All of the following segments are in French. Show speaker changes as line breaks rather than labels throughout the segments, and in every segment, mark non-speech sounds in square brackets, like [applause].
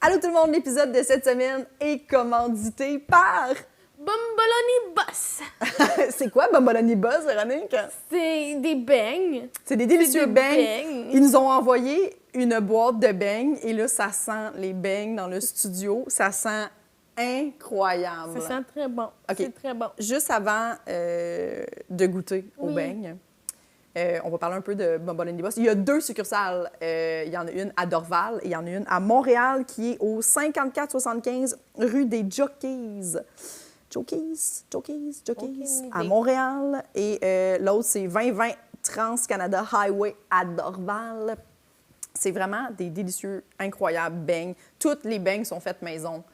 Allô tout le monde, l'épisode de cette semaine est commandité par... [laughs]
Bomboloni Boss.
c'est quoi Bomboloni Buzz, Véronique?
C'est des beignes.
C'est des délicieux
des
beignes.
beignes.
Ils nous ont envoyé une boîte de beignes et là, ça sent les beignes dans le studio. Ça sent incroyable.
Ça sent très bon.
Ok.
C'est très bon.
Juste avant euh, de goûter aux
Oui.
beignes, euh, on va parler un peu de Bomboloni Boss. Il y a deux succursales. Euh, il y en a une à Dorval et il y en a une à Montréal qui est au 5475 rue des Jockeys. Jockeys, Jockeys, Jockeys,
Aucune
à
idée.
Montréal. Et euh, l'autre, c'est 2020 Trans-Canada Highway à Dorval. C'est vraiment des délicieux, incroyables beignes. Toutes les beignes sont faites maison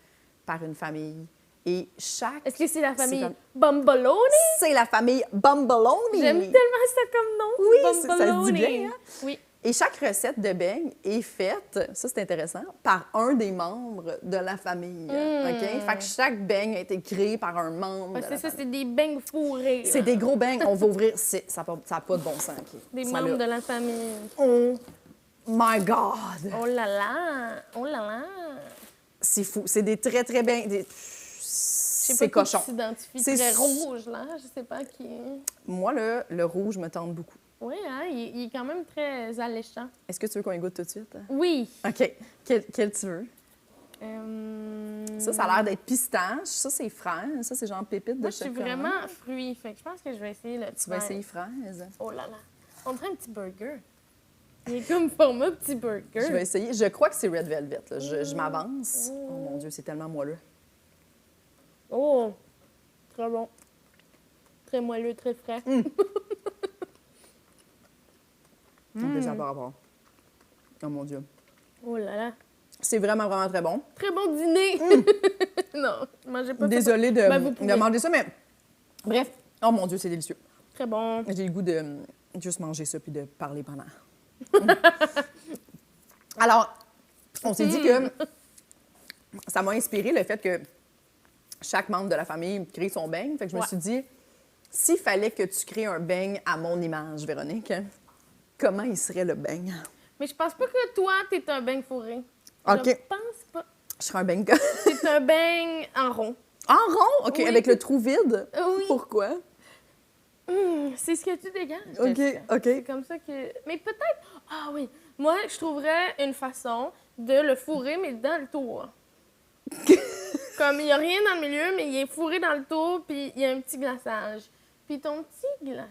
par une famille. Et chaque
Est-ce que c'est la famille
comme-
Bomboloni?
c'est la famille Bumbaloni.
J'aime tellement ça comme nom.
Oui, ça- ça se dit
Bomboloni.
bien, hein?
Oui.
Et chaque recette de beignes est faite, ça c'est intéressant, par un des membres de la famille. OK? Fait que chaque beigne a été créé par un membre.
Hmm. Ouais,
de
c'est
la
ça,
famille.
c'est des beignes fourrés.
C'est
là.
des gros beignes. On va ouvrir. c'est- Ça n'a pas, ça a pas de bon sens. OK?
Des
Ça,
membres
là.
de la famille.
Oh my God!
Oh là là. Oh là là.
C'est fou. C'est des très, très beignes. des-
Je sais
C'est
pas
cochon.
qui s'identifie
C'est
très
s-
rouge, là. Je sais pas qui.
Moi, là, le rouge me tente beaucoup.
Oui, hein, il, il est quand même très alléchant.
Est-ce que tu veux qu'on y goûte tout de suite? hein?
Oui.
OK. Quel, quel tu veux?
Euh,
Ça, ça a l'air d'être pistache. Ça, c'est fraise. Ça, c'est genre pépite de
Moi, je suis
chocolat.
vraiment fruit. Fait que je pense que je vais essayer le
Tu vas
pain.
essayer fraise.
Oh là là. On prend un petit burger. Il est comme format petit burger.
Je vais essayer. Je crois que c'est Red Velvet. là. Je, je m'avance. Oh mon Dieu, c'est tellement moelleux.
Oh! Très bon. Très moelleux, très frais.
Mm. Hum, Déjà par rapport. Oh mon Dieu.
Oh là là.
C'est vraiment, vraiment très bon.
Très bon dîner! [laughs] non, mangez pas ça.
Mm. Désolée de,
Ben, vous
de
pouvez.
manger ça, mais bref. Oh mon Dieu, c'est délicieux.
Très bon.
J'ai le goût de hum, juste manger ça puis de parler
[laughs]
pendant. Alors, on s'est
Mm.
dit que hum, ça m'a inspiré le fait que chaque membre de la famille crée son beigne. Fait que je me
Ouais.
suis dit, s'il fallait que tu crées un beigne à mon image, Véronique, comment il serait le beigne?
Mais je pense pas que toi, t'es un beigne fourré.
OK.
Je pense pas.
Je serais un beigne.
T'es un beigne en rond.
[laughs] en rond? OK,
Oui.
avec le trou vide?
Oui.
Pourquoi?
Hum, c'est ce que tu dégages.
OK,
Jessica.
OK.
C'est comme ça que. Mais peut-être. Ah oui. Moi, je trouverais une façon de le fourrer, mais dans le tour. comme il n'y a rien dans le milieu, mais il est fourré dans le tour, puis il y a un petit glaçage. Puis ton petit glaçage.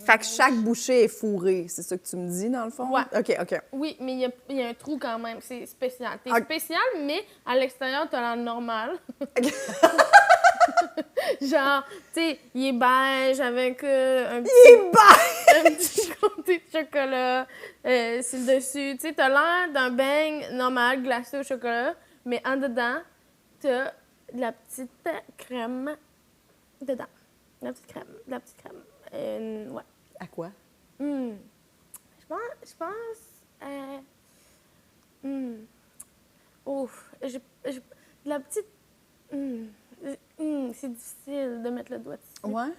Fait que chaque bouchée est fourrée, c'est ça que tu me dis, dans le fond?
Ouais.
OK, OK.
Oui, mais il y a, il y a un trou quand même. C'est spécial. T'es
Ah.
spécial, mais à l'extérieur, t'as l'air normal. [laughs] Genre, tu sais, il est beige avec euh, un petit.
Et bye!
[laughs] un petit comté de chocolat euh, sur le dessus. Tu sais, t'as l'air d'un beigne normal glacé au chocolat, mais en dedans, t'as de la petite crème dedans. De la petite crème, de la petite crème. Euh, ouais.
À quoi?
Hmm. Je pense. Je pense. Euh, hmm. Ouf. Je, je- de la petite. hmm. Hmm, C'est difficile de mettre le doigt dessus.
Ouais?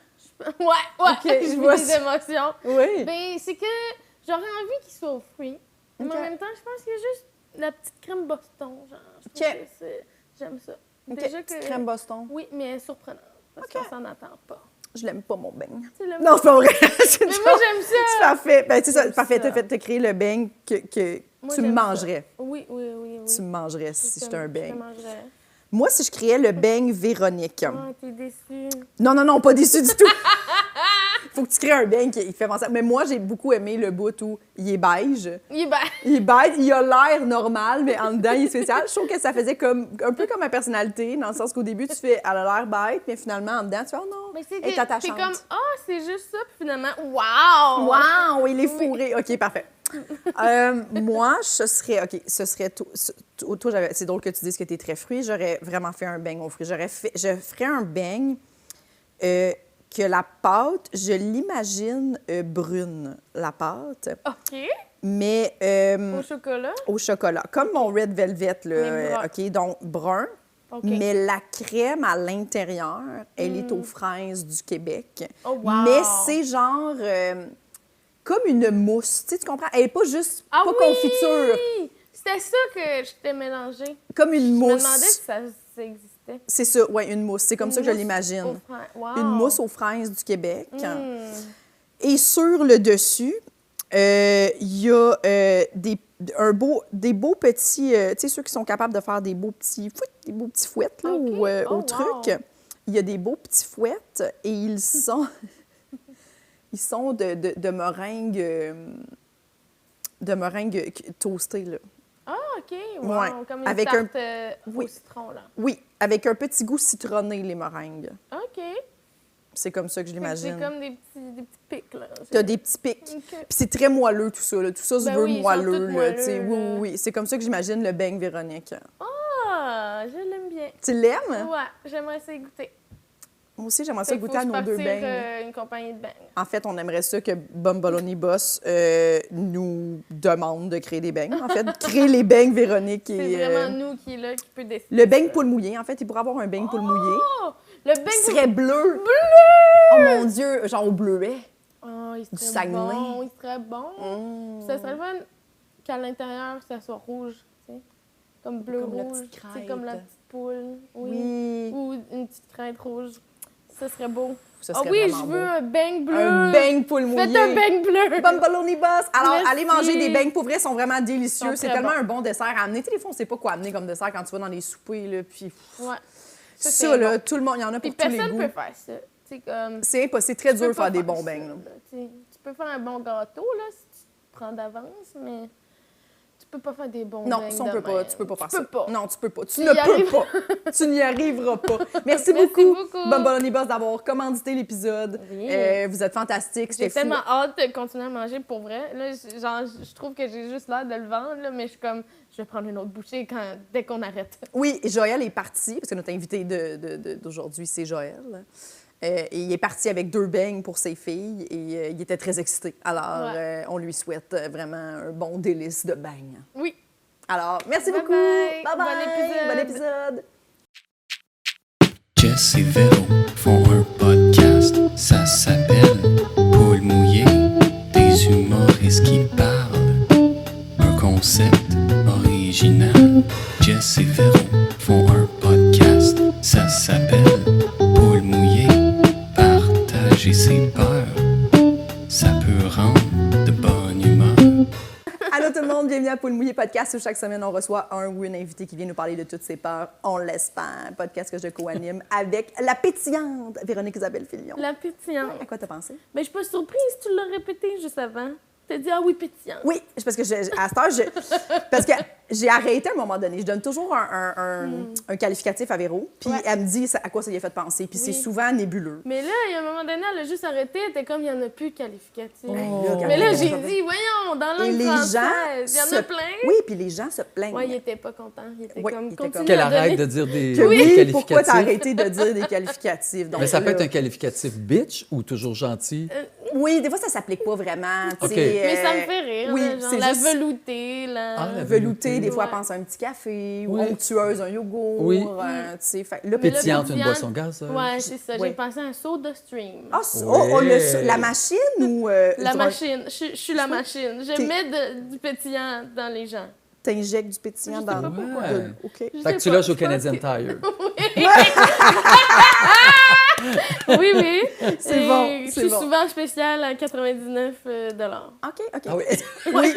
[laughs] Ouais, ouais.
Ok, je
je
vois
vis [laughs] des
ça.
émotions.
Oui.
[laughs] Ben, c'est que j'aurais envie qu'il soit aux fruits. Mais
Ok.
en même temps, je pense que juste la petite crème Boston, genre. Je trouve
Ok.
que c'est- J'aime ça.
OK,
Déjà que.
petite crème Boston.
Oui, mais elle est surprenante. Parce
Ok.
qu'on s'en attend pas.
Je l'aime pas, mon beigne.
Tu l'aimes
Non,
pas?
c'est pas vrai. [laughs] C'est
Ah, Mais
une
moi,
joke.
j'aime ça.
C'est parfait. Ben, c'est ça,
J'aime
parfait.
ça.
T'as fait te créer le beigne que, que
Moi,
tu me
j'aime ça.
mangerais.
Oui, oui, oui. oui.
Tu me mangerais si j'étais un
Je te
beigne.
mangerais.
Moi, si je créais le beigne Véronique.
Ah, t'es déçue.
Non, non, non, pas déçu du
[laughs]
tout. Faut que tu crées un beigne qui fait penser. Mais moi, j'ai beaucoup aimé le bout où il est beige.
Il est beige.
Il est beige, il a l'air normal, mais en dedans, il est spécial. Je trouve que ça faisait comme, un peu comme ma personnalité, dans le sens qu'au début, tu fais, elle a l'air bête, mais finalement, en dedans, tu fais, oh non,
[laughs] Mais c'est
elle est
que- t'es
attachante.
comme, ah, c'est juste ça. Puis finalement, waouh!
Wow, il est fourré. OK, parfait. Euh, moi, ce serait. OK, ce serait. to- ce- to- toi, j'avais- c'est drôle que tu dises que tu es très fruit. J'aurais vraiment fait un beigne aux fruits. J'aurais fait, je ferais un beigne euh, que la pâte, je l'imagine euh, brune, la pâte,
OK.
mais euh,
Au chocolat.
au chocolat. Comme mon red velvet, là.
Mais brun.
euh, OK, donc brun.
OK. Hmm.
Mais la crème à l'intérieur, elle est aux fraises du Québec.
Oh, wow.
Mais c'est genre euh, comme une mousse, tu, sais, tu comprends? Elle n'est pas juste
Ah
pas
oui!
confiture.
C'était ça que je t'ai mélangé.
Comme une
Je me
mousse.
demandais si ça ça existait.
C'est ça, ouais, une mousse. C'est comme
Une
ça que je
mousse
l'imagine.
Au Oh. frais. Wow.
Une mousse aux fraises du Québec.
Mm.
Et sur le dessus, euh, il y a euh, des, un beau, des beaux petits, euh, tu sais, ceux qui sont capables de faire des beaux petits, fouit, des beaux petits fouettes là,
Ok.
au, euh,
Oh,
au truc.
wow.
Il y a des beaux petits fouettes et
[laughs]
ils sont, [laughs] ils sont de, de, de meringue, euh, de meringue toastée là.
Ah, OK. Wow.
Ouais.
Comme une
Avec un-
tarte euh,
Oui.
au citron, là.
Oui, avec un petit goût citronné les meringues.
OK.
C'est comme ça que je
C'est
l'imagine.
comme des petits, des petits pics, là.
T'as des petits pics.
OK.
Puis c'est très moelleux, tout ça. là. Tout ça se
Ben
veut
oui, ils sont
moelleux.
tous
là, tu sais.
moelleux,
oui,
là.
oui, oui. C'est comme ça que j'imagine le beigne Véronique.
Ah, je l'aime bien.
Tu l'aimes?
Ouais, j'aimerais ça y goûter.
Moi aussi, j'aimerais ça
Fait qu'il
goûter à
faut
nos
se
deux
partir,
beignes.
euh, une compagnie de beignes.
En fait, on aimerait ça que Bumbaloni Boss euh, nous demande de créer des beignes. En
[laughs]
fait, créer les beignes Véronique et.
C'est
euh,
vraiment nous qui est là qui peut décider.
le beigne poule mouillé, en fait, il pourrait avoir un beigne poule mouillé.
Oh, le beigne
Il serait bleu.
Bleu!
Oh mon Dieu, genre au bleuet.
Oh, il
Du
serait
Saguenay.
bon, il serait bon.
Mm.
Ça serait le fun qu'à l'intérieur, ça soit rouge, tu sais. Comme bleu
Comme la
rouge,
petite
tu sais, comme la
crête.
petite poule.
Oui.
Oui. Ou une petite crainte rouge. Ça serait beau.
Ça
Ah
serait
oui,
vraiment
je
beau.
veux un beigne bleu.
Un beigne poule mouillé.
Faites un beigne
[laughs]
bleu.
Bumbaloni Boss. Alors,
Merci.
allez manger des beignes. Pour vrai, ils sont vraiment délicieux.
Ils sont
c'est
très
tellement
bons.
un bon dessert à amener. Tu sais, des fois, on sait pas quoi amener comme dessert quand tu vas dans les soupers. Là, puis pff,
Ouais.
ça,
Ça, c'est
là, tout le monde, il y en a
Puis
pour tous les
personne
goûts.
peut faire ça. C'est comme.
C'est impossible. C'est très
tu
dur
peux
de
pas
faire des bons
ça,
beignes. là.
là. Tu sais, tu peux faire un bon gâteau là, si tu te prends d'avance, mais tu peux pas faire des bons
Non,
beignes
ça, on peut
de
pas.
même.
Tu peux pas faire
Tu
ça.
peux pas.
Non, tu peux pas. Tu
Tu
ne
y arrives-
peux pas. tu n'y arriveras
[laughs]
pas. Merci, beaucoup,
beaucoup.
Bumbaloni Boss, d'avoir commandité l'épisode.
Oui.
Euh, vous êtes fantastique. C'était
J'ai
fou.
tellement hâte de continuer à manger pour vrai. Là, j- genre, j- je trouve que j'ai juste l'air de le vendre, là, mais je suis comme, je vais prendre une autre bouchée quand, dès qu'on arrête. [laughs]
Oui, et Joël est parti, parce que notre invité de- de- de- d'aujourd'hui, c'est Joël. Euh, et il est parti avec deux beignes pour ses filles et euh, il était très excité. Alors, euh, on lui souhaite euh, vraiment un bon délice de beignes.
Oui.
Alors, merci
Bye
beaucoup.
bye.
Bye
Bon
bye.
épisode.
épisode.
Jess et Véro font un podcast, ça s'appelle Paul Mouillé, des humoristes qui parlent. Un concept original. Jess et Véro font un podcast, ça s'appelle Paul Mouillé, partager ses peurs, ça peut rendre de bonne humeur.
Allô tout le monde, bienvenue à Poule Mouillé Podcast où chaque semaine on reçoit un ou une invitée qui vient nous parler de toutes ses peurs, on l'espère. Podcast que je co-anime avec la pétillante Véronique Isabelle Fillon.
La pétillante.
À quoi t'as pensé?
Mais je suis pas surprise, tu l'as répété juste avant. T'as dit, ah oui, pétillante.
Oui, c'est parce que je- je- à cette heure, je- parce que j'ai arrêté à un moment donné. Je donne toujours un, un- un- un qualificatif à Véro, puis
Hmm. Ouais.
elle me dit ça- à quoi ça lui a fait penser, puis c'est
Oui.
souvent nébuleux.
Mais là, il y a un moment donné, elle a juste arrêté, elle était comme, il y en a plus de qualificatif.
Oh.
Mais là,
regarde,
j'ai
regarde.
dit, voyons, dans
Et
l'angle
les gens,
française, il y en
se-
a plein.
Oui, puis les gens se plaignent.
Ouais, il était pas content. Il était
Ouais, il
comme,
était
continue
comme-
Qu'elle
à
arrête
donner.
de dire des,
Que
des
oui, pourquoi t'as
qualificatifs.
arrêté de dire des qualificatifs? Donc
Mais ça peut
là- Euh,
être un qualificatif bitch ou toujours gentil.
Oui, des fois, ça s'applique pas vraiment. tu
OK.
sais,
Mais ça me
euh,
fait rire,
oui,
là, genre,
c'est
la
juste-
veloutée, la...
Ah, la
Velouté, des fois,
Ouais.
elle pense à un petit café, ou
Oui.
onctueuse, un yogourt.
Oui.
euh, tu sais, fait- là,
Mais là,
Pétillante,
pétillante,
une boisson gaz.
Ouais, c'est ça.
Ouais.
J'ai pensé à un soda stream.
Ah, ça- oh, oh, le so- la machine ou. euh,
la
tu-
machine. Je, je suis la machine. Je
T'es-
mets de- du pétillant dans les gens.
T'injectes du pétillant
Je sais
dans
pas
pourquoi.
de- OK.
Je
Fait
sais
que tu
pas,
loges au
je pense
Canadian
que-
Tire.
[laughs]
Oui, oui.
C'est
Et
bon,
Je
c'est
suis
bon.
souvent spéciale à 99 euh, dollars. euh,
OK, OK.
Ah oui.
[laughs]
Oui.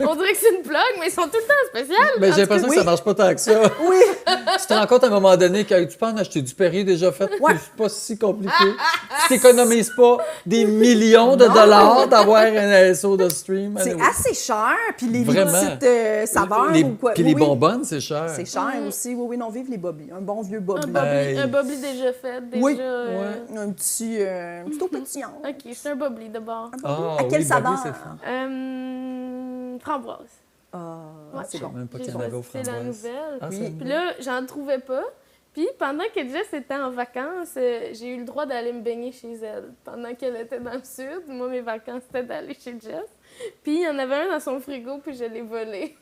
On dirait que c'est une plug, mais ils sont tout le temps spéciales.
Mais
En tout
j'ai l'impression
cas,
que ça
oui.
marche pas tant que ça.
Oui.
tu te rends compte à un moment donné que hey, tu peux en acheter du Perrier déjà fait,
Ouais.
puis c'est pas si compliqué. Tu t'économises pas des millions de dollars d'avoir un SO de stream.
C'est
anyway.
assez cher, puis les les
Vraiment.
petites euh, saveurs
Les-
ou quoi.
Puis
oui,
les bonbonnes, c'est cher.
C'est cher aussi. Oui, oui, non, vive les bobby. Un bon vieux
Un
bobby.
bubbly,
Hey.
un bubbly déjà fait, déjà.
Oui.
euh, Mhm.
Un petit. euh, plutôt pétillant.
Ok, je suis un bubbly de bord.
Ah,
à quel
oui,
saveur?
Bobby, c'est fin.
Euh, framboise.
Ah,
Ouais.
c'est
Je sais
bon.
même pas
J'ai
qu'il y en avait aux
sollicité la
framboises.
nouvelle.
Ah,
Oui.
c'est-
Puis là, j'en trouvais pas. Puis pendant que Jess était en vacances, euh, j'ai eu le droit d'aller me baigner chez elle. Pendant qu'elle était dans le sud, moi, mes vacances, c'était d'aller chez Jess. Puis il y en avait un dans son frigo, puis je l'ai volé.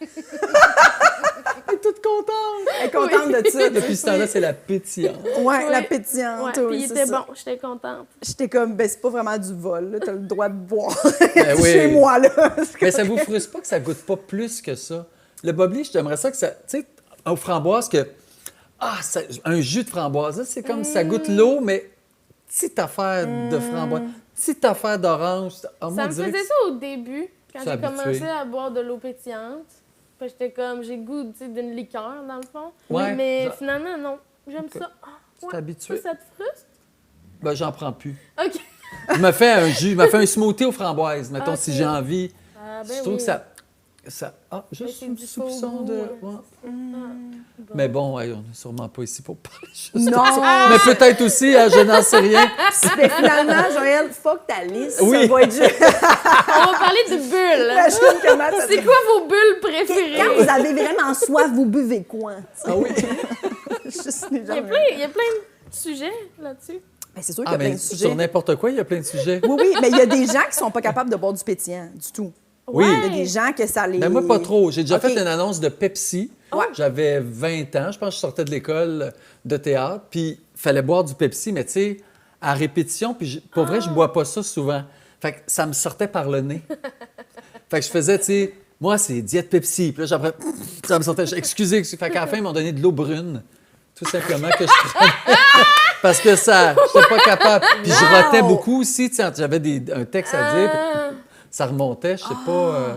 Elle est toute
contente!
Elle est contente
Oui.
de ça.
Depuis ce temps-là, c'est la pétillante.
Ouais, la
Oui.
pétillante.
Ouais,
Ah,
oui,
puis il
c'est
était
ça.
bon, j'étais contente.
J'étais comme, ben, c'est pas vraiment du vol, là. T'as le droit de boire. [laughs]
Ben oui.
Chez moi, là.
[laughs]
C'est
Mais ça vous frustre pas que ça goûte pas plus que ça? Le boblish, j'aimerais ça que ça. Tu sais, aux framboises, que. Ah, ça- un jus de framboise, là, c'est comme ça
Mm.
goûte l'eau, mais petite affaire de framboise, petite affaire d'orange. Ah, moi,
Ça
on
me
dirait
faisait
que-
ça au début, quand
Je suis
j'ai
habitué.
commencé à boire de l'eau pétillante. Puis j'étais comme, j'ai le goût tu sais, d'une liqueur, dans le fond.
Ouais.
Mais
Genre-
finalement, non. J'aime
Ok.
ça. Ah,
Tu
ouais.
t'habitues.
Ça, ça te frustre?
Ben, j'en prends plus.
OK.
Je me fais un jus, je me fais un smoothie aux framboises, mettons,
[laughs] Ah,
si
ok.
j'ai envie.
Ah,
je trouve que ça. ça ah, juste
c'est
sous,
du faux
soupçon
goût,
de.
hein.
ouais.
Ah, bon.
Mais bon, ouais, on n'est sûrement pas ici pour parler [laughs] juste de
Non.
ça. Mais peut-être aussi, hein, je n'en sais rien.
Mais finalement, Joël, fuck ta liste. Ça
Oui.
va être juste
[laughs]
On va parler de
la
bulles.
chose que Matt-
C'est quoi vos bulles
Quand vous
préférées?
avez vraiment soif, vous buvez quoi?
Ah oui.
[laughs] Juste les
Il y, a
gens-
plein, il y a plein de sujets là-dessus.
Ben, c'est sûr qu'il y
Ah,
a plein
mais
de
sur
sujets.
n'importe quoi, il y a plein de sujets.
Oui, oui, mais il y a des gens qui sont pas capables de boire du pétillant du tout.
Oui.
Il y a des gens que ça les.
Mais Ben, moi, pas trop. J'ai déjà
Ok.
fait une annonce de Pepsi.
Ouais.
J'avais 20 ans. Je pense que je sortais de l'école de théâtre. Puis, il fallait boire du Pepsi, mais tu sais, à répétition. Puis, je- pour vrai, je bois pas ça souvent. Fait que ça me sortait par
[laughs]
le nez. fait que je faisais, tu sais, moi, c'est diète Pepsi. Puis là, j'aprends, ça me sortait. je- Excusez, excusez. Fait qu'à la fin, ils m'ont donné de l'eau brune. Tout simplement que je
[laughs]
prenais. Parce que ça, j'étais pas capable. Puis je rotais
Wow!
beaucoup aussi, tu sais, j'avais des- un texte à dire, puis
Ah,
ça remontait, je sais pas.
Ah!
euh,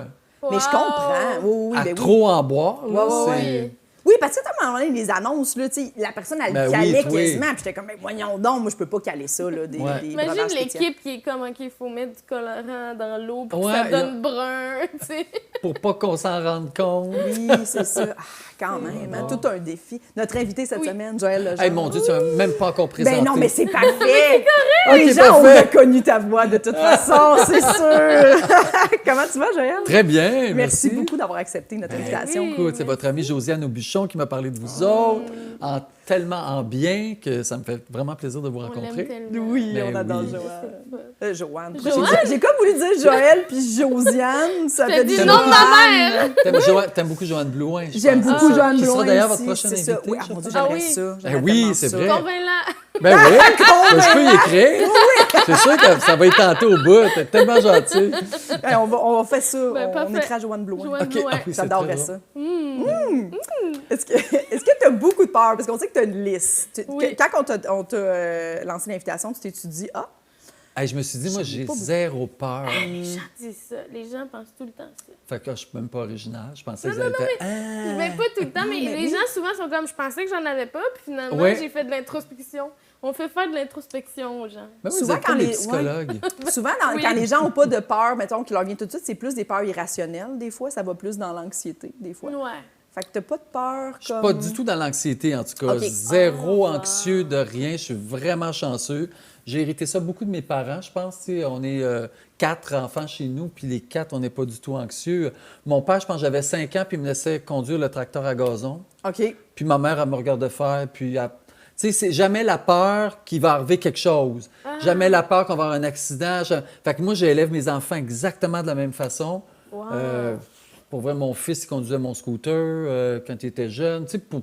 Mais je
wow.
comprends. Oui, oui,
à
ben oui.
Ah, trop en boire. là,
Ouais, ouais,
c'est-
ouais.
Oui, parce que, tu sais, à un moment donné, les annonces, là, tu sais, la personne, elle
Ben oui,
calait
oui.
quasiment. Puis j'étais comme, mais voyons donc, moi, je peux pas caler ça, là, des,
Ouais.
des breuvages
Imagine
pétillants.
l'équipe qui est comme, OK, il faut mettre du colorant dans l'eau pour
Ouais,
que ça
il y a-
donne brun, [laughs] tu sais.
Pour pas qu'on s'en rende
[laughs]
compte.
Oui, c'est ça. Ah, quand même, hein, tout un défi. Notre invité cette
Oui.
semaine, Joël Lejeune.
Oh Hey, mon Dieu, tu m'as même pas encore présenté.
Ben non, mais c'est
[laughs]
parfait. Les
Ok,
gens
parfait.
ont reconnu ta voix de toute façon, c'est sûr. [laughs] Comment tu vas, Joël?
Très bien,
Merci
merci.
beaucoup d'avoir accepté notre
Ben
invitation.
Oui.
Écoute, c'est votre amie Josiane Aubuchon qui m'a parlé de
Ah.
vous autres, en tellement en bien que ça me fait vraiment plaisir de vous
On l'aime
rencontrer.
tellement.
Oui,
Ben
on adore
oui.
Joël. Euh, Joanne.
Joanne?
J'ai- J'ai comme voulu dire Joël puis Josiane. Ça
Je
fait
te dis
des
le nom de
Joanne.
ma mère!
T'aimes Joanne- t'aimes beaucoup Joanne Blouin, je pense.
J'aime beaucoup
Ah.
Joanne
Qui
Blouin.
sera d'ailleurs votre
aussi,
prochaine
c'est ça.
invitée.
Oui, ah,
je
mon Dieu, Ah,
pense.
Ah
j'aimerais
oui.
ça.
Ben
J'aimerais
oui,
tellement
c'est
ça.
[laughs]
vrai.
Convainc-la!
Ben oui, ben, je peux
hein?
y écrire. C'est sûr que ça va être tantôt au bout. T'es tellement gentil.
Hey, on, va, on va faire ça.
Ben,
on, on
parfait.
écrit Joanne Blouin.
Joanne
Ok,
Blouin.
ah oui, c'est
J'adorerais
très
ça.
Hmm.
Mm. Est-ce que est-ce que tu as beaucoup de peur? Parce qu'on sait que tu as une liste. Tu-
Oui.
que- Quand on t'a- on t'a euh, lancé l'invitation, tu t'es dit,
[laughs]
ah,
Hey, je me suis dit, moi, j'ai zéro peur.
Dis ça. Les gens pensent tout le temps ça.
Fait que là, je suis même pas original. Je pensais que j'étais. hein?
Je mets pas tout le temps, mais,
mais
les
Euh, oui.
gens souvent sont comme je pensais que j'en avais pas, puis finalement
Ouais.
j'ai fait de l'introspection. On fait faire de l'introspection aux gens.
Mais Ben oui,
Souvent,
vous êtes pas
quand
des
les- ouais.
psychologues.
Souvent, dans-
Oui.
quand les gens n'ont pas de peur, mettons, qui leur vient tout de suite, c'est plus des peurs irrationnelles, des fois. Ça va plus dans l'anxiété, des fois.
Ouais.
Fait que t'as pas de peur
Je suis
comme...
pas du tout dans l'anxiété, en tout cas.
Ok.
Zéro
Ah.
anxieux de rien. Je suis vraiment chanceux. J'ai hérité ça beaucoup de mes parents. Je pense, tu sais, on est euh, quatre enfants chez nous, puis les quatre, on n'est pas du tout anxieux. Mon père, je pense, j'avais cinq ans, puis il me laissait conduire le tracteur à gazon.
OK.
Puis ma mère, elle me regarde faire, puis elle- Tu sais, c'est jamais la peur qu'il va arriver quelque chose.
Ah.
Jamais la peur qu'on va avoir un accident. Ja- Fait que moi, j'élève mes enfants exactement de la même façon.
Wow.
Euh, pour vrai, mon fils, il conduisait mon scooter euh, quand il était jeune. Tu sais, pour-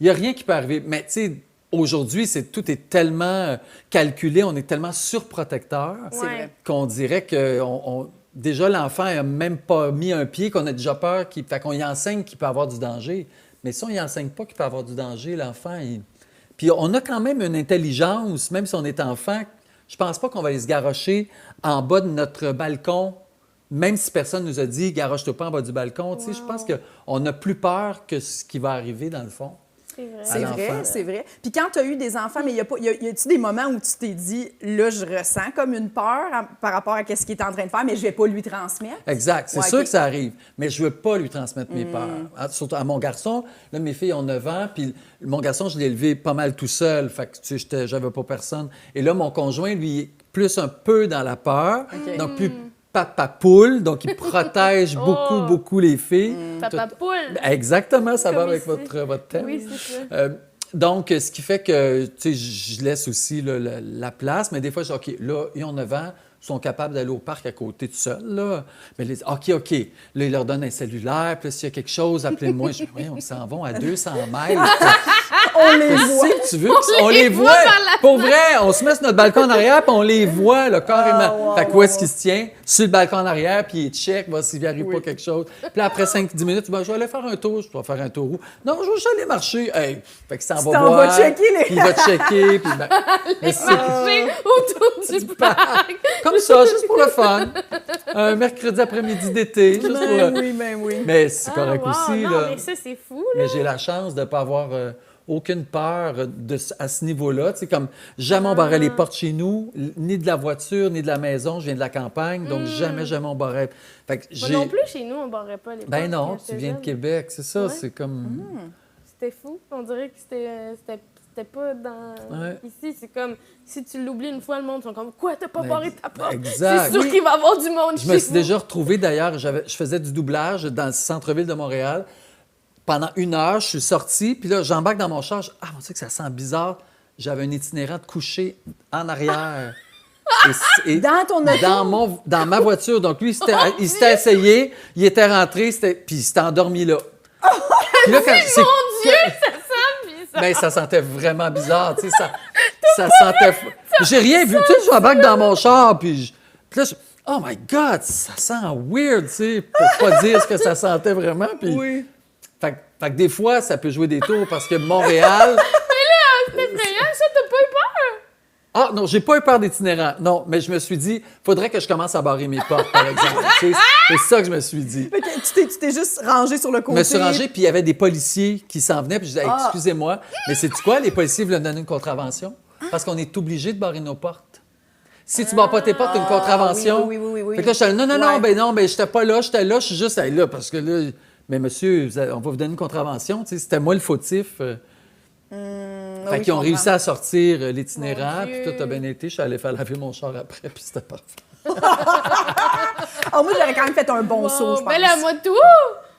il n'y a rien qui peut arriver. Mais tu sais, aujourd'hui, c'est, tout est tellement euh, calculé, on est tellement surprotecteur
C'est vrai.
qu'on dirait que on- on- déjà l'enfant n'a même pas mis un pied, qu'on a déjà peur, qu'il, fait qu'on y enseigne qu'il peut avoir du danger. Mais si on y enseigne pas qu'il peut avoir du danger, l'enfant, il... Puis on a quand même une intelligence, même si on est enfant, je pense pas qu'on va aller se garrocher en bas de notre balcon, même si personne nous a dit « garoche-toi pas en bas du balcon Tu sais, Je pense qu'on a plus peur que ce qui va arriver dans le fond.
C'est vrai.
C'est
l'enfant.
vrai, c'est vrai. Puis quand tu as eu des enfants, mais y a pas, y a- y a-tu des moments où tu t'es dit, là, je ressens comme une peur à- par rapport à ce qu'il est en train de faire, mais je vais pas lui transmettre?
Exact. C'est
Ouais,
sûr
ok.
que ça arrive. Mais je veux pas lui transmettre
Mm.
mes peurs. À- Surtout à mon garçon. Là, mes filles ont 9 ans. Puis mon garçon, je l'ai élevé pas mal tout seul. Fait que, tu sais, j'étais- j'avais pas personne. Et là, mon conjoint, lui, est plus un peu dans la peur.
Ok.
Donc, plus papa poule. Donc, il protège beaucoup,
[laughs] Oh.
beaucoup les filles.
Papa
Tout-
poule.
Exactement. Ça va
Comme
avec
ici.
votre, votre thème.
Oui, c'est ça.
Euh, donc, ce qui fait que, tu sais, je laisse aussi là, la, la place, mais des fois, je dis, OK, là, ils ont 9 ans, sont capables d'aller au parc à côté tout seul. Là. Mais les, OK, OK. Là, ils leur donnent un cellulaire. Puis là, s'il y a quelque chose, appelez-moi. Je dis, oui, on s'en va à 200 mètres.
On les voit.
Qu'est-ce que tu veux? que- On, les voit. Pour vrai, on se met sur notre balcon en arrière, puis on
[laughs]
les voit, là, carrément.
Ah, wow,
fait que
wow,
où est-ce qu'il se tient? Sur le balcon en arrière, puis il check, voir s'il n'y arrive pas quelque chose. Puis là, après 5-10 minutes, ben, je vais aller faire un tour, je vais faire un tour où? Non, je vais juste aller marcher. Hey, fait que ça en
Tu
va
t'en
voir.
vas checker les-
puis Il va checker, puis
[laughs]
ben, mais c'est-
Marcher autour du parc.
comme ça, juste pour le fun. Un mercredi après-midi
[laughs]
d'été, juste pour
Ben
le...
oui, ben oui.
Mais c'est
Ah,
correct
wow,
aussi,
non,
là.
mais ça, c'est fou, là.
Mais j'ai la chance de ne pas avoir euh, aucune peur euh, de, ce- à ce niveau-là. Tu sais, comme jamais on barrait
Ah.
les portes chez nous, l- ni de la voiture, ni de la maison. Je viens de la campagne, donc jamais, jamais on barrait. Fait que
Hmm. Moi
j'ai...
non plus, chez nous, on barrait pas les portes
Ben non,
quand
tu
j'étais
viens de
jeune.
Québec, c'est ça.
Ouais. Hmm.
C'est comme.
C'était fou. On dirait que c'était, euh, c'était, c'était pas dans.
Ouais.
Ici, c'est comme si tu l'oublies une fois, le monde sont comme Quoi, t'as pas
Ben,
barré ta porte
exact.
C'est sûr
Oui.
qu'il va y avoir du monde
Je
chez
me suis
vous.
déjà retrouvé d'ailleurs, j'avais- je faisais du doublage dans le centre-ville de Montréal. Pendant une heure, je suis sorti, puis là, j'embarque dans mon char. je- Ah, mon Dieu, que ça sent bizarre. J'avais un itinérant de coucher
[laughs]
en arrière. Et c- et
Dans ton auto?
Dans, mon- Oh, dans ma voiture. Donc, lui, il s'était- il s'était essayé, il était rentré, c'était- puis il s'était endormi là. Puis là, quand- Oh, c'est-
Ah,
mais ça sentait vraiment bizarre, tu sais, ça, ça sentait... J'ai rien vu, tu sais, je m'embarque dans mon char, puis, je- puis là, je- oh my God, ça sent weird, tu sais, pour pas dire ce que ça sentait vraiment, puis...
Oui.
Fait, que- fait que des fois, ça peut jouer des tours, parce que Montréal...
C'était effrayant, ça, t'as pas eu peur.
Ah non, j'ai pas eu peur d'itinérants, non, mais je me suis dit, faudrait que je commence à barrer mes portes, par exemple, tu sais, c'est ça que je me suis dit.
Fait que tu t'es- tu t'es juste rangé sur le
Je
côté. Ah.
me suis rangé, puis il y avait des policiers qui s'en venaient, puis je disais, Hey, excusez-moi, mais c'est quoi, les policiers voulaient me donner une contravention? Parce qu'on est obligé de barrer nos portes. Si tu ne barres pas tes portes, t'as une contravention.
Ah, oui, oui, oui, oui, oui.
Fait que là, je suis non, non, non,
Ouais.
ben non, ben j'étais pas là, j'étais là, je suis juste Hey, là, parce que là, mais monsieur, vous avez- on va vous donner une contravention, tu sais, c'était moi le fautif. euh.
Ah
fait qu'ils ont réussi à sortir euh,
Mon
l'itinérant,
Dieu.
puis tout a bien été, je suis allé faire laver mon char après, puis c'était parfait.
Oh, moi, j'aurais quand même fait un bon saut, je pense.
mais Ben là, moi, tout.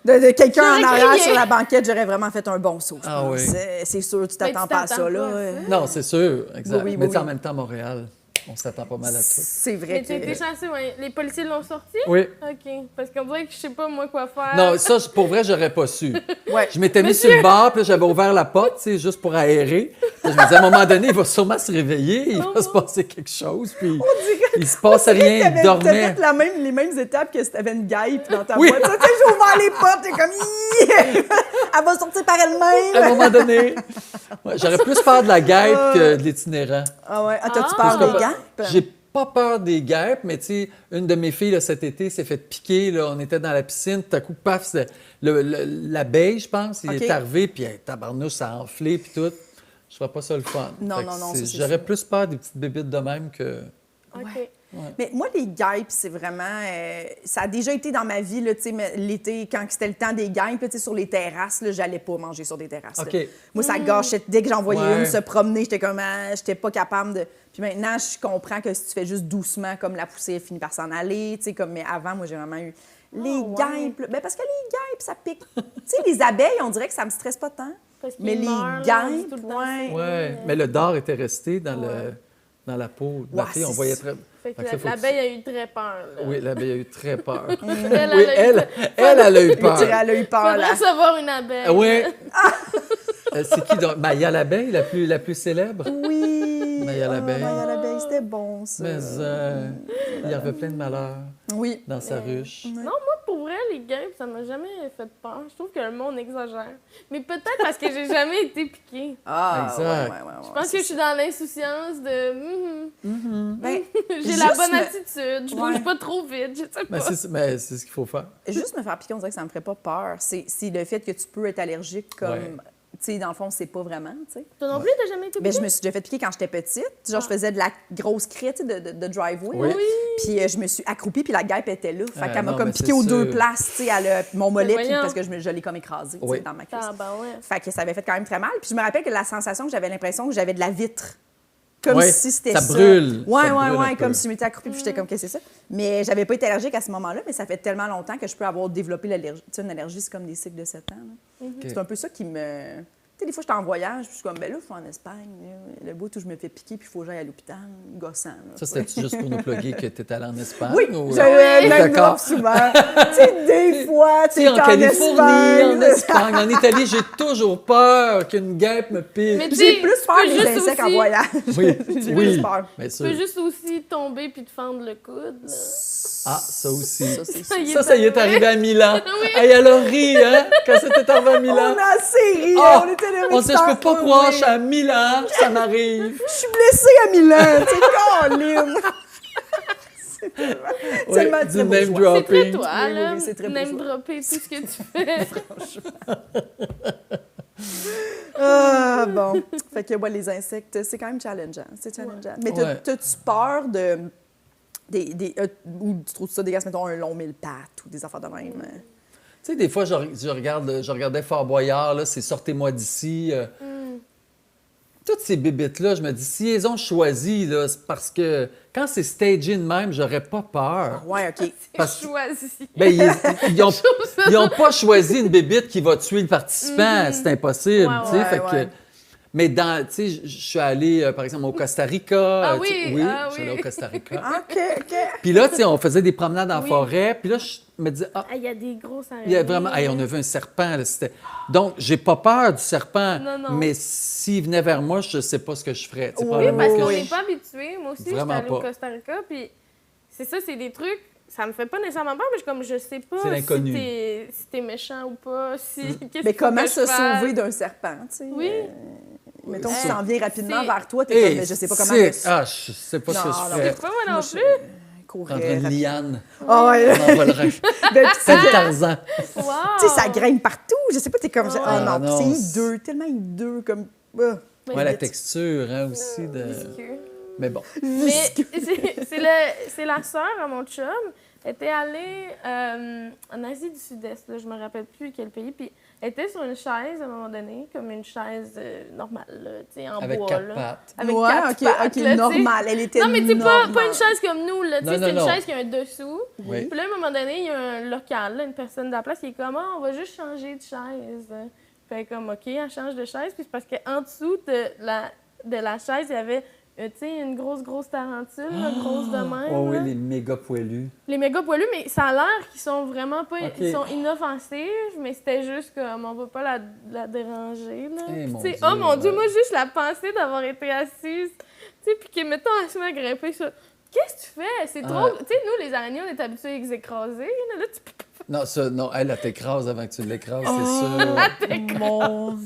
De, de quelqu'un en
J'aurais
arrière
crié.
sur la banquette, j'aurais vraiment fait un bon saut, je
Ah
pense.
oui.
C'est- C'est sûr, tu
Mais
t'attends
tu
pas à ça,
t'attends
là.
pas à
euh.
Non, c'est sûr, exact.
Oui, oui,
mais
oui,
tu sais, en
oui.
même temps, Montréal, on s'attend pas mal à ça.
C'est vrai
Mais t'as été
que...
chanceux, ouais. Les policiers l'ont sorti?
Oui.
OK. Parce qu'on dirait que je sais pas, moi, quoi faire.
Non, ça, je- pour vrai, j'aurais pas su.
Ouais. [laughs]
Je m'étais mis sur le bar, puis là, j'avais ouvert la porte, tu sais, juste pour aérer. Puis je me disais, à un moment donné, il va sûrement se réveiller, il va se
Oh.
passer quelque chose, puis il se passe rien, il
T'avais- t'as
dormait.
fait la même, les mêmes étapes que si t'avais une guêpe dans ta
Oui.
boîte. Ça, tu sais, j'ai ouvert les portes, t'es comme... [laughs] Ih! Elle va sortir par
À un
elle-même.
moment donné, Ouais, j'aurais plus peur de la
Oh.
guêpe que de l'itinérant.
Ah ouais. Ah, t'as-tu peur
Ah.
des guêpes?
J'ai pas peur des guêpes, mais tu sais, une de mes filles, là, cet été, s'est fait piquer. Là, on était dans la piscine, tout à coup, paf, c'est- le- le- l'abeille, je pense, il
OK.
est arrivé, puis hey, tabarnouche, ça a enflé, puis tout. Je ferais pas ça le fun.
Non,
Fait que
non, non,
c'est-
ça, c'est
J'aurais
sûr.
plus peur des petites bébites de même que...
OK.
Mais moi, les guêpes, c'est vraiment. euh, ça a déjà été dans ma vie, là, tu sais, mais l'été, quand c'était le temps des guêpes, là, tu sais, sur les terrasses, là, j'allais pas manger sur des terrasses. là.
OK.
Moi, ça gâchait. Dès que j'en voyais
Ouais.
une se promener, j'étais comme. Ah, j'étais pas capable de. Puis maintenant, je comprends que si tu fais juste doucement, comme la poussée elle finit par s'en aller, tu sais, comme. Mais avant, moi, j'ai vraiment eu. Les
Oh, ouais.
guêpes, là, ben parce que les guêpes, ça pique. [laughs] tu sais, les abeilles, on dirait que ça me stresse pas tant.
Parce qu'ils
mais les
meurent, là, c'est tout
guêpes,
le temps
ouais.
ça.
Ouais. Mais le dard était resté dans,
Ouais.
le, dans la peau de ma
Ouais,
fille. On
c'est
voyait
ça.
très...
Fait que
Fait que ça, faut que
l'abeille a eu très peur. Là.
Oui, l'abeille a eu très peur. oui,
[laughs] Elle, elle a eu
elle, elle, elle a eu
Mais tu
peur.
dirais, elle a eu peur,
Faudrait
là.
recevoir une abeille.
Ah Oui. Euh, C'est qui, donc? Maya l'abeille, la plus, la plus célèbre?
Oui.
Maille à
Ah,
l'abeille.
maille à l'abeille, c'était bon, ça.
Mais euh, il y avait plein de malheurs
Oui.
dans sa ruche.
Non, moi, pour vrai, les guêpes, ça m'a jamais fait peur. Je trouve que le monde exagère. Mais peut-être parce que j'ai jamais été piquée.
Ah,
Exact.
ouais, ouais, ouais, ouais.
Je pense que je suis dans l'insouciance de... Mhm.
Ben,
[laughs] J'ai la
Juste
bonne
me-
attitude, je
Ouais.
bouge pas trop vite, je sais pas.
Mais Ben, c'est mais c'est ce qu'il faut faire.
juste me faire piquer, on dirait que ça me ferait pas peur. C'est c'est le fait que tu peux être allergique comme...
Ouais.
Tu sais, dans le fond, c'est pas vraiment, tu sais.
Toi non plus, t'as jamais été
Ben, je
piquée?
me suis déjà fait piquer quand j'étais petite. Genre,
Ah.
je faisais de la grosse craie, tu sais, de, de, de driveway.
Oui.
là. Puis euh, je me suis accroupie, puis la guêpe était là. Fait
Ah,
qu'elle m'a
non,
comme
mais
piqué
c'est
aux deux
sûr.
places, tu sais, elle a- mon mollet, puis
voyons.
parce que je, me- je l'ai comme écrasé, tu sais,
Oui.
dans ma cuisse.
Ah, ben ouais.
Fait que ça avait fait quand même très mal. Puis je me rappelle que la sensation que j'avais l'impression que j'avais de la vitre. Comme
Ouais,
si c'était ça.
ça brûle,
Ouais,
ça
ouais,
brûle un
ouais.
peu.
Comme si je m'étais accroupie, puis j'étais comme, qu'est-ce que c'est ça? Mais j'avais pas été allergique à ce moment-là, mais ça fait tellement
Mhm.
longtemps que je peux avoir développé l'allergie. Tu sais, une allergie, c'est comme des cycles de 7 ans. là. C'est un peu ça qui me. sais, des fois, je suis en voyage, puis je suis comme, ben là, je suis en Espagne, là, le bout où je me fais piquer, puis il faut que j'aille à l'hôpital, gossant. là.
Ça, c'était juste pour nous plugger que tu étais allé en Espagne?
Oui,
ou-
j'avais le même
D'accord.
drop
[laughs]
souvent. tu sais, des fois, tu
Tu sais,
es
euh, en Californie,
Espagne.
en Espagne, en Italie, j'ai toujours peur qu'une guêpe me pique.
Mais tu
J'ai
sais,
plus
tu
peur
peux
des
juste
insectes en
aussi-
voyage.
[laughs]
oui,
J'ai
oui,
plus peur.
bien
Tu
sûr.
peux juste aussi tomber puis te fendre le coude. là.
Ah, ça aussi.
[laughs]
Ça, c'est
y
Ça, ça y est arrivé à Milan.
[laughs]
Oui.
Hey, elle a ri, hein, quand c'était arrivé à Milan.
On a série,
Ah,
on était les
On sait, je peux pas croire, je suis à Milan, ça m'arrive. [laughs]
Je suis blessée à Milan, tu sais, Colin. C'est tellement-
Oui,
tellement très beau
du name
joueur.
C'est très
dropping.
toi,
Oui, oui,
là.
oui, c'est très beau
Name
choix.
dropper tout ce que
[laughs]
tu fais.
Ah, bon. Fait que, ouais, les insectes, c'est quand même challengeant. C'est challengeant. Mais t'as-
Ouais.
t'as-tu peur de. Des, des, euh, ou tu trouves ça dégueulasse, mettons, un long mille pattes ou des affaires de même? hein?
Tu sais, des fois, je, je regarde, je regardais Fort Boyard, là, c'est Sortez-moi d'ici. euh,
Hmm.
Toutes ces bébites-là, je me dis, si elles ont choisi, là, c'est parce que quand c'est stagé de même, j'aurais pas peur.
Ah Ouais, OK.
Parce-
Choisis.
Ben, ils,
[laughs]
ils ont, ils ont pas choisi une bébite qui va tuer le participant. C'est impossible,
Mm-hmm. Ouais,
tu sais.
ouais,
fait que-
ouais.
mais dans, tu sais, je- je suis allé, euh, par exemple, au Costa Rica.
Ah
euh, tu sais,
oui,
oui,
ah
je suis allé
oui.
au
[laughs]
Costa Rica.
Ah, OK, OK.
Puis là, tu sais, on faisait des promenades en
Oui.
forêt. Puis là, je me disais, ah,
Ah, il y a des grosses araignées.
il y a vraiment. Hey, on a vu un serpent. là, c'était- Donc, j'ai pas peur du serpent.
Non, non.
Mais s'il venait vers moi, je sais pas ce que je ferais. C'est
Oui,
Oui, parce
probablement
qu'on
Euh, que
n'est
je-
pas habitué. Moi aussi,
Vraiment
j'étais allée au
pas.
Costa Rica, puis c'est ça, c'est des trucs. Ça me fait pas nécessairement peur, mais je, comme je sais pas
C'est
si
l'inconnu. Mm.
t'es si t'es méchant ou pas, si. qu'est-ce
Mais
qu'il faut
comment
que
se
je fasse.
sauver d'un serpent, tu sais?
Oui.
euh, mettons,
Oui,
si
ça.
t'en viens rapidement
C'est-
vers toi, t'es
Hey,
comme, mais je sais pas comment...
c'est-
me-
Ah, je sais pas ce que
Non,
je
non.
ferais.
Pas moi non
Moi, je-
plus.
[laughs]
courir
Prendre une
rapidement.
liane.
Ah ouais, [laughs]
On envolerait.
ben, pis ça-
Ah,
Comme Tarzan.
Wow.
Tu sais, ça grimpe partout. Je sais pas, t'es comme.
Ah
Ah
ouais.
non,
Ah
puis
non,
c'est hideux, tellement hideux, comme. ah.
Mais
Ouais, la
c'est
texture hein, aussi. De...
visqueux.
Mais bon.
Mais c'est- c'est le- c'est la sœur à mon chum. Elle était allée euh, en Asie du Sud-Est, là, je me rappelle plus quel pays. Puis elle était sur une chaise à un moment donné, comme une chaise euh, normale, là, tu sais, en
Avec
bois.
quatre
là.
pattes.
Avec
ouais,
quatre
ok,
pattes,
ok,
là, tu sais.
normal. Elle était.
Non, mais tu sais, pas,
normale.
pas une chaise comme nous, là. Tu
Non,
sais,
non,
c'est une
non.
chaise qui a un dessous.
Oui.
Puis là, à un moment donné, il y a un local, là, une personne de la place qui est comme, Ah, on va juste changer de chaise. Fait comme, OK, elle change de chaise. Puis c'est parce qu'en dessous de la, de la chaise, il y avait, euh, tu sais, une grosse, grosse tarentule, là, grosse de même. hein?
Oh oui,
là.
les méga poilus.
Les méga poilus, mais ça a l'air qu'ils sont vraiment pas.
Ok.
Ils sont inoffensifs, mais c'était juste comme on va pas la, la déranger. Là.
Eh,
Puis,
mon
tu sais,
Dieu,
oh mon dieu,
ouais.
moi juste la pensée d'avoir été assise. Tu sais, puis que mettons elle se met à grimper sur. Qu'est-ce que tu fais? C'est
Ah.
trop. Tu sais, nous les araignées, on est habitués à les écraser. Là, Là, tu peux
Non, ça, non, elle, elle t'écrase avant que tu l'écrases,
Oh,
c'est sûr.
Mon.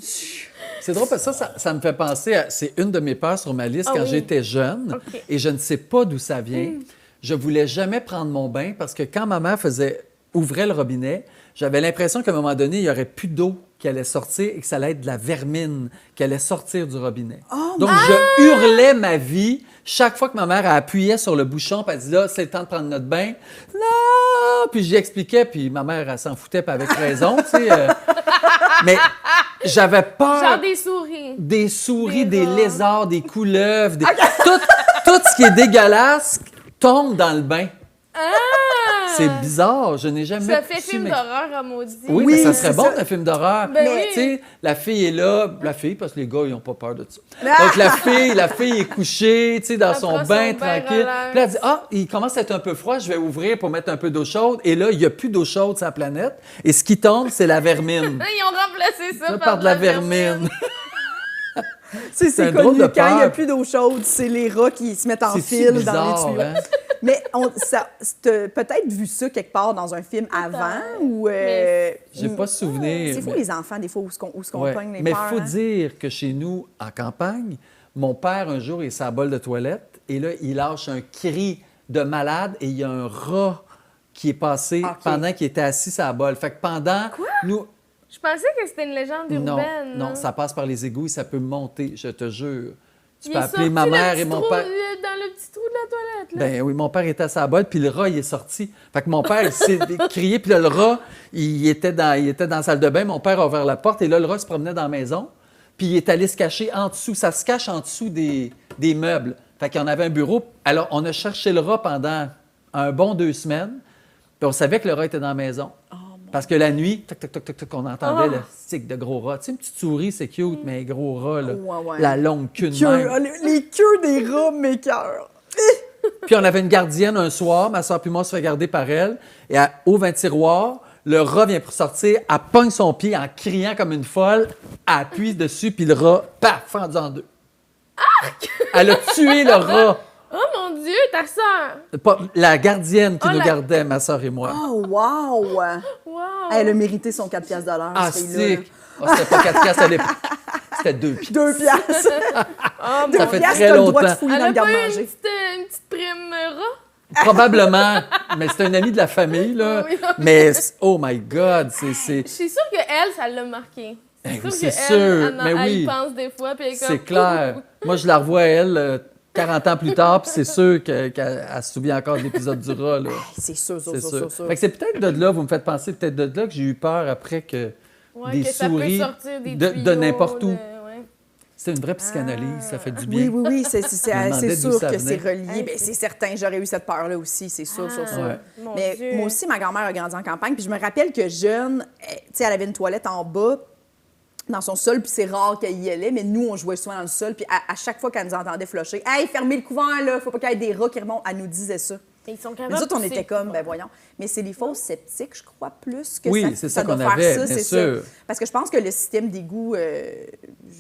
C'est drôle parce que ça, ça, ça me fait penser à. C'est une de mes peurs sur ma liste
Ah
quand
oui.
j'étais jeune
Ok.
et je ne sais pas d'où ça vient. Je voulais jamais prendre mon bain parce que quand maman faisait ouvrait le robinet, j'avais l'impression qu'à un moment donné, il n'y aurait plus d'eau qui allait sortir et que ça allait être de la vermine qui allait sortir du robinet. Donc, je hurlais ma vie chaque fois que ma mère elle appuyait sur le bouchon puis elle dit là, c'est le temps de prendre notre bain. Non! Puis j'y expliquais, puis ma mère, elle s'en foutait, puis avec raison, tu sais. euh. Mais j'avais peur
genre des souris.
des souris, des,
Des rats.
lézards, des couleuvres,
[laughs]
des- tout, tout ce qui est dégueulasse tombe dans le bain.
Ah!
C'est bizarre, je n'ai jamais
Ça fait
su
film
m'ex-
d'horreur à maudit.
Oui,
Oui,
mais ça
c'est
serait bon
ça.
un film d'horreur.
Ben oui.
Tu sais, la fille est là, la fille parce que les gars ils ont pas peur de ça. Donc la fille, la fille est couchée, tu sais dans
Ah! Elle
son
prend
bain,
son bain,
tranquille.
relaxe.
Puis là, elle dit "Ah, il commence à être un peu froid, je vais ouvrir pour mettre un peu d'eau chaude." Et là, il y a plus d'eau chaude sur la planète et ce qui tombe, c'est la vermine.
[laughs] Ah, Ils ont remplacé ça,
Là, par de la vermine.
C'est
C'est un
c'est
drôle
connu.
de
Quand il n'y a
peur.
plus d'eau chaude, c'est les rats qui se mettent en
[laughs] C'est si
fil
bizarre,
dans les tuyaux.
hein?
[laughs] Mais on, ça, t'as peut-être vu ça quelque part dans un film avant ou. euh,
J'ai pas souvenir.
C'est fou,
mais-
les enfants, des fois, où ce qu'on où ce qu'on
Ouais.
pogne les
Mais
peurs.
faut
hein.
dire que chez nous, en campagne, mon père, un jour, il est sa bol de toilette et là, il lâche un cri de malade et il y a un rat qui est passé
Ok.
pendant qu'il était assis sa bol. Fait que pendant nous.
Je pensais que c'était une légende
Non,
urbaine.
non, ça passe par les égouts et ça peut monter, je te jure. Tu
Il
peux
est
appeler
sorti
ma
le
mère
petit
et mon
trou,
père.
le- dans le petit trou de la toilette, là.
Ben oui, mon père était à sa botte, puis le rat, il est sorti. Fait que mon père, il s'est crié, puis là, le rat, il était, dans, il était dans la salle de bain. Mon père a ouvert la porte, et là, le rat se promenait dans la maison, puis il est allé se cacher en dessous. Ça se cache en dessous des, des meubles. Fait qu'il y en avait un bureau. Alors, on a cherché le rat pendant un bon deux semaines, puis on savait que le rat était dans la maison. Parce que la nuit, toc, toc, toc, toc, toc, on entendait
Ah!
le stick de gros rats. Tu sais, une petite souris, c'est cute, mais gros rat, là,
Ouais, ouais.
la longue queue de même.
Queue, ah, les, les queues des rats m'écœurent.
Puis on avait une gardienne un soir, ma soeur puis moi on se fait garder par elle. Et à, ouvre un tiroir, le rat vient pour sortir, elle pogne son pied en criant comme une folle, elle appuie dessus, puis le rat, paf, fendu en deux.
Ah!
Elle a tué le rat.
Oh mon Dieu, ta soeur!
Pas- la gardienne qui
Oh,
nous
la-
gardait, ma soeur et moi.
Oh, wow!
Wow!
Elle a mérité son 4 piastres de l'heure,
ah,
cette
stick!
fille-là.
Ah, c'était pas 4 piastres à l'époque. C'était 2 piastres.
2 piastres.
Oh,
Deux
mon-
Ça fait
piastres,
très
t'as le droit de
longtemps.
fouiller
Elle
dans le
a pas eu une
garde-manger.
petite, euh, une petite prime euh, rat?
Probablement, mais c'était un ami de la famille, là.
Oui, oui.
Mais, oh my God, c'est- c'est...
Je suis sûre qu'elle, ça l'a marqué.
Ben oui,
Je suis
c'est
sûre qu'elle,
sûr,
elle en-
mais
elle
oui.
y pense des fois, puis elle est comme...
C'est
[laughs]
clair. Moi, je la revois, elle, euh, 40 ans plus tard, puis c'est sûr que- qu'elle elle se souvient encore de l'épisode du rat, là.
C'est sûr, sûr,
C'est
sûr, sûr,
sûr.
sûr.
Fait que c'est peut-être de là, vous me faites penser, peut-être de là que j'ai eu peur après que
Ouais,
des
que ça peut
souris
sortir des
de, de
tuyaux,
n'importe où.
de- ouais.
C'est une vraie psychanalyse, ça fait du bien.
Ah. Oui, oui, oui, c'est c'est-
Je me
c'est-
demandais
c'est
d'où
sûr
ça
que c'est
venait.
relié.
Hey,
Ben,
c'est-
c'est certain, j'aurais eu cette peur-là aussi, c'est sûr, sûr,
Ah,
sûr.
Ouais.
mon
Mais
Dieu.
moi aussi, ma grand-mère a grandi en campagne. Puis je me rappelle que jeune, elle, tu sais, elle avait une toilette en bas dans son sol, puis c'est rare qu'elle y allait, mais nous, on jouait souvent dans le sol. Puis à, à chaque fois qu'elle nous entendait flusher, « Hey, fermez le couvent, là! Faut pas qu'il y ait des rats qui remontent! » Elle nous disait ça.
Mais Ils sont
Mais
capables
nous autres, on
de pousser.
était comme, ben voyons. Mais c'est les fausses sceptiques, je crois, plus que
Oui,
ça.
c'est ça qu'on
doit faire
avait,
ça,
bien
c'est
sûr.
ça. Parce que je pense que le système d'égout, euh,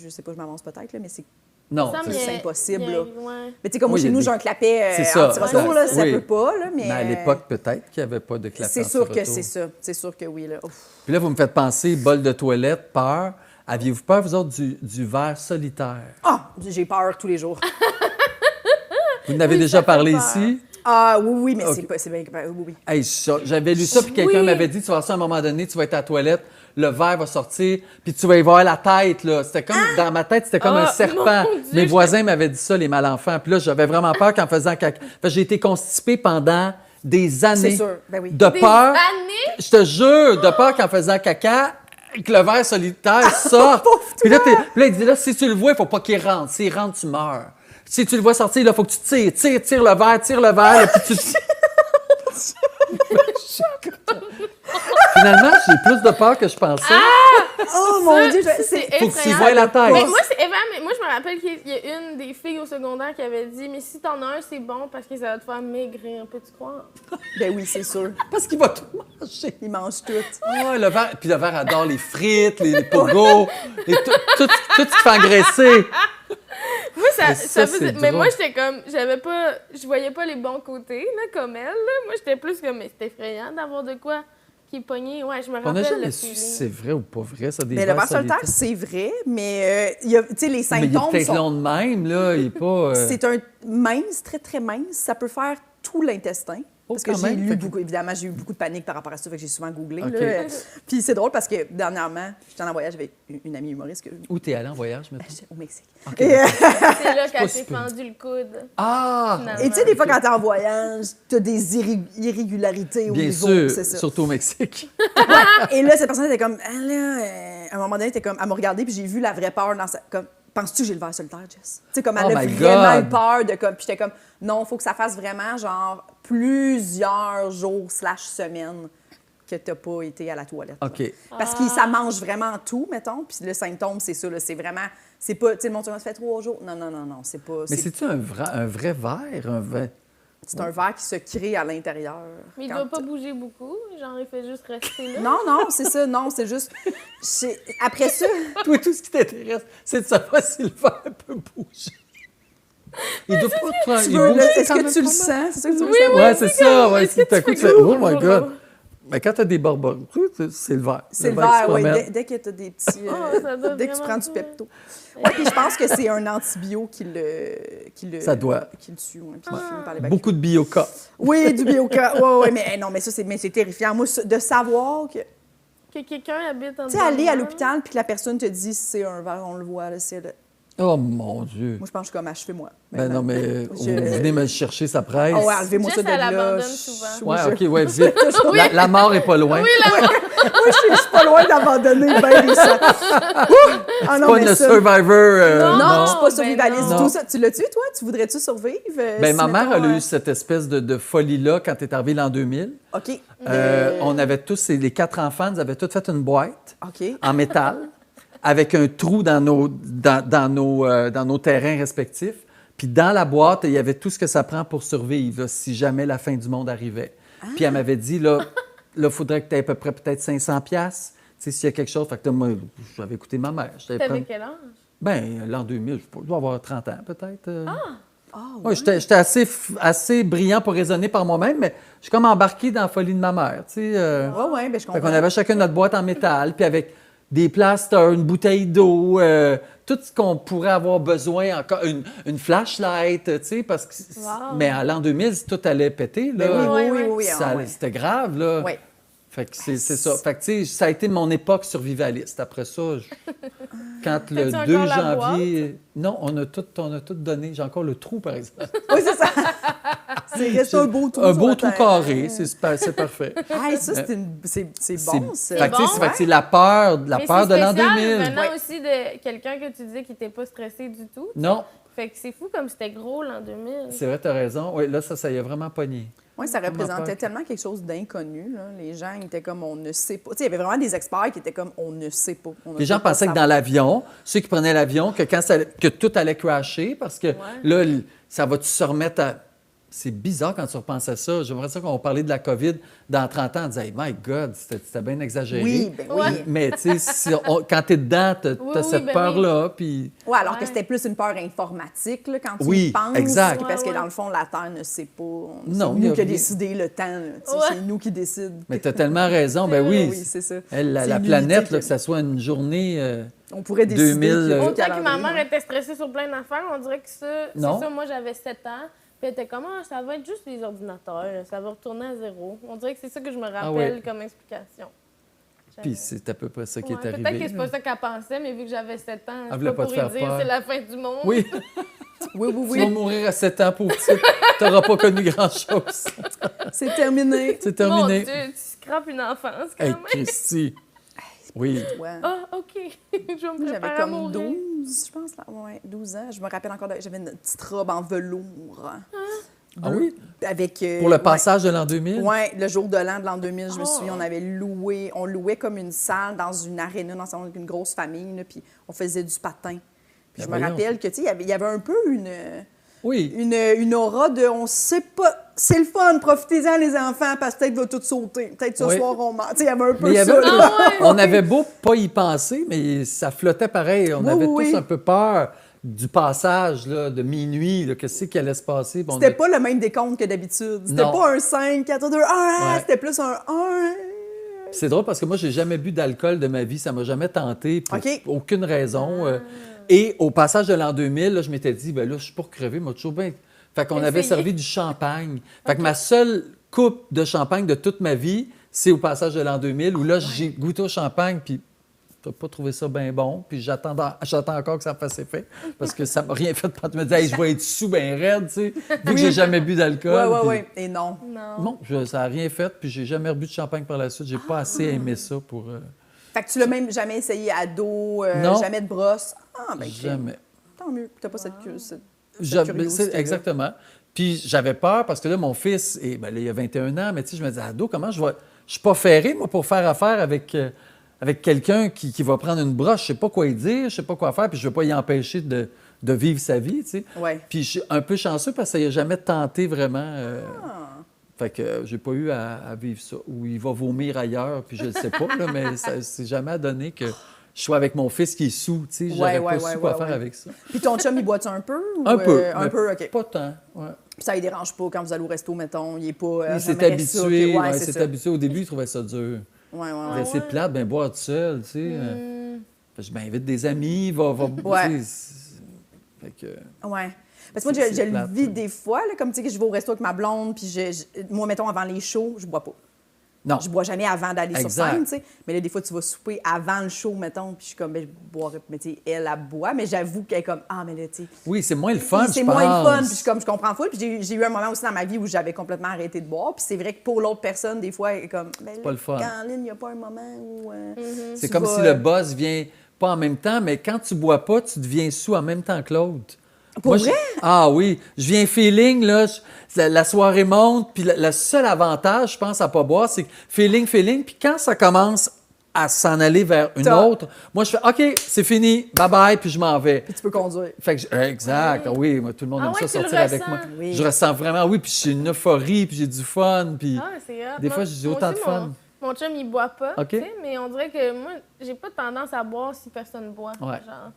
je sais pas, je m'avance peut-être, là, mais c'est
Non,
Ça me-
c'est-
c'est impossible,
il y a-
là.
ouais.
mais tu sais, comme
Oui, il y
chez
a
nous,
des-
j'ai un clapet
c'est
euh,
ça,
anti-retour, là,
ça-
ça
oui.
peut pas, là, mais... euh,
mais à
euh,
l'époque, peut-être qu'il n'y avait pas de clapet
C'est sûr que
anti-retour.
c'est ça. C'est sûr que oui, là. Ouf.
Puis là, vous me faites penser, bol de toilette, peur. Aviez-vous peur, vous autres, du, du verre solitaire?
Ah! J'ai peur tous les
[laughs]
jours.
Vous en avez déjà
ça fait
parlé
peur.
ici?
Ah oui, oui, mais
Ok.
c'est pas... C'est bien... ben, oui, oui.
Hey, ça, j'avais lu ça, puis quelqu'un
Oui.
m'avait dit, tu vas voir ça à un moment donné, tu vas être à la toilette, le verre va sortir, puis tu vas y voir la tête, là. C'était comme, dans ma tête, c'était comme
Ah,
un serpent.
mon Dieu,
Mes
je-
voisins m'avaient dit ça, les mal-enfants. Puis là, j'avais vraiment peur qu'en faisant caca. Fait que j'ai été constipée pendant des années.
sûr, ben oui.
De
Des
peur.
années?
Je te jure, de peur qu'en faisant caca, que le verre
[laughs] Ah,
solitaire sorte. puis là, t'es- puis là, il dit, là, si tu le vois, il faut pas qu'il rentre. S'il rentre, tu meurs. Si tu le vois sortir, il faut que tu tires, tire, tire le verre, tire le verre, là,
[laughs]
puis tu... Finalement, j'ai plus de peur que je pensais.
Oh mon Dieu!
Ça,
je-
c'est
C'est...
Faut que tu y
effrayant.
vois la tête.
Mais moi, c'est effrayant, mais moi, je me rappelle qu'il y a une des filles au secondaire qui avait dit Mais si t'en as un, c'est bon parce que ça va te faire maigrir. Peux-tu croire
Ben oui, c'est sûr.
Parce qu'il va tout manger.
Ils mangent
[laughs]
tout.
Ah, le verre. Puis le verre adore les frites, les, les pogos, les tout, tout, tout ce qui fait engraisser.
Ah,
Moi, ça,
Mais ça,
ça
c'est
faisait- Mais
drôle.
moi, j'étais comme. J'avais pas. Je voyais pas les bons côtés, là, comme elle. là. Moi, j'étais plus comme. Mais c'est effrayant d'avoir de quoi qui est pogné. Ouais, je me rappelle.
On n'a jamais
le
su si
feeling.
c'est vrai ou pas vrai, ça, des
Mais le
verres
verre solitaire,
solitaires.
c'est vrai, mais euh, il y a- tu sais, les
Mais il est
symptômes
peut-être
sont
long de même, là. Il est pas. euh,
C'est un mince, très, très mince. Ça peut faire tout l'intestin.
Oh,
Parce que
quand
j'ai
même.
lu
Fait que-
beaucoup, évidemment, j'ai eu beaucoup de panique par rapport à ça, fait que j'ai souvent googlé.
OK.
là. Puis c'est drôle parce que dernièrement, j'étais en voyage avec une, une amie humoriste que,
Où t'es allé en voyage maintenant?
j'étais au Mexique.
OK.
Et, euh,
C'est là qu'elle
si
s'est
pire.
fendue le coude.
Ah!
Finalement.
et tu sais, des fois, quand t'es en voyage, t'as des irri- irrégularités au
Bien
niveau.
sûr,
c'est ça.
surtout
[laughs]
au Mexique.
Et là, cette personne était comme, Ah, là, euh, à un moment donné, elle était comme, elle m'a regardé, puis j'ai vu la vraie peur dans sa. Comme, Penses-tu que j'ai le verre solitaire, Jess? Tu sais, comme elle
Oh
a
my
vraiment
God!
eu peur de comme. Puis j'étais comme, non, faut que ça fasse vraiment genre plusieurs jours slash semaines que t'as pas été à la toilette. là.
OK.
Parce que ça mange vraiment tout, mettons. Puis le symptôme, c'est ça, là. C'est vraiment. C'est pas. Tu sais, le monde ça fait trois jours. Non, non, non, non. C'est pas.
Mais
c'est-
c'est-tu un, vra- un vrai verre? Un vrai... [laughs]
C'est un verre qui se crée à l'intérieur.
Mais il
quand-
doit pas bouger beaucoup. Genre, il fait juste rester là.
Non, non, c'est ça. Non, c'est juste. c'est- Après ça.
Toi, tout ce qui t'intéresse, c'est de savoir si le verre peut bouger. Il doit pas te
Tu
il
veux,
bouge
là, Est-ce
quand
que
même
tu le
pas mal.
sens? C'est ça que tu veux
Oui,
savoir?
Ouais, c'est
c'est
ça.
comme,
Ouais,
est-ce
si
que tu
t'as coup,
fais
tu fais,
gros,
Oh my
gros,
God!
gros.
Mais quand t'as des barbares, c'est c'est le verre.
C'est le
qui se
verre, oui.
promène.
Dès, dès que tu des petits. euh,
Oh, ça doit
dès que tu
vraiment
prends du
faire.
pepto. Ouais, puis je pense que c'est un antibio qui le. Qui le
Ça doit.
Qui le tue, ouais, puis qui finit par les
Beaucoup de bioca.
Oui, du bioca.
[laughs]
Oui, oui, mais hey, non, mais ça, c'est mais c'est terrifiant. Moi, ce- de savoir que. Tu
Que quelqu'un habite en
sais, aller à l'hôpital puis que la personne te dit c'est un verre, on le voit, là, c'est le-
Oh mon Dieu.
Moi, je pense que je suis comme achevez-moi.
Ben non, mais euh,
Je-
venez me le chercher, ça presse.
Oh, ouais, enlevez-moi
Jess,
ça de
elle
là.
abandonne
Je-
[laughs] souvent.
oui,
Ouais,
je-
ok, ouais, vite. La, la mort est pas loin.
Moi, je suis- je suis pas loin d'abandonner ben les
[laughs]
sacs. Ouh! Ah non,
pas
mais
le
ça-
survivor. euh,
Non,
Non,
je
non.
suis pas
ben
survivaliste du
non.
tout. Ça. Tu l'as-tu, toi? Tu voudrais-tu survivre? euh,
Ben,
si,
ma mère,
mettons,
elle a
euh,
eu cette espèce de, de folie-là quand elle est arrivée l'an 2000.
OK.
Euh, on avait tous, les quatre enfants, nous avaient tous fait une boîte
OK.
en métal [laughs] avec un trou dans nos, dans, dans nos, euh, dans nos terrains respectifs. Puis dans la boîte, il y avait tout ce que ça prend pour survivre là, si jamais la fin du monde arrivait. Puis
Ah.
elle m'avait dit, là, il faudrait que tu aies à peu près peut-être 500 piastres. Tu sais, s'il y a quelque chose, fait que là, moi, j'avais écouté ma mère. J'étais
T'avais
prendre-
quel âge?
Ben, l'an 2000, je dois avoir 30 ans peut-être. Ah! j'étais, j'étais assez, f- assez brillant pour raisonner par moi-même, mais je suis comme embarqué dans la folie de ma mère, tu sais. euh,
Ouais, ouais, ben, je
fait
comprends.
qu'on avait chacun notre boîte en métal, puis avec des plasters, une bouteille d'eau, euh, tout ce qu'on pourrait avoir besoin, encore une, une flashlight, euh, tu sais, parce que... c-
Wow.
Mais à l'an 2000, si tout allait péter, là,
Ben oui, oui, oui, oui, oui,
ça-
ah, ouais.
c'était grave, là.
Ouais. Ah,
Fait que c'est, c'est ça. Fait que, tu sais, ça a été mon époque survivaliste. Après ça,
[laughs]
je- quand le
T'as-tu
2
encore la
janvier... Non, on a tout, on a tout donné. J'ai encore le trou, par exemple.
Oui, c'est
[laughs]
ça. C'est reste un beau trou.
Un
sur
beau
la
trou
terre. [laughs]
carré, c'est, super- c'est parfait.
Hey, ça, c'est une- c'est c'est bon, ça.
Fait que, tu sais,
bon,
c'est- fait que c'est la peur, la
Mais
peur
c'est
de l'an
spécial
2000.
venant aussi de quelqu'un que tu disais qui n'était pas stressé du tout.
Non,
Fait que c'est fou comme c'était gros l'an 2000.
c'est vrai, t'as raison. Oui, là, ça, ça y a vraiment pogné.
Oui, ça représentait
peur.
tellement quelque chose d'inconnu. là. Les gens ils étaient comme on ne sait pas. Tu sais, il y avait vraiment des experts qui étaient comme on ne sait pas. On ne
Les gens
peut pas
pensaient que dans
savoir.
l'avion, ceux qui prenaient l'avion, que quand ça, que tout allait crasher, parce que là, l- ça va-tu se remettre à. C'est bizarre quand tu repenses à ça. J'aimerais ça qu'on parlait de la COVID dans 30 ans. On disait, Hey, my God, c'était c'était bien exagéré.
Oui, ben oui.
Ouais.
Mais tu sais, si on- quand t'es dedans, t'as
Oui,
t'as
oui,
cette
ben
peur-là. Puis
Ouais, alors que
Ouais.
c'était plus une peur informatique là, quand tu
Oui,
y penses.
exact.
Parce que
Ouais, ouais.
dans le fond, la Terre ne sait pas. On- C'est
Non, il y
nous
a
qui a
rien.
décidé le temps. là. Tu sais,
Ouais.
C'est nous qui décide.
Mais t'as tellement raison. Ben oui.
Oui, c'est ça.
Elle, la,
C'est
la
l'unité
planète,
que-
là, que ça soit une journée. euh,
Ben
On pourrait décider. qu'il
2000,
y a
euh,
du
Autant que ma
calendrier,
mère
ouais.
était stressée sur plein d'affaires, on dirait que ça. C'est
Non.
ça, moi j'avais 7 ans. Puis elle était comme, Ah, ça va être juste les ordinateurs, ça va retourner à zéro. On dirait que c'est ça que je me rappelle
Ah ouais.
comme explication. J'avais-
Puis c'est à peu près ça qui
Ouais,
est arrivé.
Peut-être que c'est pas ça qu'elle pensait, mais vu que j'avais 7 ans,
Elle
c'est
voulait
pas
pas
pour
te
y
faire
dire
peur.
c'est la fin du monde.
Oui,
Oui, oui,
tu vas
oui.
mourir à 7 ans pour petit. T'auras pas connu grand-chose.
C'est
[laughs]
terminé.
C'est
Mon
terminé.
Dieu, tu scrapes une enfance quand
Hey,
Ah
même.
Christy. Oui.
Ouais.
Ah, OK. [laughs] je vais me
Moi, J'avais
préparer à
comme
mourir.
12, je pense. Là. Ouais, 12 ans. Je me rappelle encore, de- j'avais une petite robe en velours.
Hein?
Ah oui?
Avec, euh,
Pour le
ouais.
passage de l'an 2000?
Ouais, le jour de l'an de l'an 2000,
Ah!
je me
Oh.
souviens, on avait loué, on louait comme une salle dans une aréna, dans une grosse famille, là, puis on faisait du patin. Puis je
Ben
me
voyons.
rappelle que, tu sais, il y avait- il y avait un peu une,
Oui.
une, une aura de on sait pas, c'est le fun, profitez-en les enfants, parce que peut-être va tout sauter. Peut-être ce
Oui.
soir, on ment. Tu sais, il y avait un peu
Mais il y avait-
ça. Ah là.
on avait beau pas y penser, mais ça flottait pareil. On
Oui,
avait
oui,
tous
oui.
un peu peur du passage là, de minuit. là, Qu'est-ce qui allait se passer? Bon, on
C'était
a-
pas le même décompte que d'habitude. C'était
Non.
pas un 5, 4, 2, 1,
Ouais.
c'était plus un 1.
C'est drôle parce que moi, j'ai jamais bu d'alcool de ma vie. Ça m'a jamais tenté pour
OK. Ah.
aucune raison. euh. Et au passage de l'an 2000, là, je m'étais dit, ben là, je suis pour crever, moi, toujours bien. Fait qu'on avait
Essayez.
servi du champagne. Fait que ma seule coupe de champagne de toute ma vie, c'est au passage de l'an 2000 où
Ah,
là, j'ai goûté au champagne, puis t'as pas trouvé ça bien bon, puis j'attends dans- j'attends encore que ça me fasse effet parce que ça m'a rien fait quand tu me dis, Hey, je vais être sous bien raide, tu sais, vu que j'ai jamais bu d'alcool.
Ouais, ouais,
puis-
ouais. Et non.
Non.
non, je- ça n'a rien fait, puis j'ai jamais rebu de champagne par la suite. J'ai pas assez aimé ça pour. euh,
Fait que tu l'as même jamais essayé à dos, euh,
Non.
jamais de brosse. Ah, ben,
jamais.
tant mieux. T'as pas cette queue. cette-
J'avais-
curiosité,
c'est-
là.
exactement. Puis j'avais peur parce que là, mon fils, et ben, là, il a 21 ans, mais tu sais, je me disais, ado, comment je vais. Je suis pas ferré, moi, pour faire affaire avec, euh, avec quelqu'un qui, qui va prendre une broche. Je sais pas quoi y dire, je sais pas quoi faire, puis je veux pas y empêcher de, de vivre sa vie, tu sais.
Ouais.
Puis je suis un peu chanceux parce que ça y a jamais tenté vraiment. euh,
Ah.
Fait que euh, j'ai pas eu à, à vivre ça. Ou il va vomir ailleurs, puis je le sais pas, là, mais ça- c'est jamais à donner que je sois avec mon fils qui est sous, tu sais.
Ouais,
J'aurais
ouais,
pas
ouais,
su quoi
ouais,
faire
ouais.
avec ça.
Puis ton chum, il boit-tu un peu? ou,
[laughs] Un peu.
euh, un
mais
peu, OK. Euh,
Pas tant. ouais.
Puis ça, il dérange pas quand vous allez au resto, mettons. Il est pas. euh,
Il s'est
j'aimerais ça, OK,
habitué.
ouais,
ouais, il
c'est
s'est
ça.
habitué. Au début, il trouvait ça dur.
Ouais, ouais, ouais. Mm.
Ben, C'est plate, ben boire tout seul, tu sais. euh.
Hum.
Fait que Je m'invite des amis, va, va. tu
Ouais.
sais, c'est- Fait que-
Ouais. Parce que moi,
C'est-
je, je
c'est
le
plate,
vis
hein.
des fois, là, comme tu sais, que je vais au resto avec ma blonde, puis je, je- moi, mettons, avant les shows, je bois pas.
Non.
Je bois jamais avant d'aller sur
Exact.
scène, tu sais. Mais là, des fois, tu vas souper avant le show, mettons, puis je suis comme, ben, je boirais. Mais tu sais, elle, elle boit, mais j'avoue qu'elle est comme, ah, mais là, tu sais.
Oui, c'est moins le fun,
Puis c'est
je
moins le fun,
pense.
puis je, suis comme, je comprends full. Puis j'ai- j'ai eu un moment aussi dans ma vie où j'avais complètement arrêté de boire. Puis c'est vrai que pour l'autre personne, des fois, elle est comme, ben,
pas le fun.
il n'y a pas un moment où. euh, tu
C'est comme
vas,
si le
euh,
boss vient pas en même temps, mais quand tu bois pas, tu deviens sous en même temps que l'autre.
Pour
Moi, je-
vrai?
Ah oui, je viens feeling, là, je- la, la soirée monte, puis le le seul avantage, je pense, à pas boire, c'est que feeling, feeling, puis quand ça commence à s'en aller vers une
T'as-
autre, moi, je fais OK, c'est fini, bye-bye, puis je m'en vais.
Puis tu peux conduire.
Fait que je- euh, exact, ah oui, moi, tout le monde
Ah
aime
ouais, tu
ça
le
sortir avec
ressens.
moi.
Oui.
Je ressens vraiment, oui, puis j'ai une euphorie, puis j'ai du fun, puis...
Ah, c'est hot.
Des
Moi-
fois, j'ai
moi
autant
aussi,
de fun.
Mon, mon chum, il boit pas.
OK.
tu sais, Mais on dirait que moi, j'ai pas tendance à boire si personne boit.
Ouais.
Genre.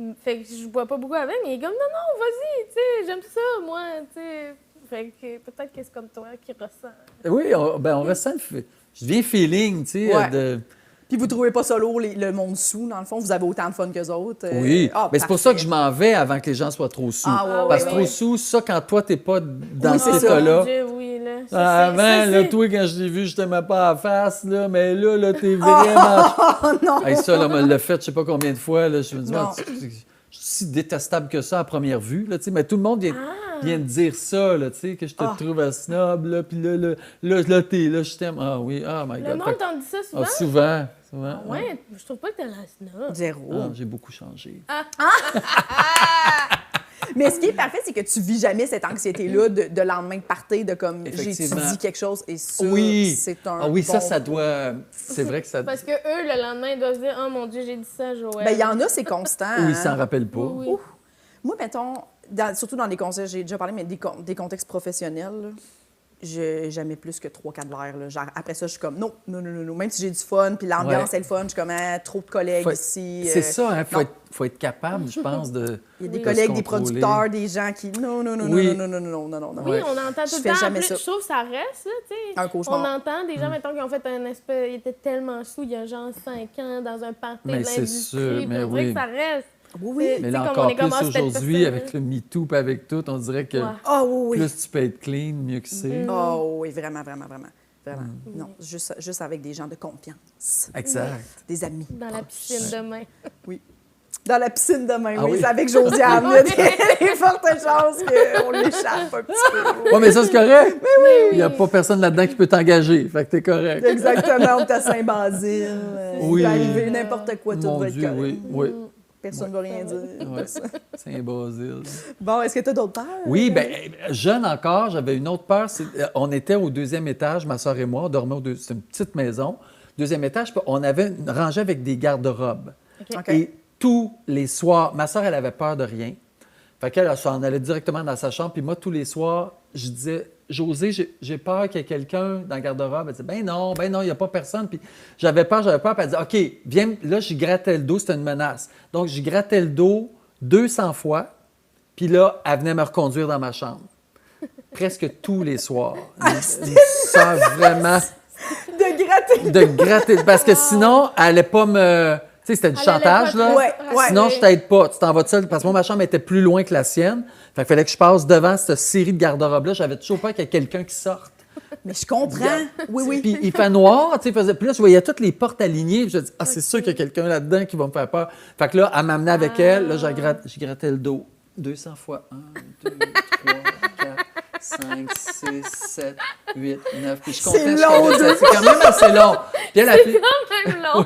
M- Fait que je bois pas beaucoup avec, mais il est comme non, non, vas-y, tu sais, j'aime ça, moi, tu sais. Fait que peut-être que c'est comme toi qui ressent.
Oui, on, ben, on ressent... le f- Je deviens feeling, tu sais,
Ah Ouais.
de...
Puis vous trouvez pas ça lourd, les- le monde sous, dans le fond, vous avez autant de fun que autres. euh,
Oui,
ah,
mais c'est pour ça que
parfait.
je m'en vais avant que les gens soient trop sous.
Ah, ouais,
Parce que
ouais,
trop
ouais.
sous, ça, quand toi, t'es pas dans
Oui,
cet
c'est ça.
Oh,
état-là.
Mon Dieu, oui, là. Ça,
Ah,
c'est-
Avant,
ça,
là,
c'est-
toi, quand je t'ai vu, je t'aimais pas à la face, là, mais là, là, t'es vraiment...
Oh [laughs] non!
Hey, ça, là, me l'a fait, je sais pas combien de fois, là, je me dis,
Non.
Ah, tu- tu- je suis si détestable que ça à première vue, là, tu sais, mais tout le monde vient,
Ah.
vient te dire ça, là, tu sais, que je te
Ah.
trouve un snob, là, puis là, là, là, là, t'es là, je t'aime. Ah oui, ah my
Le
God.
monde
Fait-
t'en dit ça souvent. Ah
ah, souvent, souvent.
ouais, je trouve pas que t'as la snob.
Zéro.
Ah, j'ai beaucoup changé.
Mais ce qui est parfait, c'est que tu vis jamais cette anxiété-là de, de lendemain de party, de comme j'ai
Effectivement.
dit quelque chose et ça,
oui.
c'est un.
Ah oui, ça,
bon-
ça doit. C'est vrai que ça.
Parce que eux, le lendemain, ils doivent se dire Oh mon Dieu, j'ai dit ça, Joël.
Ben, il y en a, c'est constant.
Ou
hein.
ils s'en rappellent pas.
Oui.
Ouh. Moi, mettons, dans- surtout dans des conseils, j'ai déjà parlé, mais des, con- des contextes professionnels, là, j'ai jamais plus que 3-4 verres. là. Genre, après ça, je suis comme non, non, non, non, non. Même si j'ai du fun, puis l'ambiance
Ouais.
est le fun, je suis comme ah, trop de collègues
Faut-
ici.
C'est
euh,
ça, hein, faut,
non.
être, faut être capable, je pense, de.
Il y a
de
des
se
collègues, des
contrôler.
producteurs, des gens qui non, non, non, non,
Oui.
non, non, non, non, non, non, non.
Oui,
Ouais.
on entend
Je
tout le
fais
temps.
jamais
plus,
ça.
Je trouve que ça reste, là, tu sais.
Un cauchemar. Mm.
On entend des gens, mettons, qui ont fait un espèce... Ils étaient tellement sous, il y a genre 5 ans, dans un party
Mais
de
c'est sûr,
l'industrie, puis
mais
on dirait
oui.
que ça reste.
Oui, oui.
Tu
Mais
sais,
là,
comme
encore
on est comme, Ah,
plus
c'est peut-être
aujourd'hui,
personne,
avec
là.
le MeToo et avec tout, on dirait que
Ouais.
Ah oui, oui.
plus tu peux être clean, mieux que c'est.
Oh oui, vraiment, vraiment, vraiment. Vraiment.
Mm.
Non, juste, juste avec des gens de confiance,
Mm-hmm.
Exact.
des amis.
Dans la
proches.
piscine
[laughs]
demain.
Oui. Dans la piscine demain,
Ah
oui.
oui?
C'est avec
[laughs]
Josiane. là. Il y a des fortes chances qu'on l'échappe un petit peu.
Ouais, mais ça,
[laughs]
c'est correct.
oui.
Il n'y a pas personne là-dedans qui peut t'engager. Fait que t'es correct.
Exactement, on est à Saint-Basile. euh,
Oui.
Il va arriver n'importe quoi, tout
Mon
va être
Dieu,
correct.
oui. oui.
Mm-hmm.
Personne ne va rien [laughs] dire.
Ouais. Saint-Basile.
Bon, est-ce que tu as d'autres peurs?
Oui, ben euh, jeune encore, j'avais une autre peur. c'est- euh, on était au deuxième étage, ma soeur et moi, on dormait au deux- c'est une petite maison. Deuxième étage, puis on avait une rangée avec des garde-robes.
OK.
Et tous les soirs, ma soeur, elle avait peur de rien. Fait qu'elle elle s'en allait directement dans sa chambre. Puis moi, tous les soirs, je disais, José, j'ai- j'ai peur qu'il y ait quelqu'un dans le garde-robe. Elle disait, ben non, ben non, il n'y a pas personne. Puis j'avais peur, j'avais peur. Puis elle disait, OK, viens. me- Là, je grattais le dos, c'était une menace. Donc, je grattais le dos 200 fois. Puis là, elle venait me reconduire dans ma chambre. Presque tous les soirs.
Ah,
Une, une sœur vraiment
De gratter.
de gratter. Parce que sinon, elle allait pas me. Tu sais, c'était du
Elle allait
chantage,
pas
là.
te
Ouais, ouais.
Sinon, je t'aide pas. Tu t'en vas seul. Parce que moi, ma chambre était plus loin que la sienne. Fait qu'il fallait que je passe devant cette série de garde-robes-là. J'avais toujours peur qu'il y ait quelqu'un qui sorte.
Mais je comprends. Oui, oui.
Puis il fait noir, tu sais, il faisait. Puis là, je voyais toutes les portes alignées. Puis je dis, ah, c'est sûr qu'il y a quelqu'un là-dedans qui va me faire peur. Fait que là, elle m'amenait avec
Ah.
elle. Là, je gratte- je grattais le dos 200 fois. 1, 2, 3, 4, 5, 6, 7, 8, 9. Puis je comptais.
C'est
jusqu'à
long,
200. C'est quand même assez long. Puis elle a fait.
[laughs] Quand même long.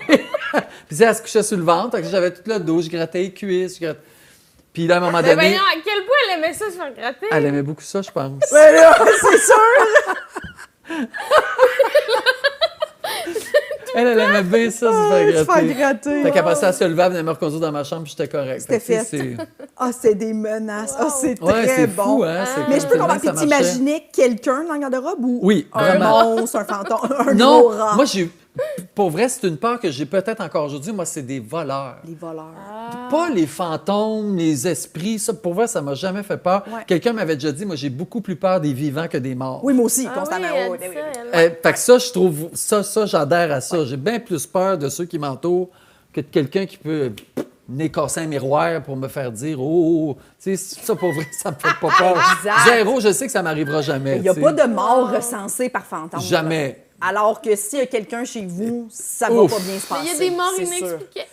[laughs] Puis tu sais, elle se couchait sur le ventre, fait que j'avais tout le dos, je grattais les cuisses, je grattais- Puis là, à un moment
Mais
donné,
voyons, à quel point elle aimait ça se faire gratter.
elle aimait beaucoup ça, je pense.
Ben là, c'est sûr.
Elle, elle aimait bien ça, se
Je vais
faire gratter.
gratter.
Fait qu'elle passait à se lever, elle venait me reconduire dans ma chambre, puis j'étais correct.
C'était
Fait que, tu sais,
fait. Ah, c'est des menaces. Ah, c'est
c'est- Ouais,
très
c'est
bon. Ah.
fou, hein? c'est
Mais je peux
comme
comprendre.
ça
Puis
marchait.
t'imaginais quelqu'un dans le garde-robe ou
Oui,
un
vraiment.
monstre, un fantôme, un
Non,
gros rat?
moi, j'ai... Pour vrai, c'est une peur que j'ai peut-être encore aujourd'hui. Moi, c'est des voleurs.
Les voleurs.
Pas les fantômes, les esprits. Ça, pour vrai, ça m'a jamais fait peur.
Ouais.
Quelqu'un m'avait déjà dit, moi, j'ai beaucoup plus peur des vivants que des morts.
Oui, moi aussi,
Ah
constamment.
oui, elle
Oui,
dit
oui,
ça,
oui.
elle.
Euh, fait que ça, je trouve ça, ça, j'adhère à ça. J'ai bien plus peur de ceux qui m'entourent que de quelqu'un qui peut euh, venir casser un miroir pour me faire dire Oh, oh, oh. tu sais, ça pour vrai, [laughs] ça me fait pas peur.
Exact.
Zéro, je sais que ça m'arrivera jamais.
Il n'y a
tu
pas
sais.
de mort recensée par fantôme.
Jamais.
Alors que s'il y a quelqu'un chez vous, ça
Ouf.
va pas bien se
Mais
passer.
il y a des morts
Ah, c'est sûr.
inexpliquées.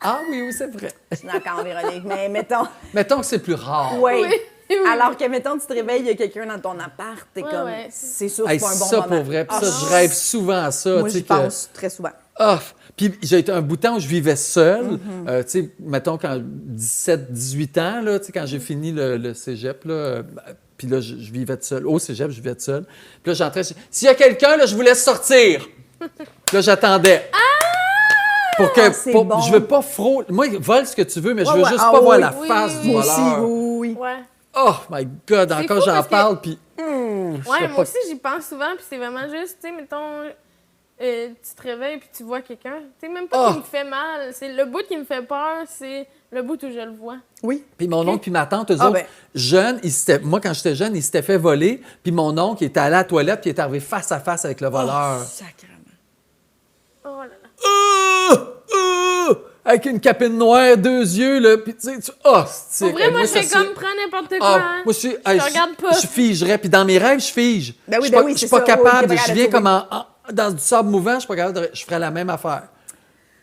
Ah oui, oui, c'est vrai.
Je suis d'accord, Véronique, mais mettons.
Mettons que c'est plus rare.
Oui.
[laughs] Oui, oui.
Alors que, mettons, tu te réveilles, il y a quelqu'un dans ton appart, t'es
Ouais,
comme.
ouais.
C'est sûr, c'est
Hey,
pas un bon
ça,
moment.
pour vrai, puis
Ah,
ça, je rêve souvent à ça.
Moi,
tu sais,
j'y
que-
pense très souvent.
off. Puis j'ai été un bout de temps où je vivais seul.
Mm-hmm.
Euh, tu sais, mettons, quand 17, 18 ans, là, tu sais, quand
Mm-hmm.
j'ai fini le, le cégep, là, euh, puis là, je, je vivais seul. Au cégep, je vivais seul. Puis là, j'entrais. je- S'il y a quelqu'un, là, je vous
[laughs]
laisse sortir. Puis là, j'attendais. Pour que.
Ah, c'est
pour-
bon.
Je veux pas frôler. Moi, vole ce que tu veux, mais je
Ouais,
veux
ouais.
juste
Ah
pas voir
oui,
la
oui,
face
oui,
du
Moi
voleur.
aussi, oui, oui.
Ouais.
Oh my God, encore
fou
j'en
parce que-
parle, puis.
Ouais,
sais
moi
pas.
aussi, j'y pense souvent, puis c'est vraiment juste, tu sais, mettons, euh, tu te réveilles puis tu vois quelqu'un. Tu sais, même pas
Ah!
Oh!
qui me fait mal. C'est le bout qui me fait peur, c'est le bout où je le vois.
Oui.
Puis mon oncle puis ma tante, eux
Ah,
autres,
ben.
jeunes, ils s'étaient- moi, quand j'étais jeune, ils s'étaient fait voler. Puis mon oncle, il était allé à la toilette, puis il est arrivé face à face
Ah.
avec le voleur.
Sacrément.
Oh là là.
Euh, euh, avec une capine noire, deux yeux, là. Puis tu sais, tu... Oh, c'est...
Pour vrai, moi, je
ça,
fais
c'est-
comme prendre n'importe quoi.
Ah,
hein.
moi, je, suis- hey,
te regarde pas.
je figerais. Puis dans mes rêves, je fige.
Ben oui,
je suis
ben
pas,
oui,
je suis
c'est
pas
ça. Oui,
capable.
t'es pas
je
capable
viens
de
comme en- en- dans du sable mouvant, je suis pas capable de... Je ferais la même affaire.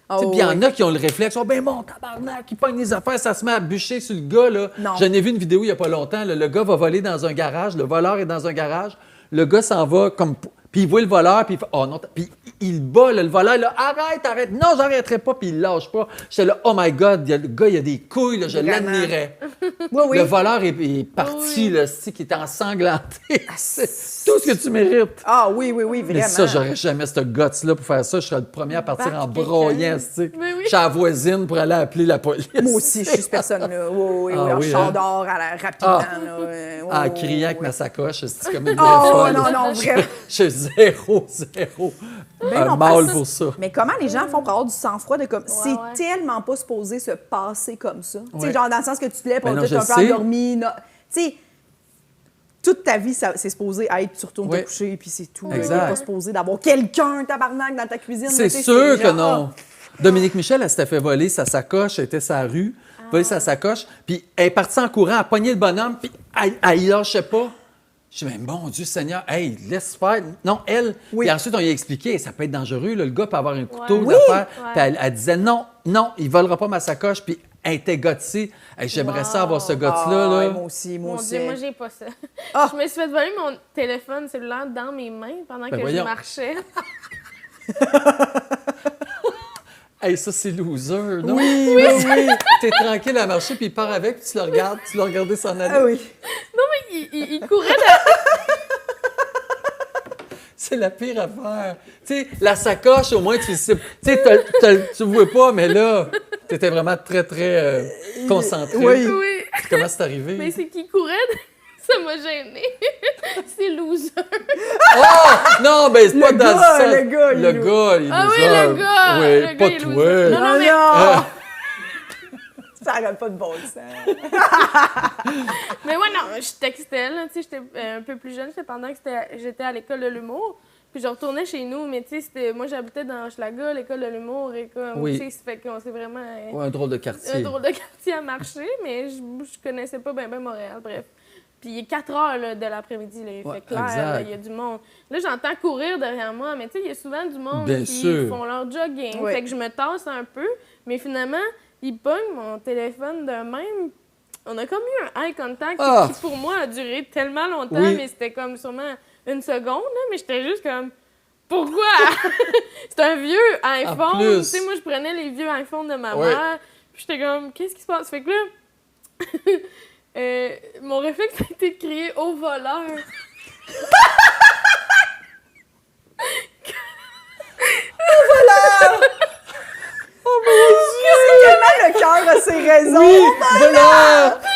Ah,
Tu sais, Puis il y
oui.
en a qui ont le réflexe. Oh, ben mon tabarnak, qui pogne les affaires, ça se met à bûcher sur le gars. là.
Non.
J'en ai vu une vidéo il n'y a pas longtemps. là. Le gars va voler dans un garage, le voleur est dans un garage. Le gars s'en va comme. Puis il voit le voleur, puis il fait Oh non, t'as- puis il bat là, le voleur, là, arrête, arrête, non, j'arrêterai pas, puis il lâche pas. J'étais là, oh my god, il y a- le gars, il a des couilles, là, je
Vraiment.
l'admirais.
Oh, Oui, [laughs] oui.
Le voleur est, est parti,
Oui.
là, c'est qui est ensanglanté. [laughs] C'est tout ce que tu mérites.
Ah oui, oui, oui, vraiment.
Mais ça, j'aurais jamais ce guts-là pour faire ça. Je serais le premier à partir
Barre
en
quelqu'un.
broyant, tu sais.
Mais oui.
Je suis à la voisine pour aller appeler la police.
Moi aussi,
[laughs]
je suis cette personne-là. Oui, oui, oui.
Ah
en
oui,
char
hein?
d'or, à la- rapidement.
Ah.
là, ouais, ouais,
En
ouais,
criant avec
ouais.
ma sacoche, c'est comme une
Oh,
folle.
non, non,
Je-
vraiment.
[laughs] Je suis zéro, zéro.
Ben
un
non, parce-
mâle pour ça.
Mais comment les gens font pour avoir du sang-froid de comme. c'est
ouais.
tellement pas supposé se passer comme ça. Tu
Ouais.
sais, genre dans le sens que tu te lèves,
Ben
on
non,
t'es
je
un
sais.
peu endormi. no- Tu sais, toute ta vie, ça- c'est supposé être, tu retournes
Ouais.
te coucher, puis c'est tout.
Exact.
T'es pas supposé d'avoir quelqu'un, tabarnak, dans ta cuisine.
C'est
tu sais,
sûr que
genre,
non. Dominique Michel, elle s'était fait voler sa sacoche, elle était sa rue, voler sa sacoche, puis elle est partie en courant, elle a pogné le bonhomme, puis elle, elle y lâchait pas. Je dis, mais bon Dieu Seigneur, hey, laisse faire. Non, elle.
Oui.
Puis ensuite, on lui a expliqué, ça peut être dangereux, là, le gars peut avoir un couteau,
Ouais.
une
Oui.
affaire.
Ouais.
Puis elle, elle disait, non, non, il volera pas ma sacoche, puis elle était gâtée. Hey, J'aimerais ça avoir ce
ah,
gâte-là.
ouais,
Là.
moi aussi, moi
Mon
aussi.
Dieu, moi, j'ai pas ça.
Ah!
Je me suis fait voler mon téléphone cellulaire dans mes mains pendant que
Ben voyons.
je marchais. [laughs]
Hey, ça, c'est loser, non? Oui, oui, oui. T'es tranquille à marcher, puis il part avec, puis tu le regardes, tu l'as regardé s'en aller.
Ah oui.
il, il- il courait dans...
C'est la pire affaire. Tu sais, la sacoche, au moins, tu le sais. Tu sais, t'as- t'as- tu le vois pas, mais là, t'étais vraiment très, très euh, concentré.
Oui.
Oui,
Comment c'est arrivé?
mais c'est qu'il courait. [laughs] Ça m'a gêné. [laughs] C'est loser.
Oh! Non, mais c'est pas
Le
dans
gars,
le sens-
le gars, il est
Le gars, il est
Ah oui,
loser.
le gars!
Oui,
le
pas
gars, il est
toi.
loser. Oh
Non,
Non, non, mais...
non!
Ah.
[laughs] Ça arrête pas de bon sens.
Mais ouais, non, je textais, là, tu sais, j'étais euh, un peu plus jeune, c'était pendant que c'était- j'étais à l'école de l'humour. Puis je retournais chez nous, mais tu sais, c'était- moi j'habitais dans Hochelaga, l'école de l'humour, et comme,
Oui.
tu sais, ça fait qu'on s'est vraiment... euh,
Ouais, un drôle de quartier.
un drôle de quartier à marcher, mais je, je connaissais pas bien ben Montréal, bref. Puis il est 4 heures là, de l'après-midi, là, il
Ouais,
fait clair,
exact.
là, il y a du monde. Là, j'entends courir derrière moi, mais tu sais, il y a souvent du monde
Bien
qui
sûr.
font leur jogging.
Ouais.
Fait que je me tasse un peu, mais finalement, ils pognent mon téléphone d'un même. On a comme eu un eye contact
Ah!
qui, pour moi, a duré tellement longtemps,
Oui.
mais c'était comme sûrement une seconde, là, mais j'étais juste comme. Pourquoi? [laughs] C'est un vieux iPhone.
plus.
Tu sais, moi, je prenais les vieux iPhones de ma
Ouais.
mère. Puis j'étais comme, qu'est-ce qui se passe? Fait que là, [laughs] euh, mon réflexe a été de crier au voleur.
C'est tellement le cœur a ses raisons.
Oui, voleur! Hey,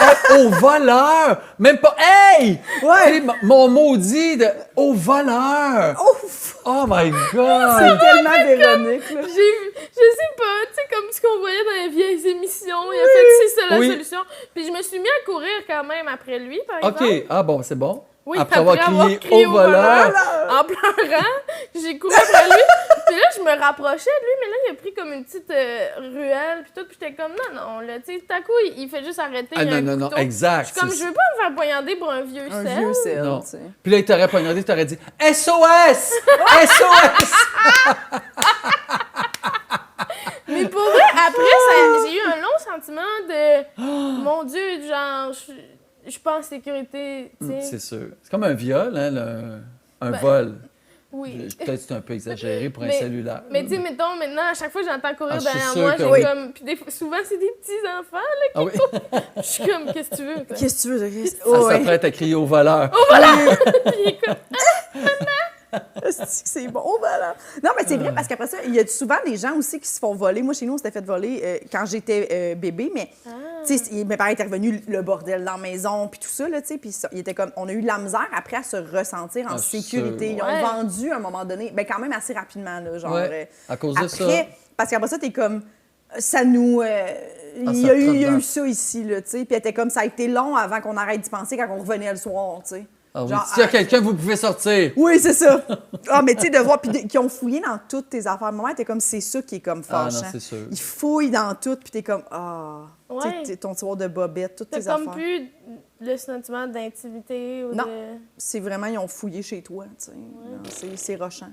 Ah, Au voleur! Même pas. Hey!
Ouais.
Hey, m- mon maudit de. Au voleur!
Ouf!
Oh my
C'est
God!
Oh
tellement Véronique, là.
J'ai vu, je sais pas, tu sais, comme ce qu'on voyait dans les vieilles émissions. Il a fait que c'est ça la
Oui.
solution. Puis je me suis mis à courir quand même après lui, par
OK.
exemple.
Ah bon, c'est bon.
Oui,
après avoir crié au voleur.
en pleurant, j'ai couru après lui. Puis là, je me rapprochais de lui, mais là, il a pris comme une petite euh, ruelle, puis tout. Puis j'étais comme, non, non, là, tu sais, tout à coup, il, il fait juste arrêter.
Ah
il y a
non,
un
non, non,
couteau. Je
exact.
suis comme,
c'est-
je veux pas me faire poignarder pour un vieux
Un
sel.
vieux sel,
Non.
tu sais.
Puis là, il t'aurait poignardé, il t'aurait dit
[laughs]
SOS! SOS!
Mais pour
Ah!
vrai, après, ça- j'ai eu un long sentiment
Ah!
de, mon Dieu, genre, je- je suis pas en sécurité, tu sais.
Mm, C'est sûr. C'est comme un viol, hein, le- un
Ben,
vol.
Oui.
Je- Peut-être que c'est un peu exagéré pour un
Mais-
cellulaire.
Mais tu sais, mettons, maintenant, à chaque fois que j'entends courir
Ah, je suis
derrière
sûre
moi,
que
j'ai
oui.
comme. Puis des fois- souvent, c'est des petits-enfants, là.
Ah oui?
Je suis comme, qu'est-ce que tu veux? quoi?
Qu'est-ce que tu veux, de Christ?
[laughs] Ça
Oh, ouais. [laughs]
s'apprête à crier au voleur.
Asti que C'est bon, oh, voilà. Non, mais c'est vrai, parce qu'après ça, il y a souvent des gens aussi qui se font voler. Moi, chez nous, on s'était fait voler euh, quand j'étais euh, bébé, mais
Ah.
tu sais, il- mes parents étaient revenus le bordel dans la maison, puis tout ça, là, tu sais, puis ça- il était comme, on a eu de la misère après à se ressentir en
Ah, c'est
sécurité.
sûr.
Ils ont
Ouais.
vendu à un moment donné, ben quand même assez rapidement, là, genre.
Ouais,
euh,
à cause de ça.
après, parce qu'après ça, t'es comme, ça nous. euh,
Ah,
il
ça
y, a eu,
rentre
il y a
dans-
eu ça ici, là, tu sais. Puis elle était comme, ça a été long avant qu'on arrête d'y penser quand on revenait le soir, tu sais.
Ah oui,
Genre,
S'il y a
ah,
quelqu'un, vous pouvez sortir.
oui, c'est ça. Ah, mais tu sais, de voir, puis de- qui ont fouillé dans toutes tes affaires. Maman, t'es comme, c'est ça qui est comme
Ah, non,
fâchant.
c'est sûr.
Ils fouillent dans tout, puis t'es comme, ah, Tu sais,
Ouais.
t'es- ton tiroir de bobette, toutes
T'as
tes
comme
affaires.
plus le sentiment d'intimité ou
Non.
de.
C'est vraiment, ils ont fouillé chez toi, tu sais. Non, c'est- C'est rochant.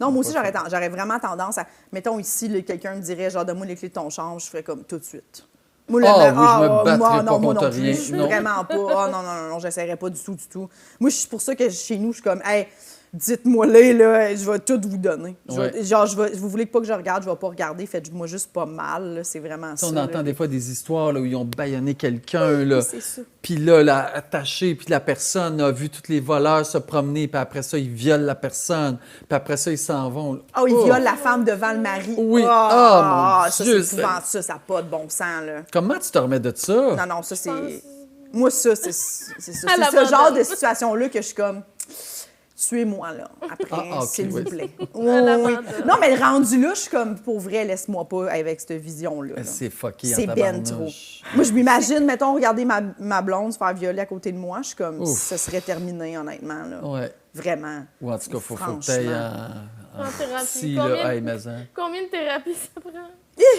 Non, moi aussi,
pas
j'aurais ten- j'aurais vraiment tendance à. Mettons ici, là, quelqu'un me dirait, genre, donne-moi les clés de ton chambre, je ferais comme tout de suite. Moi, le
Ah,
même-
oui, je me
ouais,
battrais
moi,
pas
non, moi
contre
non plus,
rien,
je-
non.
Vraiment pas. Ah, non, non, non, non, j'essaierais pas du tout, du tout. Moi, je- c'est pour ça que chez nous, je suis comme, hey, dites-moi les, là, je vais tout vous donner. Je vais-
Ouais.
Genre, je vais, vous voulez pas que je regarde, je vais pas regarder, faites-moi juste pas mal, là, c'est vraiment
Tu sais,
ça.
on
là.
entend des fois des histoires là, où ils ont baïonné quelqu'un, là,
c'est ça.
puis là, là, attaché, puis la personne a vu tous les voleurs se promener, puis après ça, ils violent la personne, puis après ça, ils s'en vont. là.
Ah,
Oh!
il viole la femme devant le mari.
Oui.
Ah,
Ah, mon
ça,
Dieu,
c'est épouvantable, ça, ça n'a pas de bon sens, là.
Comment tu te remets de ça?
Non, non, ça, c'est. Moi, ça, c'est c'est ça.
À
C'est ce
l'abandon.
genre de situation-là que je suis comme. Tuez-moi, là, après,
Ah, ah, ok,
s'il
oui.
vous plaît. Oui,
À l'abandon.
oui. Non, mais le rendu là, je suis comme, pour vrai, laisse-moi pas avec cette vision-là. là.
Eh, C'est fucké en
C'est ben trop.
tabarnouche.
Moi, je m'imagine, mettons, regarder ma, ma blonde se faire violer à côté de moi. Je suis comme,
Ouf.
ça serait terminé, honnêtement, là.
Ouais.
Vraiment.
Ou en tout cas, faut, faut que hein. tu en,
En thérapie.
psy,
Combien-
là, hey, mais, hein.
Combien de thérapies ça prend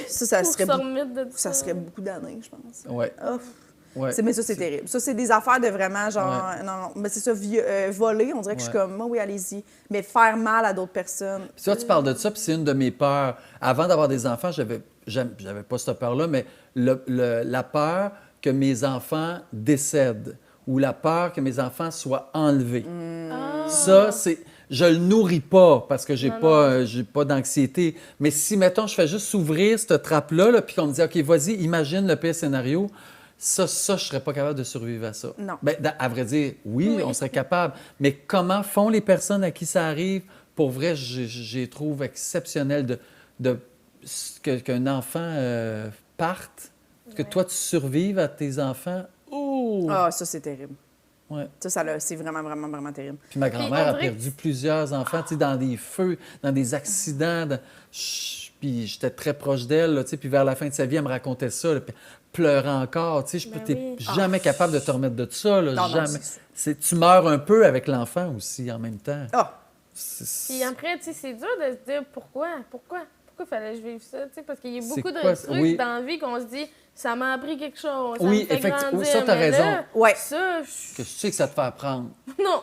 Ça, ça
pour
serait,
se
beaucoup,
remettre de tout
ça serait beaucoup d'années, je pense.
Ouais,
Ouf.
ouais.
C'est- Mais ça, c'est terrible. Ça, c'est des affaires de vraiment genre. euh,
Ouais.
Non, non. Mais c'est ça, vie- euh, voler, on dirait que je suis
Ouais.
comme, moi, oui, allez-y. Mais faire mal à d'autres personnes.
Puis ça, tu parles de ça, puis c'est une de mes peurs. Avant d'avoir des enfants, j'avais, j'aime- j'avais pas cette peur-là, mais le- le- la peur que mes enfants décèdent ou la peur que mes enfants soient enlevés. Ça, c'est. Je le nourris pas parce que j'ai pas, euh, j'ai pas d'anxiété. Mais si, mettons, je fais juste ouvrir cette trappe-là, là, puis qu'on me dit, OK, vas-y, imagine le pire scénario, ça, ça, je serais pas capable de survivre à ça.
Non.
Ben, dans- à vrai dire, oui, on serait capable. Mais comment font les personnes à qui ça arrive? Pour vrai, je, je- je les trouve exceptionnel de, de ce que- qu'un enfant euh, parte, que toi, tu survives à tes enfants. Ouh!
Ah, ça, c'est terrible.
Ouais.
Ça, ça l'a- c'est vraiment, vraiment, vraiment terrible.
Puis ma grand-mère
on
a
dirait que-
perdu plusieurs enfants, tu sais, dans des feux, dans des accidents. dans- Chut, Puis j'étais très proche d'elle, là, tu sais, puis vers la fin de sa vie, elle me racontait ça, là, puis elle pleurait encore, tu sais, je peux
Ben
t'es
oui.
jamais capable de te remettre de ça, là,
Non, non,
jamais.
c'est sûr.
C'est- tu meurs un peu avec l'enfant aussi en même temps.
Ah,
C'est-
Puis après, tu sais, c'est dur de se dire pourquoi, pourquoi, pourquoi fallait que je vive ça, tu sais, parce qu'il y a
C'est
beaucoup de
quoi,
trucs
oui.
dans la vie qu'on se dit, ça m'a appris quelque chose. Ça
Oui,
me fait
effectivement.
grandir,
Ça, t'as
mais
raison.
là,
Ouais.
Ça, je- [laughs]
Que je sais que ça te fait apprendre. [laughs]
non.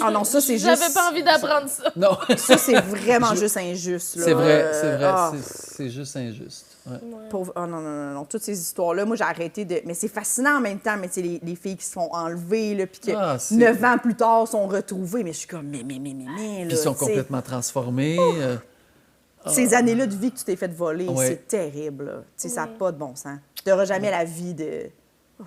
Ah non, ça, c'est
J'avais
juste-
pas envie d'apprendre ça.
Non,
ça, c'est vraiment juste injuste. là.
c'est vrai,
Euh,
c'est vrai,
ah,
c'est- c'est juste injuste. Ouais.
pauvre- ah, non, non, non, non. Toutes ces histoires-là, moi, j'ai arrêté de. Mais c'est fascinant en même temps, mais tu sais, les, les filles qui se font enlever, là, puis que
Ah, c'est-
neuf ans plus tard sont retrouvées. Mais je suis comme, mais, mais, mais, mais, mais. là,
Puis ils sont
tu sais.
complètement transformés. euh,
Ces années-là de vie que tu t'es fait voler,
Ouais.
c'est terrible. là. Tu sais, Ça n'a pas de bon sens. Tu n'auras jamais la vie de.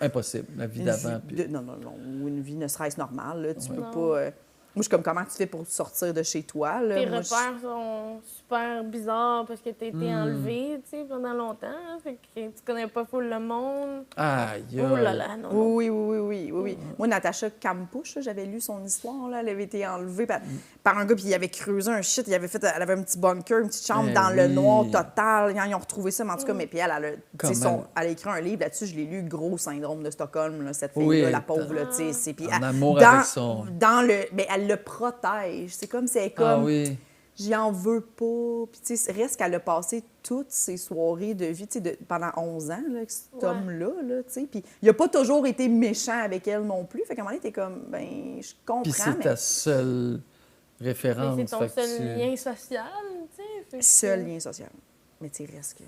impossible, la vie
une
d'avant.
vie
puis-
de- Non, non, non. ou Une vie ne serait-ce normale. là. Tu peux
Non.
pas. euh, Moi, je suis comme, comment tu fais pour sortir de chez toi?
Euh,
Là?
Tes
Moi, je-
repères sont super bizarres parce que t'as
Hmm.
été enlevé, tu sais, pendant longtemps. hein, Fait que tu connais pas full le monde.
Aïe,
Oh là
aïe.
là, non. non. Mm.
Oui, oui, oui, oui, oui, oui. Moi, Natacha Campouche, là, j'avais lu son histoire. Là. Elle avait été enlevée par, par un gars, puis il avait creusé un shit. Il avait fait, elle avait un petit bunker, une petite chambre
Eh
dans le
oui.
noir total. Ils ont retrouvé ça, mais en
Mm.
tout cas, mais puis elle, elle, a- tu sais,
Comment?
son- elle a écrit un livre là-dessus. Je l'ai lu, Gros syndrome de Stockholm, là, cette fille
Oui,
la
elle-
pauvre. Là, tu sais, c'est- puis
En
elle-
amour
dans,
avec son-
Dans le, mais elle le protège. C'est comme si elle est comme
Ah oui.
j'y en veux pas. Puis, tu sais, reste qu'elle a passé toutes ses soirées de vie, tu sais, de- pendant 11 ans, là, que cet
Ouais.
homme-là, là, tu sais. Puis, il a pas toujours été méchant avec elle non plus. Fait qu'à un moment donné, t'es comme, ben, je comprends,
Puis c'est
mais
ta seule référence.
Mais C'est ton
fait que
seul
tu-
lien social, tu sais. fait que-
seul lien social. Mais, tu sais, reste que.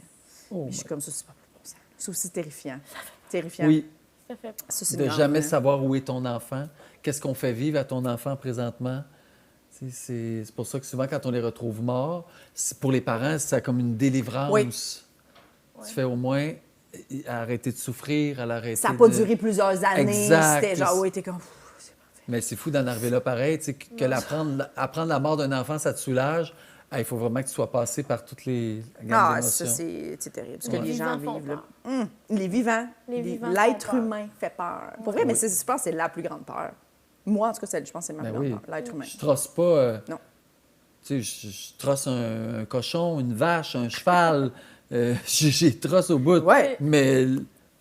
Oh,
mais je suis comme ça, c'est pas bon sens. C'est aussi terrifiant.
my-
Terrifiant.
oui,
Ça fait peur.
Ça, c'est une
de
grande
jamais
peur.
savoir où est ton enfant, qu'est-ce qu'on fait vivre à ton enfant présentement. Tu sais, C'est c'est pour ça que souvent, quand on les retrouve morts, c'est- pour les parents, c'est comme une délivrance.
Oui.
Ouais.
Tu fais au moins euh, arrêter de souffrir, à l'arrêter.
Ça n'a pas
de-
duré plusieurs années.
Exact.
C'était genre, ouais, t'es comme. Pff, c'est pas-
Mais c'est fou d'en arriver là pareil, tu sais, que que l'apprendre- apprendre la mort d'un enfant, ça te soulage. Ah, il faut vraiment que tu sois passé par toutes les gammes
Ah,
d'émotions.
ça, c'est c'est terrible. Ce que
Les
les gens
vivants font
vivent. là.
peur.
Hum, Les vivants.
Les
les-
vivants font
L'être
peur.
humain fait peur. Pour vrai, mais c'est- je pense que c'est la plus grande peur. Moi, en tout cas, c'est- je pense que c'est ma plus
Ben
grande
oui.
peur, l'être humain.
Je trosse pas. euh,
Non.
Tu sais, je, je trosse un, un cochon, une vache, un cheval. [laughs] euh, j'ai- j'ai trosse au bout.
Ouais.
Mais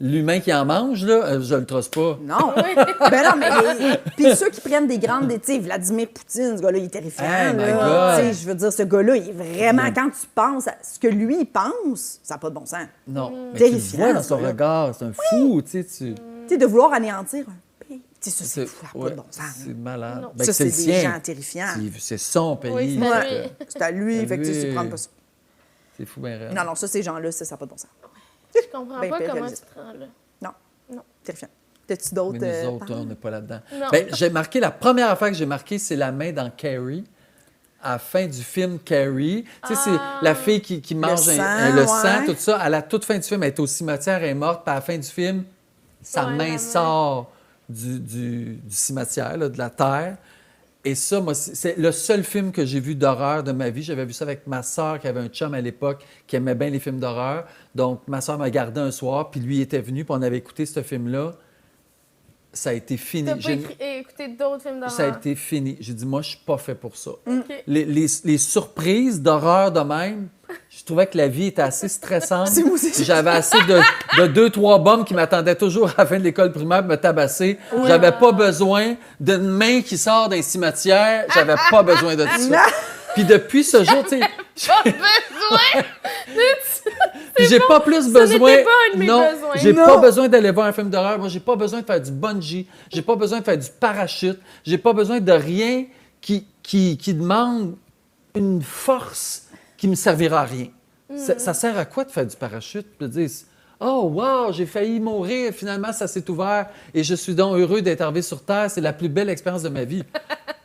l'humain qui en mange, là, euh, je le trosse pas.
[laughs]
Non! ben non, mais. les- Puis ceux qui prennent des grandes. Tu sais, Vladimir Poutine, ce gars-là, il est terrifiant.
Hey, my
là.
God.
Tu sais, Je veux dire, ce gars-là, il est vraiment.
Ben-
Quand tu penses à ce que lui, il pense, ça n'a pas de bon sens.
Mm.
Non. Mais tu le
Terrifiant,
vois dans
ce
son
gars-là.
regard, c'est un fou, tu sais.
Tu
Tu...
sais, de vouloir anéantir un pays. Tu sais, ça, Mm. c'est fou, ça n'a pas
ouais,
de bon sens.
c'est malade.
Non.
Ben,
ça, c'est
le
des
sien.
gens terrifiants.
C'est- C'est son pays.
Oui, c'est
fait
lui.
que
C'est à lui,
C'est
fait que tu sais, c'est
lui.
prendre pas ça.
C'est fou, ben raide.
Non, non, ça, ces gens-là, ça n'a pas de bon sens.
Je comprends
Ben,
pas comment tu
impérialiste.
te rends là.
Non.
Non.
Terrifiant. T'as-tu d'autres.
Mais
euh,
nous autres,
paroles?
on n'est pas là-dedans.
Non.
Ben, j'ai marqué, la première affaire que j'ai marquée, c'est la main dans Carrie. À la fin du film Carrie, tu sais,
Ah.
c'est la fille qui, qui mange un-
sang,
un- le
ouais.
sang, tout ça. À la toute fin du film, elle est au cimetière, elle est morte. Puis à la fin du film, sa
Ouais, la
main
main.
sort du, du- du cimetière, là, de la terre. Et ça, moi, c'est- c'est le seul film que j'ai vu d'horreur de ma vie. J'avais vu ça avec ma sœur qui avait un chum à l'époque qui aimait bien les films d'horreur. Donc, ma sœur m'a gardé un soir, puis lui était venu, puis on avait écouté ce film-là. Ça a été fini.
T'as pas
J'ai-
écrit- écouté d'autres films d'horreur?
ça a été fini. J'ai dit, moi, je suis pas fait pour ça.
OK.
Les, les- les surprises d'horreur de même, je trouvais que la vie était assez stressante.
C'est moi aussi.
J'avais assez de, de deux, trois bombes qui m'attendaient toujours à la fin de l'école primaire pour me tabasser. J'avais pas besoin d'une main qui sort d'un cimetière. J'avais
Ah.
pas besoin de ça. Puis depuis ce jour, tu sais,
Pas besoin!
puis j'ai pas plus besoin.
n'était pas un de mes
non,
besoins.
j'ai
Non.
pas besoin d'aller voir un film d'horreur. Moi, j'ai pas besoin de faire du bungee. J'ai pas besoin de faire du parachute. J'ai pas besoin de rien qui, qui, qui demande une force qui me servira à rien.
Mm.
Ça, ça sert à quoi de faire du parachute? Je dire, oh wow, j'ai failli mourir. Finalement, ça s'est ouvert et je suis donc heureux d'être arrivé sur Terre. C'est la plus belle expérience de ma vie.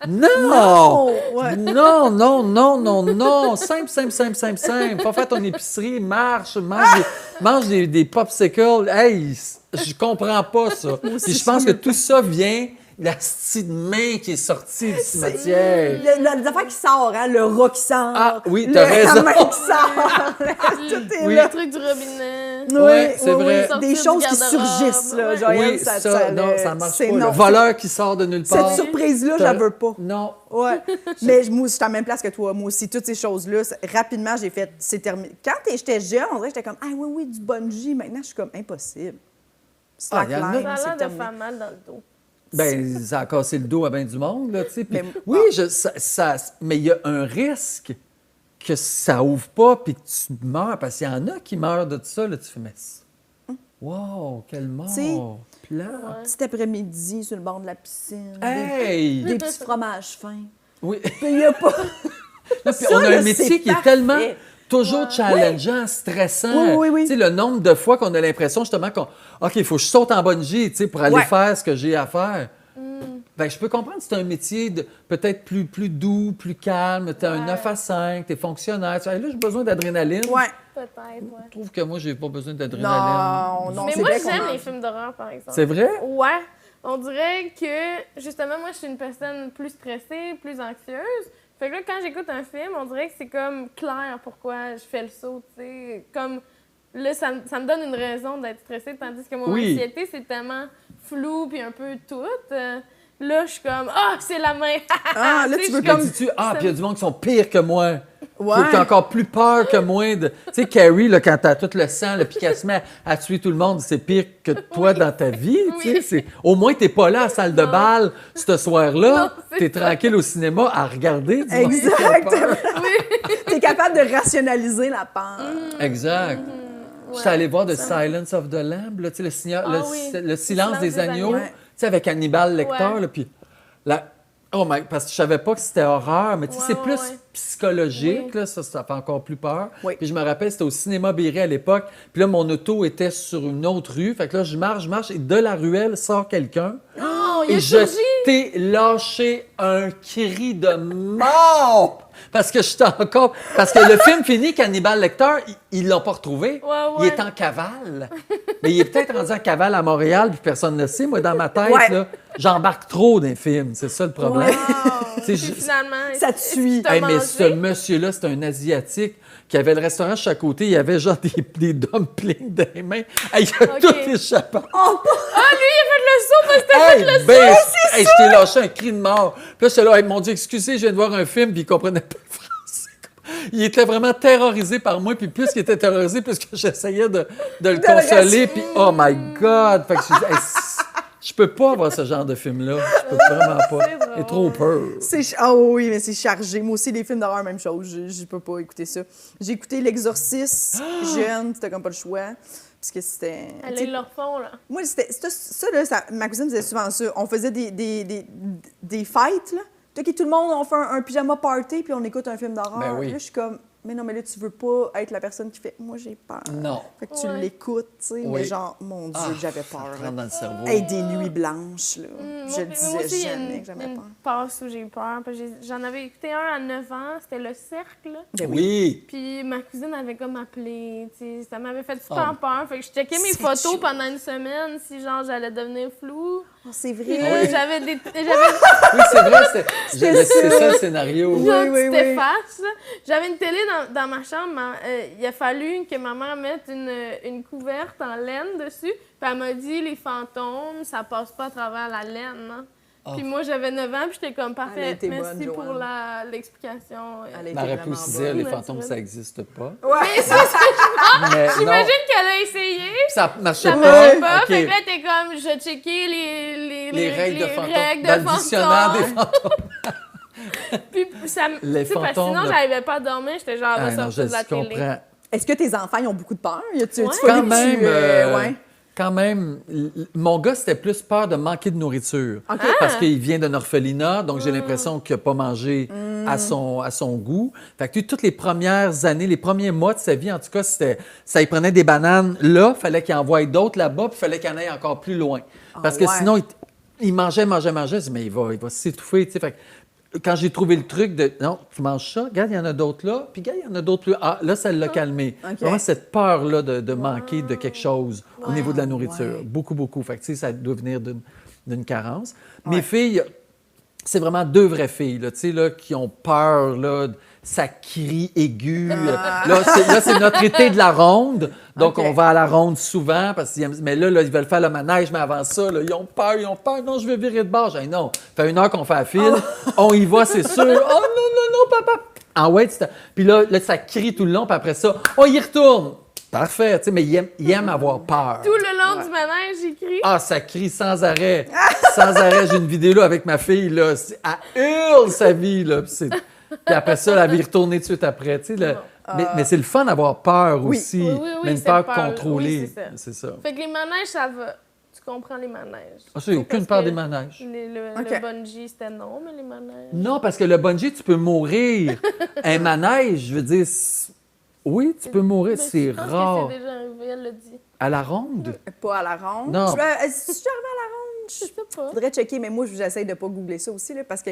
Non!
Oh, ouais.
[laughs] Non, non, non, non, non. Simple, simple, simple, simple, simple. Faut faire ton épicerie, marche, mange, des, mange des, des popsicles. Hey, c- je comprends pas ça. Puis je pense que tout ça vient de la petite main qui est sortie du cimetière.
Le- le- les affaires qui sortent, hein, le rat qui sort.
Ah, oui,
le-
t'as raison.
[laughs] La main qui sort.
[laughs]
Tout est
Oui.
Le
là.
truc du robinet.
Oui,
Ouais, c'est
oui,
vrai.
oui. Des
Sortir du
choses qui
garde-robe,
surgissent, là.
ouais.
Joël,
oui, ça,
ça,
non,
le-
ça marche
c'est
pas. Le
non.
voleur qui sort de nulle
Cette
part.
surprise-là,
T'as-
je veux pas.
Non. [laughs]
Ouais. Mais je- moi, je suis à la même place que toi. Moi aussi, toutes ces choses-là, c'est- rapidement, j'ai fait, c'est terminé. Quand t'es- j'étais jeune, on dirait que j'étais comme, ah oui, oui, du bungee. Maintenant, je suis comme, impossible. C'est
Ah,
la
y en a-
Ça
claire,
a
c'est
l'air de
terminé.
faire mal dans le dos.
Ben, ça a cassé le dos à bien du monde, là, tu sais. Puis
Mais-
oui, je- ça, ça- mais il y a un risque que ça ouvre pas puis que tu meurs, parce qu'il y en a qui meurent de ça, là, tu fais, mais... Wow, quelle
Hein? sais,
mort! Plat!
Petit après-midi sur le bord de la piscine.
Hey!
Des, des petits fromages fins.
Oui.
Il y a pas...
Là, puis
Ça,
on a
là,
un métier
c'est
qui est
parfait.
tellement toujours challengeant, stressant.
Oui, oui, oui.
Tu sais, le nombre de fois qu'on a l'impression justement qu'on OK, il faut que je saute en bungee, tu sais, pour aller
Ouais. Hmm.
faire ce que j'ai à faire. Ben, je peux comprendre que c'est un métier de- peut-être plus, plus doux, plus calme. Tu as un 9 à 5, tu es fonctionnaire. Tu dis, Hey, là, j'ai besoin d'adrénaline.
[laughs] Ouais.
Peut-être, ouais.
Je trouve que moi, j'ai pas besoin d'adrénaline.
Non, non,
Mais
c'est
moi,
vrai qu'on
j'aime
en-
les films d'horreur, par exemple.
C'est vrai?
Ouais. on dirait que, justement, moi, je suis une personne plus stressée, plus anxieuse. Fait que là, quand j'écoute un film, on dirait que c'est comme clair pourquoi je fais le saut, tu sais. Comme, là, ça, me- ça me donne une raison d'être stressée, tandis que mon
Oui.
anxiété, c'est tellement flou puis un peu toute. Euh, Là, je suis comme, ah, c'est la main! [laughs]
Ah, là,
Tu sais,
tu veux
je
comme.
suis
Dis-tu, ah, puis il y a du monde qui sont pires que moi. Faut que
Ouais.
t'aies encore plus peur que moi. de- Tu sais, Carrie, là, quand t'as tout le sang, le puis qu'elle se met à, à tuer tout le monde, c'est pire que toi dans ta vie. tu sais,
Oui.
c'est- Au moins, t'es pas là à la salle de bal ce soir-là.
Non, c'est
T'es tranquille au cinéma à regarder. du monde qui a peur.
[laughs] Exactement. [laughs] T'es capable de rationaliser la peur.
Mm.
Exact. Je suis
Hmm, Ouais.
allée voir The Silence of the Lamb, là, tu sais, le, signa-
Ah
le,
oui.
si- le silence des, agneaux,
Ouais.
tu sais, avec Hannibal Lecter.
Ouais.
là, puis la- oh my- parce que je savais pas que c'était horreur, mais tu sais,
Ouais,
c'est
ouais,
plus
ouais.
psychologique,
Oui.
là, ça, ça fait encore plus peur.
Oui.
Puis je me rappelle, c'était au cinéma Béré à l'époque, puis là, mon auto était sur une autre rue, fait que là, je marche, je marche, et de la ruelle sort quelqu'un.
Oh, il
Et
a
je
surgi!
t'ai lâché un cri de mort! Parce que j'étais encore. Parce que le film fini, Cannibal Lecter, ils- ils l'ont pas retrouvé.
Ouais, ouais.
Il est en cavale. Mais il est peut-être rendu en cavale à Montréal, puis personne ne le sait. Moi, dans ma tête,
Ouais.
là, j'embarque trop d'un film. C'est ça le problème.
Wow!
[laughs] C'est
Puis
ju-
finalement,
ça te
est-ce
suit.
que t'as
Hey, mais
mangé?
ce monsieur-là, c'est un Asiatique qui avait le restaurant de chaque côté. Il avait genre des, des dumplings dans les mains. Hey, il a
Ok.
tout échappé.
Ah, lui, il a fait le saut parce que c'était
Hey, ben, hey, je t'ai lâché un cri de mort. Puis là, j'étais là, Hey, mon Dieu, excusez, je viens de voir un film, puis il comprenait pas le français. Il était vraiment terrorisé par moi, puis plus qu'il était terrorisé, plus que j'essayais de,
De
de le
le
consoler,
rassurer.
puis oh my God! Fait que je suis dit, Hey, c- je peux pas voir ce genre de film-là. Je peux vraiment pas.
C'est drôle.
J'ai trop peur.
C'est ch- Ah oui, mais c'est chargé. Moi aussi, les films d'horreur, même chose. Je, je peux pas écouter ça. J'ai écouté [gasps] L'Exorciste jeune, c'était comme pas le choix. Parce que c'était. tu sais,
Allez, ils le refont, là.
Moi, c'était ça, ça, là, ça- ma cousine faisait souvent ça. On faisait des, des, des, des fights, là. OK, tout le monde, on fait un, un pyjama party, puis on écoute un film d'horreur.
Ben oui.
Là, je suis comme, mais non, mais là, tu veux pas être la personne qui fait, moi, j'ai peur.
Non.
Fait que tu
Ouais.
l'écoutes, tu sais,
Oui.
mais genre, mon Dieu,
Ah,
que j'avais
ça
peur.
rentre dans le cerveau.
Hey, des nuits blanches, là.
Ah. Mm,
je
moi-
le
mais moi
disais
aussi, il y a
jamais
une-
que j'avais
une
peur.
passe où j'ai eu peur. parce que j'ai- J'en avais écouté un à 9 ans, c'était Le Cercle.
Ben oui.
Oui.
Puis ma cousine avait comme appelé, tu sais, ça m'avait fait
Ah.
super peur. Fait que je checkais mes
C'est
photos
chaud.
pendant une semaine si genre j'allais devenir floue.
Oh, c'est
Puis
vrai.
là,
oui.
j'avais des j'avais
Oui, c'est vrai, c'est- je- c'est ça le scénario.
Oui,
Genre,
oui,
tu t'effaces,
oui.
là. J'avais une télé dans, dans ma chambre. ma- euh, il a fallu que ma mère mette une, une couverte en laine dessus. Puis elle m'a dit, les fantômes, ça passe pas à travers la laine. hein.
Ah.
Puis moi, j'avais 9 ans, puis j'étais comme,
Elle a
parfait,
été bonne,
merci
Joanne.
pour la- l'explication. euh.
Elle a été
Ma
vraiment
réponse disait,
bonne.
les
bonne. Ah,
fantômes, ça n'existe pas.
Ouais.
Mais non,
J'imagine qu'elle a essayé.
ça marchait
Ça
pas.
marchait pas.
OK.
Fait que là, t'es comme, je checkais les, les,
Les règles de
les
fantômes.
règles de
Dans le dictionnaire des
fantômes. Ah,
fantômes.
Puis ça me-
Les
tu sais, parce que
fantômes
Sinon,
de-
j'arrivais pas à dormir. J'étais genre,
Ah,
va
non, je
sortir de la télé.
comprends.
Est-ce que tes enfants, ils ont beaucoup de peur? Y a-tu-
Ouais.
tu vois,
Quand
tu-
même,
euh,
euh,
ouais.
quand même, l- l- mon gars, c'était plus peur de manquer de nourriture. Ah.
OK.
Parce qu'il vient d'un orphelinat, donc j'ai l'impression qu'il n'a pas mangé à, son, à son goût. Fait que lui, toutes les premières années, les premiers mois de sa vie, en tout cas, c'était, ça il prenait des bananes là, fallait qu'il envoie d'autres là-bas, puis fallait qu'il en aille encore plus loin. Parce que
ouais.
sinon, il, il mangeait, mangeait, mangeait. Je dis, mais il va, il va s'étouffer, tu sais. Fait que quand j'ai trouvé le truc de non, tu manges ça, regarde, il y en a d'autres là, puis regarde, il y en a d'autres là. Ah, là, ça l'a calmé.
OK.
Vraiment, cette peur-là de, de manquer de quelque chose au niveau de la nourriture.
Ouais.
Beaucoup, beaucoup. Fait que, tu sais, ça doit venir d'une- d'une carence. Mes
Ouais.
filles, c'est vraiment deux vraies filles, là, tu sais, là, qui ont peur, là, ça crie aigu. Là, c'est- là, c'est notre été de la ronde. Donc,
OK.
on va à la ronde souvent. Parce qu'ils aiment- mais là, là, ils veulent faire le manège, mais avant ça, là, ils ont peur, ils ont peur. Non, je vais virer de bord. J'ai dit, non, ça fait une heure qu'on fait la file. On y va, c'est sûr. Oh non, non, non, papa. Ah ouais, tu t'as- puis là, là, ça crie tout le long. Puis après ça, on y retourne. Parfait, tu sais, mais ils aiment, ils aiment avoir peur.
Tout le long du manège, j'écris.
Ah, ça crie sans arrêt. sans arrêt. J'ai une vidéo là, avec ma fille. Là. C'est- Elle hurle sa vie. Là. Puis, c'est- puis après ça, elle va y retourner tout de suite après. tu sais, le- Mais, mais c'est le fun d'avoir peur
Oui.
aussi.
Ah. Oui, oui, oui,
mais une
cette
peur,
peur,
contrôlée.
oui, c'est ça.
c'est ça.
Fait que les manèges, ça va. Tu comprends les manèges.
Ah, j'ai aucune
Parce
peur
que
des manèges.
les- le, le
Ok.
bungee, c'était non, mais les manèges.
Non, parce que le bungee, tu peux mourir.
[laughs]
Un manège, je veux dire, c'est- oui, tu peux mourir.
Mais
C'est
Ben, je pense que
rare.
C'est déjà arrivé, elle l'a dit.
À la ronde?
Pas à la ronde.
Non.
Je, euh, si je suis arrivée à la ronde,
Je
je
sais pas.
faudrait checker, mais moi, j'essaie de pas googler ça aussi, là, parce que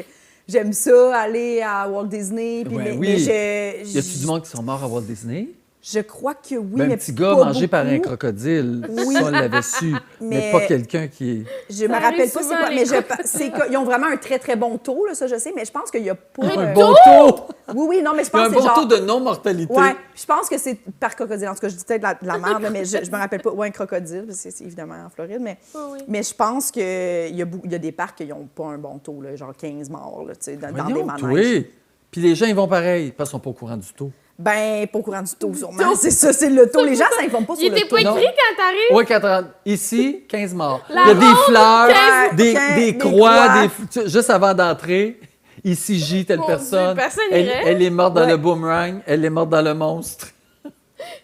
j'aime ça, aller à Walt Disney, puis
Ouais,
mais,
oui.
mais je-
Y a-tu du monde qui sont morts à Walt Disney?
Je crois que oui,
Ben,
mais
un petit gars
pas
mangé par un
beaucoup.
crocodile,
Oui.
ça, on l'avait su. Mais,
Mais-
pas quelqu'un qui est...
Je me
Ça
rappelle
arrive
pas c'est
souvent,
quoi,
les
mais je, pa- c'est que- ils ont vraiment un très, très bon taux, là, ça, je sais, mais je pense qu'il y a pas...
un
euh,
bon taux!
Oui, oui, non, mais je
Il y a
pense
un
que
bon
c'est genre...
taux de non-mortalité.
Ouais, je pense que c'est par crocodile. En tout cas, je dis peut-être de la, de la merde, là, mais je, je me rappelle pas. Ouais, un crocodile, c'est c'est évidemment en Floride, mais,
Oui, oui.
mais je pense qu'il y, a beaucoup- il y a des parcs qui n'ont pas un bon taux, là, genre 15 morts, là, tu sais, dans, dans des
Voyons,
manèges.
oui. Puis les gens, ils vont pareil, parce qu'ils sont pas au courant du taux.
Ben, pas au courant du taux, sûrement. C'est ça, c'est le taux. Les gens s'informent pas
Il
sur
était
le taux.
pas écrit
non.
quand t'arrives.
Oui, 40. Ici, 15 morts.
La
Il y a des
ronde,
fleurs,
15,
des,
quin-
des
des croix.
croix, des f- tu- juste avant d'entrer. Ici, J, telle
Mon Dieu,
personne.
personne
elle,
irait.
elle est morte dans
Ouais.
le boomerang, elle est morte dans le monstre.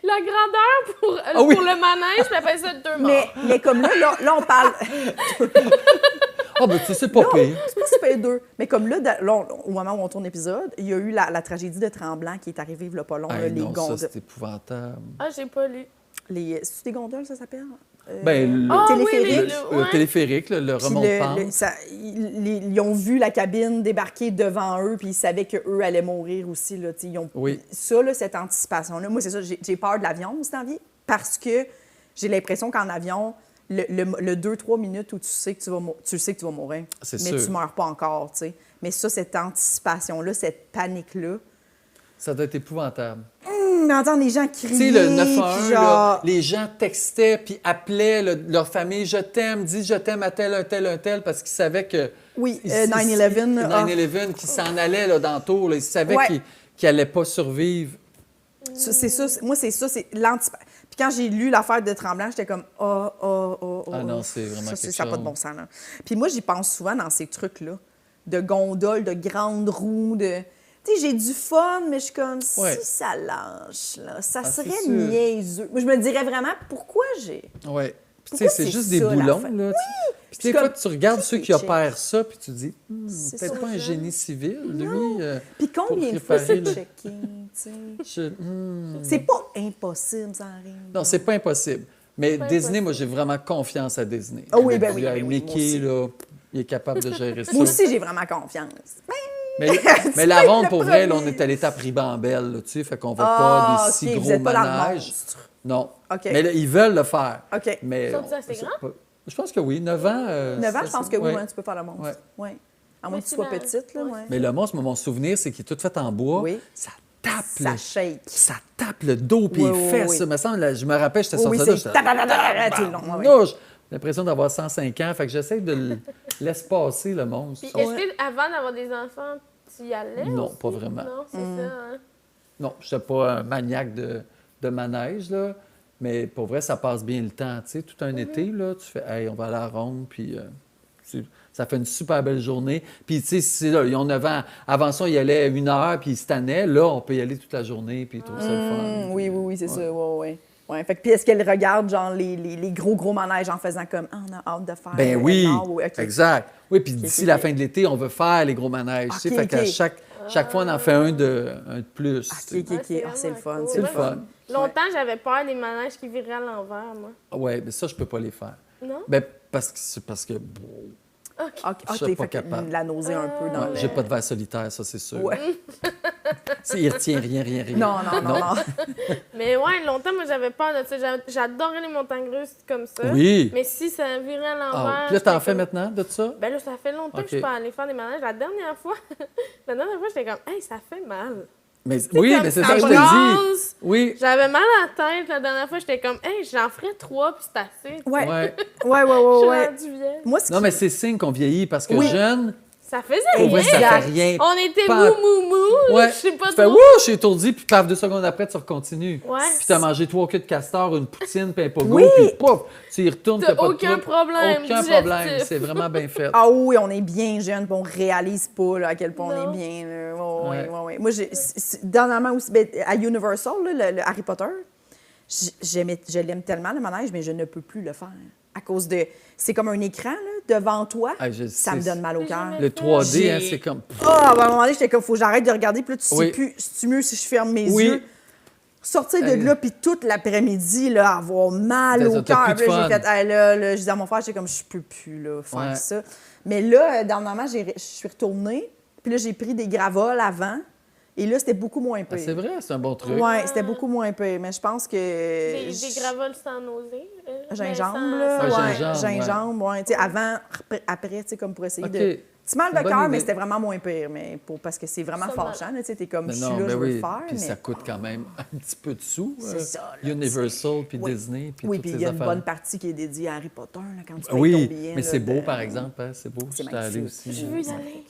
La grandeur pour, euh,
Ah oui.
pour le manège, je l'appelle ça deux morts.
Mais, mais comme là, là, là, on parle. [laughs]
Ah, ben, tu sais, c'est pas pire.
Je pense que c'est pas les deux. Mais comme là, dans- là, on- au moment où on tourne l'épisode, il y a eu la, la tragédie de Tremblant qui est arrivée, il pas long, là,
Hey,
les
non, ça,
gondoles.
c'est épouvantable.
Ah, j'ai pas lu.
Les... C'est des gondoles, ça s'appelle? Euh,
Ben, le,
Ah oui,
téléphérique.
les-
le-
le-
le
ouais.
téléphérique, le, le
Puis
remontant.
le- le- ça- ils, les- ils ont vu la cabine débarquer devant eux, puis ils savaient qu'eux allaient mourir aussi. Là, tu sais, ils ont,
Oui.
Ça, là, cette anticipation-là, moi, c'est ça, j'ai j'ai peur de l'avion, c'est envie, parce que j'ai l'impression qu'en avion, le, le, 2-3 minutes où tu sais que tu vas, mou- tu sais que tu vas mourir,
C'est
mais
sûr.
tu meurs pas encore. tu sais. Mais ça, cette anticipation-là, cette panique-là,
Ça doit être épouvantable.
on entend les gens
Tu
crier.
sais, le 911,
puis
là,
genre...
les gens textaient puis appelaient le- leur famille Je t'aime, dis je t'aime à tel, un tel, un tel, parce qu'ils savaient que.
Oui,
ils-
euh,
ils-
9/11, là, ah.
9/11, qui s'en allait là, dans le tour. là. Ils savaient
Ouais.
qu'ils n'allaient pas survivre.
Ça, C'est ça, c'est- moi, c'est ça, c'est l'anti. Puis quand j'ai lu l'affaire de Tremblant, j'étais comme oh, oh, oh, oh.
Ah non,
oh.
c'est vraiment
ça, c'est-
quelque
Ça n'a pas de
chose.
bon sens, là. Puis moi, j'y pense souvent dans ces trucs-là, de gondoles, de grandes roues, de. Tu sais, j'ai du fun, mais je suis comme si
Ouais.
ça lâche, là, ça
Ah, c'est
serait
sûr.
niaiseux. Moi, je me dirais vraiment pourquoi j'ai.
Ouais. Puis, tu sais,
Pourquoi
c'est
c'est
juste
ça,
des
la
boulons.
fin?
Là, tu- Puis
Puis
des fois,
comme,
tu regardes
qui
ceux
qui
qui
check?
opèrent ça, puis tu dis Hmm,
Mm, C'est
peut-être
ça,
pas un
jeune.
génie civil, lui. euh,
Puis combien de fois
préparer,
c'est
là.
checké, tu sais?
je- [laughs]
Mm.
hmm.
C'est pas impossible, ça arrive.
Non, c'est pas impossible. Mais
pas
Disney, moi, j'ai vraiment confiance à Disney.
Ah oui,
Avec
ben oui,
lui,
ben oui, moi
Mickey,
aussi.
là, il est capable
[laughs]
de gérer ça.
Moi aussi, j'ai vraiment confiance. [laughs]
Mais, mais
peux
la
être
ronde,
le
pour vrai, là, on
premier.
est à l'étape ribambelle, là, tu sais, fait qu'on va
Ah,
pas des si
ok, vous
gros
êtes pas dans le
manèges.
monstre.
Non.
Ok.
Mais là, ils veulent le faire.
OK.
Mais
Sont-ils
on-
assez
c'est
grands?
pas- Je pense que oui, 9 ans. euh,
9 ans,
c'est-
je pense que oui,
ouais.
hein, tu peux faire le monstre.
Ouais.
Ouais. À moins
Mais
que tu sois
tu l'as-
petite, là,
ouais.
ouais.
Mais le monstre, moi, mon souvenir, c'est qu'il est tout fait en bois.
Oui.
Ça tape
Ça
le-
shake.
Ça tape le dos puis
Oui,
les
oui,
fesses.
oui.
ça me semble, là, je me rappelle, j'étais
Oui,
sorti
oui,
là,
c'est
j'étais-
tabarabara, tout le long, ouais, ouais.
Non, j'ai l'impression d'avoir 105 ans, fait que j'essaie de le [laughs] laisser passer, le monstre.
Puis est-ce que avant d'avoir des enfants, tu y allais?
Non,
aussi?
pas vraiment.
Non, c'est
Mm.
ça. hein.
Non, je suis pas un maniaque de, de manège, là. Mais pour vrai, ça passe bien le temps. Tu sais, tout un été, là, tu fais, hey, on va aller à la ronde, puis euh, tu- ça fait une super belle journée. Puis, tu sais, c'est là, ils ont 9 ans. Avant ça, ils allaient une heure, puis ils se tannaient. Là, on peut y aller toute la journée, puis ils trouvent ça le fun.
Mm, oui, oui,
Puis,
oui, c'est
ouais.
ça. Ouais, ouais. Ouais, fait que, puis est-ce qu'elle regarde genre les, les, les gros gros manèges en faisant comme ah, on a hâte de faire
Ben
euh,
oui,
non, ouais, ok.
exact. Oui, puis d'ici
ok,
la
ok.
fin de l'été, on veut faire les gros manèges. tu sais,
Ok,
fait qu'à
ok.
chaque, chaque fois, on en fait un de, un de plus. tu sais.
Ok, ok,
Ouais,
ok.
c'est
Ah, c'est le
vraiment
fun.
cool.
C'est
C'est le
Ouais.
fun.
Longtemps, j'avais peur des manèges qui viraient à l'envers, moi.
Oui, mais ça, je peux pas les faire.
Non?
Ben, parce que... c'est Parce que bon,
Ok,
Je
ok,
serais
fait
pas
que,
capable.
mm, la nausée un peu dans
Ouais,
le...
J'ai pas de verre solitaire, ça, c'est sûr.
Ouais.
[laughs] C'est- Il retient rien, rien, rien.
Non, non, non,
[laughs]
non.
Mais ouais, longtemps, moi, j'avais peur de ça. J'a- J'adorais les montagnes russes comme ça.
Oui.
Mais si ça virait à l'envers.
Ah, puis là, t'en
j'étais
fais
comme-
maintenant de ça?
Ben là, ça fait longtemps que je
Ok.
suis pas allée faire des manèges. La dernière fois, [laughs] la dernière fois, j'étais comme, hey, ça fait mal.
Mais, oui,
comme
mais c'est
ça
ça que je te
brasse.
dis. Oui.
J'avais mal à la tête la dernière fois. J'étais comme, hey, j'en ferais trois, puis c'est assez.
Ouais, ouais,
Ouais.
ouais, ouais.
Je suis
ouais.
rendue vieille.
Moi, ce
Non,
qui-
mais c'est signe qu'on vieillit parce que
Oui.
jeune,
Ça faisait
pour
rien.
vrai, ça fait rien.
On était
Pas-
mou, mou, mou.
Ouais.
Oh, Je sais pas
Tu fais
trop.
wouh, je suis étourdi, puis paf, deux secondes après, tu recontinues.
Ouais.
Puis t'as mangé trois queues de castor, une poutine, puis un pogo,
Oui.
puis pouf, tu y retournes,
T'as
t'as pas de
aucun
trouble.
problème
Aucun
digestif.
problème, c'est vraiment bien fait.
Ah oui, on est bien jeune, puis on réalise pas là, à quel point
Non.
on est bien. là. Ouais, ouais,
Ouais.
ouais, ouais. Moi, j'ai, c- c- dernièrement aussi, ben, à Universal, là, le, le Harry Potter, j- j'aimais, je l'aime tellement le manège, mais je ne peux plus le faire. À cause de. C'est comme un écran là, devant toi.
Ah, je
ça
sais,
me donne mal au cœur.
Le 3D, hein,
J'ai-
c'est comme...
Ah, ben, à un moment donné, j'étais comme, faut que j'arrête de regarder, puis là, tu sais
Oui.
plus, c'est-tu mieux si je ferme mes
Oui.
yeux? Sortir de
Hey.
là, puis toute l'après-midi, là, avoir mal
T'as-
au
Ben t'as
cœur.
plus de
Puis là, J'ai
fun.
fait, hey, là, là, je dis à mon frère, j'étais comme, je peux plus, là, faire
Ouais.
ça. Mais là, euh, dernièrement, j'ai- je suis retournée, puis là, j'ai pris des gravoles avant. Et là, c'était beaucoup moins
Ah,
pire.
c'est vrai, c'est un bon truc.
Oui, c'était beaucoup moins pire. Mais je pense que.
Des,
je-
des gravoles sans nausée. euh, mais
Gingembre,
sans-
là.
Ah,
ouais,
gingembre,
gingembre,
ouais.
ouais. Tu sais, avant, après- après, tu sais, comme pour essayer
OK.
de. Petit mal
C'est
de
une bonne
cœur, mais
idée.
c'était vraiment moins pire. Mais pour... Parce que c'est vraiment
Ça,
fâchant, là. Tu sais, t'es comme,
Mais
je suis
non,
là,
ben
je veux
oui.
le faire.
puis
mais...
ça coûte quand même un petit peu de sous.
C'est
euh,
ça, là,
Universal, puis
Oui.
Disney, puis
oui,
toutes
puis
ces
il y a une
affaires.
bonne partie qui est dédiée à Harry Potter, là, quand tu payes
Oui,
ton billet.
mais
là,
c'est beau,
de-
par exemple. hein, c'est beau. Je suis allé
magnifique.
aussi.
Je
euh,
veux y aller.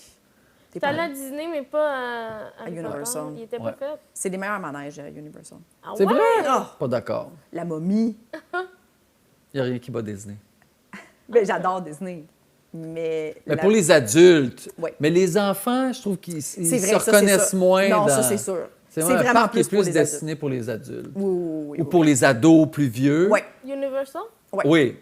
T'es
T'es
pas-
allé à Disney, mais pas à, à Harry
Universal.
Potter. Il était pas
Ouais.
fait.
C'est des meilleurs manèges à Universal.
Ah
C'est
ouais?
vrai?
Ah!
Pas d'accord.
La momie.
Il n'y a rien qui bat Disney.
Ben, J'adore Disney. Mais.
Mais
la-
pour les adultes.
Oui.
Mais les enfants, je trouve qu'ils ils
C'est
se
vrai, ça, c'est
reconnaissent
ça.
moins.
Non, ça,
dans-
c'est sûr. C'est
C'est vraiment un
vraiment
parc qui est
plus pour
plus
les adultes.
destiné pour les adultes.
Oui, oui, oui,
Ou pour les ados plus vieux.
Oui.
Universal?
Ouais.
Oui.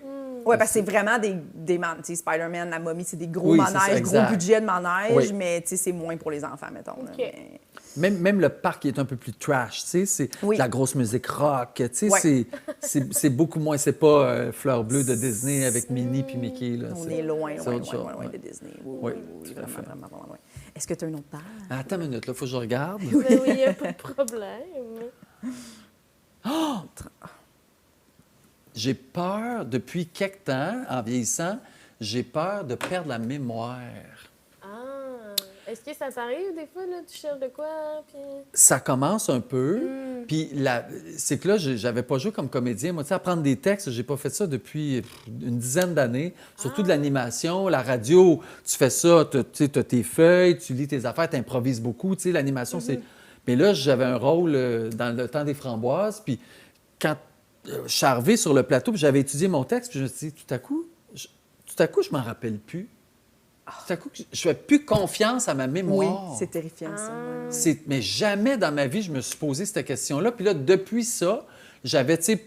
Oui, parce que c'est vraiment des, des man- tu sais, Spider-Man, la momie, c'est des gros
Oui, c'est ça,
manèges,
exact.
gros budget de manèges,
Oui.
mais tu sais, c'est moins pour les enfants, mettons. là,
OK.
mais-
Même, même le parc il est un peu plus trash, tu sais, c'est
Oui.
de la grosse musique rock, tu sais,
Ouais.
c'est- c'est c'est beaucoup moins, c'est pas euh, Fleur bleue de Disney avec Minnie puis Mickey, là.
On
c'est-
est loin,
c'est
loin, loin,
autre chose,
loin, loin de
ouais.
Disney. Oui,
Oui,
oui, oui,
tout à
vraiment,
fait.
vraiment, vraiment loin. Est-ce que tu as une autre part?
Ah, Attends une minute, là, faut que je regarde.
Ben oui, il n'y a [laughs] pas de problème.
J'ai peur, depuis quelque temps, en vieillissant, j'ai peur de perdre la mémoire.
Ah. Est-ce que ça t'arrive des fois, là, tu cherches de quoi, puis...
ça commence un peu.
Hmm.
Puis la- c'est que là, j'ai- j'avais pas joué comme comédien. Moi, tu sais, apprendre des textes, j'ai pas fait ça depuis pff, une dizaine d'années. Surtout
Ah.
de l'animation, la radio, tu fais ça, tu sais, t'as tes feuilles, tu lis tes affaires, tu improvises beaucoup. Tu sais, l'animation, c'est.
Hmm.
Mais là, j'avais un rôle euh, dans le temps des framboises. Puis quand euh, je suis arrivé sur le plateau, puis j'avais étudié mon texte, puis je me suis dit, tout à coup, je, tout à coup, je m'en rappelle plus. Tout à coup, je- je fais plus confiance à ma
Ah. Oui,
mémoire.
c'est terrifiant, ça.
Ah.
ouais.
C'est- Mais jamais dans ma vie, je me suis posé cette question-là. Puis là, depuis ça, j'avais, tu sais,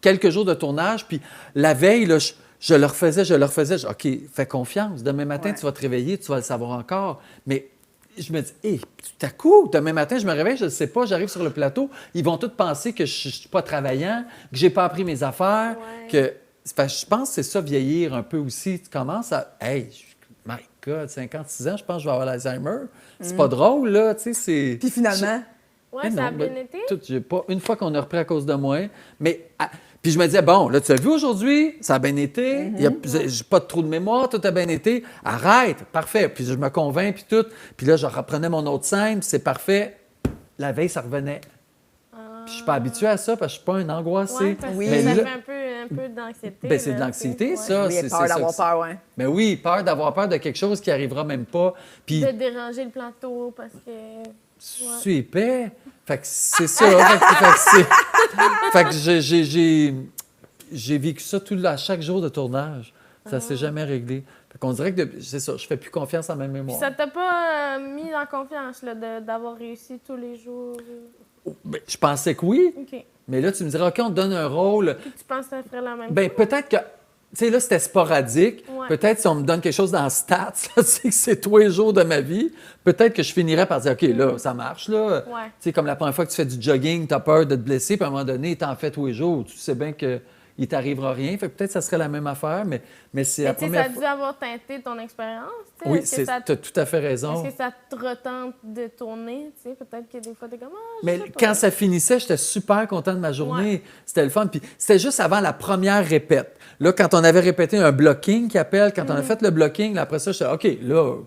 quelques jours de tournage. Puis la veille, là, je, je le refaisais, je le refaisais. Je- OK, fais confiance. Demain matin,
Ouais.
tu vas te réveiller, tu vas le savoir encore. Mais je me dis, hé, tout à coup, demain matin, je me réveille, je ne sais pas, j'arrive sur le plateau. Ils vont tous penser que je ne suis pas travaillant, que j'ai pas appris mes affaires, que... Fait que je pense que c'est ça, vieillir un peu aussi. Tu commences à... Hey, je- my God, 56 ans, je pense que je vais avoir l'Alzheimer. C'est pas drôle, là, tu sais, c'est...
Mm. Puis finalement,
Ouais,
Mais
ça a
non,
bien
ben,
été?
tout, j'ai pas, une fois qu'on a repris à cause de moi, mais ah, puis je me disais bon, là tu as vu aujourd'hui, ça a bien été, il y a-
Mm-hmm.
j'ai- j'ai pas de trou de mémoire, tout a bien été, arrête, parfait. Puis je me convainc puis tout, puis là je reprenais mon autre scène, puis c'est parfait. La veille ça revenait. Puis je suis pas habitué à ça parce que je suis pas un angoissé.
Ah. Ouais, parce
Oui.
que ça
Ben, là-
fait un peu, un peu d'anxiété.
ben, c'est
là,
de l'anxiété,
tu sais.
ça.
oui,
c'est-
peur
c'est ça
d'avoir
que-
peur, ouais.
Mais oui, peur d'avoir peur de quelque chose qui arrivera même pas. Puis
De déranger le plateau, parce que...
suis épais. Fait que c'est ça. fait que, fait
[laughs]
que c'est- fait que j'ai- j'ai- j'ai- j'ai vécu ça tout à chaque jour de tournage. Ça s'est jamais réglé. Fait qu'on dirait que depuis- c'est ça, je fais plus confiance à ma
Ah. Puis
mémoire.
ça t'a pas euh, mis en confiance, là, de- d'avoir réussi tous les jours.
Ben, je pensais que oui,
OK.
mais là tu me diras OK, on te donne un rôle.
Tu penses que ça ferait la même
Ben peut-être que tu sais, là, c'était sporadique.
Ouais.
Peut-être si on me donne quelque chose dans Stats, là, [laughs] tu sais que c'est tous les jours de ma vie, peut-être que je finirais par dire, OK, là, ça marche, là.
Mm-hmm. Ouais.
Tu sais, comme la première fois que tu fais du jogging, tu as peur de te blesser, puis à un moment donné, t'en fais tous les jours. Tu sais bien que il t'arrivera rien. Fait que peut-être que ça serait la même affaire, mais, mais c'est la
Mais tu sais, ça
première
a dû
fois.
avoir teinté ton expérience, tu sais.
Oui,
Est-ce que
tu
ça
as tout à fait raison.
Est-ce que ça te retente de tourner? Tu sais, peut-être que des fois, t'es comme. Ah, je
[laughs] Mais
sais pas.
quand ça finissait, j'étais super content de ma journée.
Ouais.
C'était le fun. Puis c'était juste avant la première répète. Là, quand on avait répété un blocking qui appelle, quand on a fait le blocking, là, après ça, j'étais OK, là,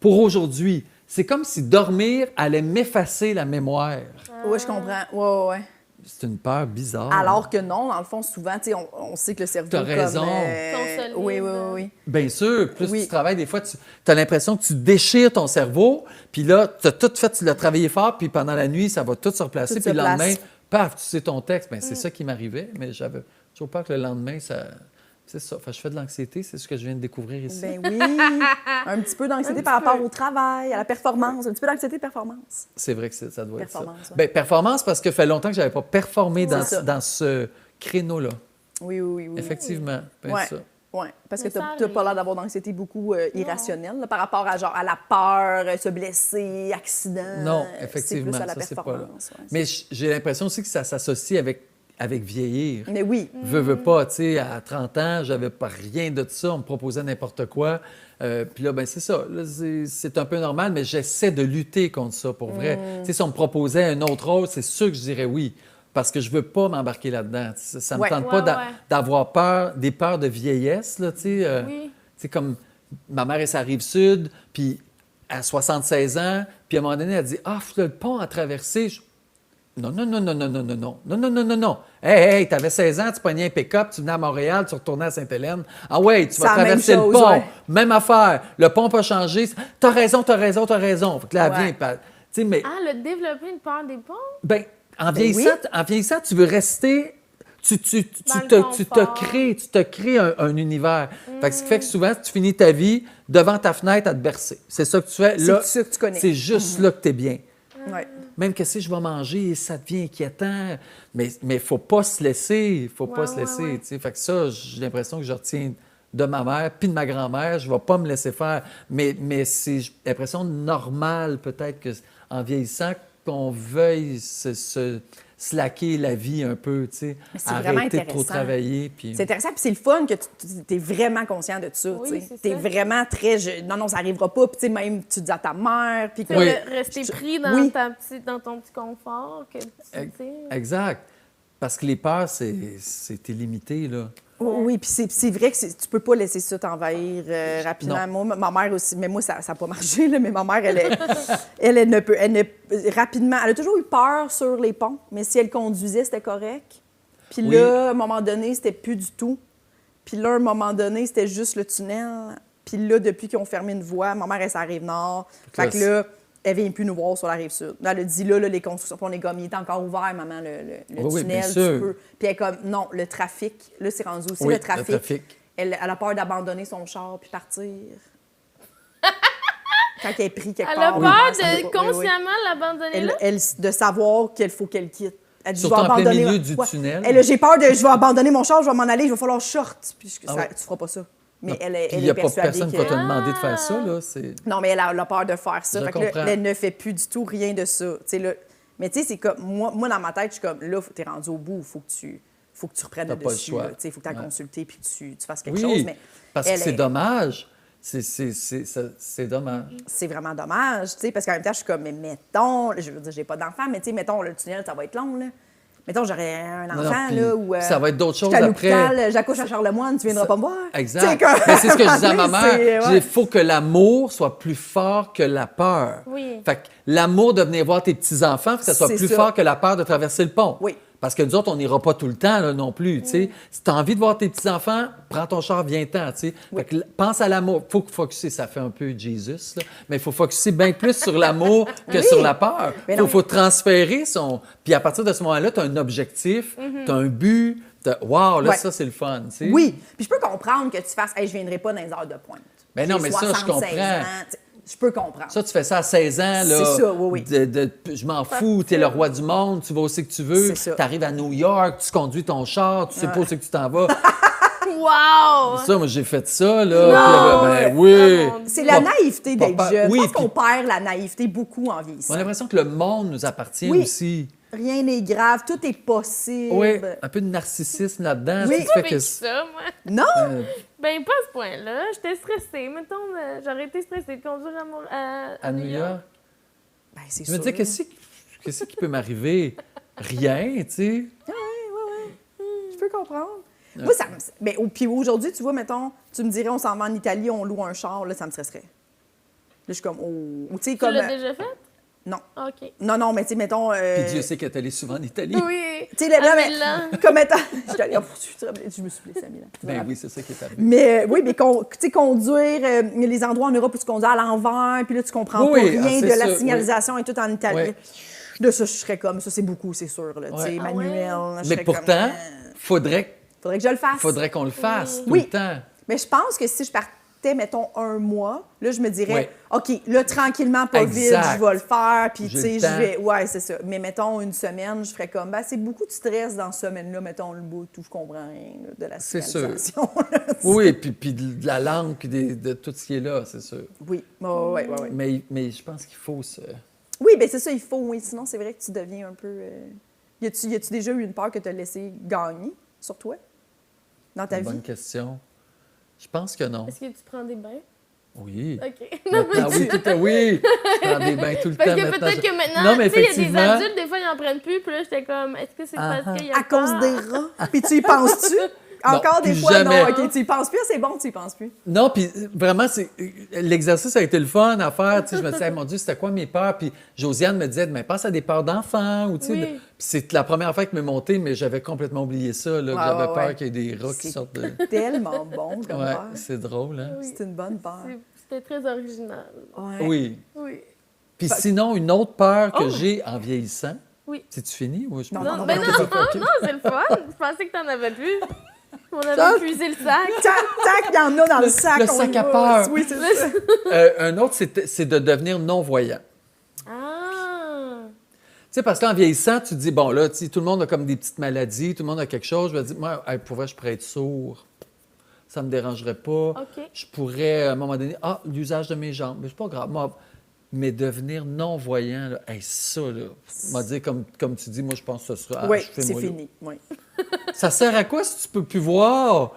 pour aujourd'hui, c'est comme si dormir allait m'effacer la mémoire.
Ah.
Oui, je comprends. Ouais, ouais, ouais.
C'est une peur bizarre.
Alors que non, dans le fond, souvent, tu sais, on, on sait que le cerveau.
Ah. T'as
comme, euh,
raison.
Consolide.
oui, oui, oui,
[laughs]
oui.
Bien sûr, plus
Oui.
tu travailles, des fois, tu as l'impression que tu déchires ton cerveau, puis là, tu as tout fait, tu l'as travaillé fort, puis pendant la nuit, ça va tout se replacer,
Tout
puis
se
le lendemain,
place. Mm.
paf, tu sais ton texte. Bien, c'est ça qui m'arrivait, mais j'avais toujours peur que le lendemain, ça. C'est ça. Fait que je fais de l'anxiété, c'est ce que je viens de découvrir ici.
Ben oui. un petit peu d'anxiété par rapport au travail, à la performance, un petit peu d'anxiété performance.
C'est vrai que c'est- ça doit être ça.
Performance, ouais.
Ben, performance, parce que fait longtemps que j'avais pas performé dans,
C'est ça.
dans ce créneau-là.
Oui, oui, oui. oui.
Effectivement. Ben,
Ouais.
ça.
Oui, parce que
Mais
tu
ça
n'as
arrive.
pas l'air d'avoir d'anxiété beaucoup euh, irrationnelle là, par rapport à genre à la peur, euh, se blesser, accident.
Non,
euh,
effectivement,
C'est plus à la
ça, c'est pas là.
performance. ouais.
Mais j- j'ai l'impression aussi que ça s'associe avec, avec vieillir.
Mais oui.
Veux, veux pas, tu sais, à 30 ans, j'avais pas rien de ça, on me proposait n'importe quoi. Euh, puis là, ben c'est ça, là, c'est- c'est un peu normal, mais j'essaie de lutter contre ça, pour vrai.
Mm.
Tu sais, si on me proposait un autre rôle, c'est sûr que je dirais oui, parce que je veux pas m'embarquer là-dedans. Ça, ça me
Ouais.
tente
Ouais,
pas d'a-
ouais.
d'avoir peur, des peurs de vieillesse, là, tu sais. euh,
Oui.
tu sais, comme ma mère, elle, ça arrive sud, puis à 76 ans, puis à un moment donné, elle dit Ah, faut le pont à traverser. Je- Non, non, non, non, non, non, non, non, non, non, non, non, non. Hey, hey, t'avais 16 ans, tu pognais un pick-up, tu venais à Montréal, tu retournais à Sainte-Hélène. Ah ouais, tu
C'est
vas
la même
traverser
chose,
le pont.
ouais.
Même affaire. Le pont pas changé. T'as raison, t'as raison, t'as raison. Fait que là, elle
Ouais.
vient, puis elle- tu sais, mais
Ah, le développer une peur des ponts?
ben, en
Ben oui.
vieillissant, en vieillissant, tu veux rester. Tu, tu, tu,
Dans le
te, tu te
confort.
crées, tu te crées un, un univers. Fait que ce qui
Mm.
fait que souvent, tu finis ta vie devant ta fenêtre à te bercer. C'est ça que tu fais.
C'est
là,
ça que tu connais. Mm-hmm.
C'est juste là que tu es bien.
Mm.
Ouais.
Même que si je vais manger, ça devient inquiétant. Mais il ne faut pas se laisser. faut
Ouais,
pas se
ouais,
laisser.
ouais.
tu sais. Fait que ça, j'ai l'impression que je retiens de ma mère puis de ma grand-mère. Je ne vais pas me laisser faire. Mais, mais c'est j'ai l'impression normale, peut-être, que en vieillissant, qu'on veuille se, se slacker la vie un peu. tu sais.
Mais c'est vraiment
Arrêter de trop
intéressant.
travailler. Puis... euh,
C'est intéressant, puis c'est le fun que tu es vraiment conscient de ça.
Oui, c'est
tu es
ça.
vraiment très. je- non, non, ça n'arrivera pas. Puis tu sais, même, tu dis à ta mère. Puis que-
Tu
Oui.
sais, re- Rester pris dans,
Oui.
ta petite, dans ton petit confort. Que tu, sais.
Exact. Parce que les peurs, c'est- c'est illimité. Là.
Oui, Oh, oui, puis c'est- puis c'est vrai que c'est- tu peux pas laisser ça t'envahir euh, rapidement. Moi, ma ma mère aussi, mais moi, ça n'a pas [laughs] marché, là, mais ma mère, elle,
[laughs]
est- elle, elle ne peut. Elle ne- rapidement, elle a toujours eu peur sur les ponts, mais si elle conduisait, c'était correct. Puis
Oui.
là, à un moment donné, c'était plus du tout. Puis là, à un moment donné, c'était juste le tunnel. Puis là, depuis qu'ils ont fermé une voie, ma mère, elle, s'arrive nord. Fait que
Là,
là, elle vient plus nous voir sur la rive sud. Elle a dit là, là, les constructions, puis on est comme, il est encore ouvert, maman, le, le- le
Oui, oui,
tunnel,
bien
tu
sûr.
peux. Puis elle est comme, non, le trafic, là, c'est rendu aussi
Oui,
le trafic.
le trafic.
Elle, elle a peur d'abandonner son char puis
[laughs]
partir. Quand elle est prise quelque
Elle a
part.
peur
oui, ça
Ah,
de
veut pas- oui, oui.
consciemment l'abandonner
Elle-
là?
elle- de savoir qu'il faut qu'elle quitte. Elle dit,
Surtout
je vais
en plein
abandonner.
milieu du tunnel.
Elle, a, j'ai peur de, je vais abandonner mon char, je vais m'en aller, je vais falloir short. Puis je-
Ah
ça-
ouais.
tu feras pas ça. Mais
Non,
elle, est-
puis
elle
il n'y
est
a pas
persuadée
personne qui
que- Ah!
va te demander de faire ça. Là. C'est-
non, mais elle a, elle a peur de faire ça.
Je
Fait que là,
comprends.
elle ne fait plus du tout rien de ça. Tu sais, là, mais tu sais, c'est comme moi, moi, dans ma tête, je suis comme là, faut- t'es rendu au bout, faut que tu, faut que tu reprennes
T'as
le
pas le
dessus.
choix.
là. Tu sais, faut que tu
Ouais.
consulté puis que tu, tu fasses quelque
Oui,
chose. Mais
parce
elle
que c'est
est-
dommage. C'est- c'est- C'est ça- c'est dommage.
c'est vraiment dommage, tu sais, parce qu'en même temps, je suis comme, mais mettons, je veux dire, j'ai pas d'enfant, mais tu sais, mettons, le tunnel, ça va être long, là. Mettons, j'aurais un
Non, non,
enfant,
puis
là, ou... euh,
ça va être d'autres
je suis
choses
à
après.
l'hôpital, j'accouche à Charlemagne, tu viendras
Ça-
pas me voir. Tu sais,
Exact.
comme-
Mais c'est ce que
[laughs]
je disais à ma mère.
c'est-
Je dis,
ouais.
Il faut que l'amour soit plus fort que la peur.
Oui.
Fait que l'amour de venir voir tes petits-enfants, faut que ça soit
C'est
plus
ça.
fort que la peur de traverser le pont.
Oui. Mm.
Parce que nous autres, on n'ira pas tout le temps là, non plus. tu sais. Si tu as envie de voir tes petits-enfants, prends ton char, viens-t'en. tu sais. Fait que l- pense à l'amour. faut focusser, ça fait un peu Jesus, là, mais il faut focusser bien plus
[laughs]
sur l'amour que sur la peur.
Mais
Il
non.
faut, faut transférer son. Puis à partir de ce moment-là, tu as un objectif, tu as un but. t'as- Wow, là,
Mm-hmm. Ouais.
ça, c'est le fun. tu sais.
Oui, puis je peux comprendre que tu fasses, hey, je viendrai pas dans les heures de pointe.
Ben non,
J'ai
mais ça, je
76
comprends.
ans, tu sais, je peux comprendre.
Ça, tu fais ça à 16 ans, là.
C'est ça, oui, oui.
de- de- je m'en fous, t'es le roi du monde, tu vas aussi que tu veux.
C'est ça.
T'arrives à New York, tu conduis ton char, tu sais pas où c'est que tu t'en vas.
Wow!
Ah, ça, moi, j'ai fait ça, là. Puis, ben oui.
Ah, mon Dieu.
c'est la
Pas-
naïveté
pas
d'être
peur.
jeune.
Oui,
je pense qu'on
puis-
perd la naïveté beaucoup en
On
vieillissant.
a l'impression que le monde nous appartient
Oui.
aussi.
Rien n'est grave, tout est possible.
Oui, un peu de narcissisme là-dedans.
Oui.
tu
J'ai
fais
pas
que-
vécu ça, moi.
Non!
euh,
Ben, pas à ce point-là. J'étais stressée. Mettons, euh, j'aurais été stressée de conduire à, Mont- à,
à New York.
Ben, c'est
Je me
sûr.
disais, qu'est-ce qui- qu'est-ce qui peut m'arriver? Rien, tu sais.
Je peux comprendre. Moi, ça me. ben, au- puis aujourd'hui, tu vois, mettons, tu me dirais, on s'en va en Italie, on loue un char, là, ça me stresserait. Là, je suis comme, oh. Ou tu sais,
Tu
comme.
l'as
euh,
déjà fait?
Non.
[laughs]
OK.
Non, non, mais tu sais, mettons. euh,
Puis Dieu sait qu'elle est allée souvent en Italie.
Oui.
Tu sais, là, là,
À
mais-
Milan.
Comme étant. [laughs] Je suis allée- oh, je suis très- je me suis blessée à Milan.
Ben oui, c'est ça qui est arrivé.
Mais euh, oui, mais con- tu sais, conduire, euh, les endroits en Europe où tu conduis à l'envers, puis là, tu comprends
Oui,
pas
ah,
rien
c'est
de la
ça, oui.
signalisation et tout en Italie.
Ouais.
De ça, je serais comme, ça, c'est beaucoup, c'est sûr, là, tu
Ouais.
sais,
Ah
manuel. je
Mais
serais
pourtant,
comme, euh,
faudrait que
faudrait que je le fasse.
faudrait qu'on le fasse tout
Oui.
le temps.
Mais je pense que si je partais, mettons, un mois, là, je me dirais,
Ouais.
OK, là, tranquillement, pas
Exact.
vite, je vais le faire, puis tu
J'ai
sais,
le
je
temps.
vais. Ouais, c'est ça. Mais mettons, une semaine, je ferais comme, ben, c'est beaucoup de stress dans cette semaine-là, mettons, le bout, tout, je comprends rien là, de la
C'est sûr.
signalisation. là.
Oui, et puis, puis de la langue, puis des- de, tout ce qui est là, c'est sûr.
oui, Ouais, ouais, ouais, ouais.
Mais, mais je pense qu'il faut se...
Oui, ben c'est ça, il faut, oui. Sinon, c'est vrai que tu deviens un peu. euh, Y a-tu y a-tu déjà eu une peur que tu as laissé gagner sur toi, dans ta
Une
vie?
Bonne question. Je pense que non.
Est-ce que tu prends des bains?
[laughs]
Oui.
OK.
Maintenant, Ben, oui, tout à oui. Je prends des bains tout le
Parce
temps
que
maintenant.
peut-être
Je-
que maintenant,
Non, mais
tu sais, il y a des
effectivement-
adultes, des fois, ils n'en prennent plus. Puis là, j'étais comme, est-ce que c'est
Ah, ah.
parce qu'il y a
À cause
peur?
des rats? Puis tu y penses-tu? Encore des
plus
fois,
jamais.
non. OK, tu y penses plus, c'est bon, tu y penses plus.
Non, puis euh, vraiment, c'est euh, l'exercice a été le fun à faire. Tu sais, je me disais,
[laughs]
Hey, mon Dieu, c'était quoi mes peurs? Puis Josiane me disait, mais pense à des peurs d'enfants. Ou, tu sais,
Oui.
de- Puis c'est la première fois que m'est montée, mais j'avais complètement oublié ça. là, que
Ouais,
j'avais
ouais,
peur
ouais.
qu'il y ait des rats qui
C'est- [laughs]
sortent de.
Tellement bon comme
Ouais,
peur.
c'est drôle, hein?
Oui.
C'est une bonne peur.
C'est- C'était très original.
Ouais.
Oui.
Oui.
Puis
Fait-
sinon, une autre peur que
Oh!
j'ai en vieillissant.
Oui.
Si tu finis ou je
Non,
peux-
non,
Non,
non,
ben
non,
non,
ok, ok.
non, c'est le fun. [laughs] Je pensais que t'en avais plus. On
Ça-
avait puisé le sac.
Tac, tac, il y en a dans le,
Le-
sac.
le
on
sac
y
à
va.
peur.
Oui, c'est ça.
Euh, un autre, c'est c'est de devenir non-voyant.
Ah!
Tu sais, parce qu'en vieillissant, tu te dis, bon, là, tu sais, tout le monde a comme des petites maladies, tout le monde a quelque chose. Je me dis, moi, hey, pour vrai, je pourrais être sourd. Ça ne me dérangerait pas.
OK.
Je pourrais, à un moment donné, ah, l'usage de mes jambes, mais c'est pas grave. Moi, mais devenir non-voyant, là, hey, ça, là, m'a dit, comme, comme tu dis, moi, je pense que ce sera. ah,
oui,
je fais,
c'est
moi, là.
fini. Oui.
Ça sert à quoi si tu peux plus voir?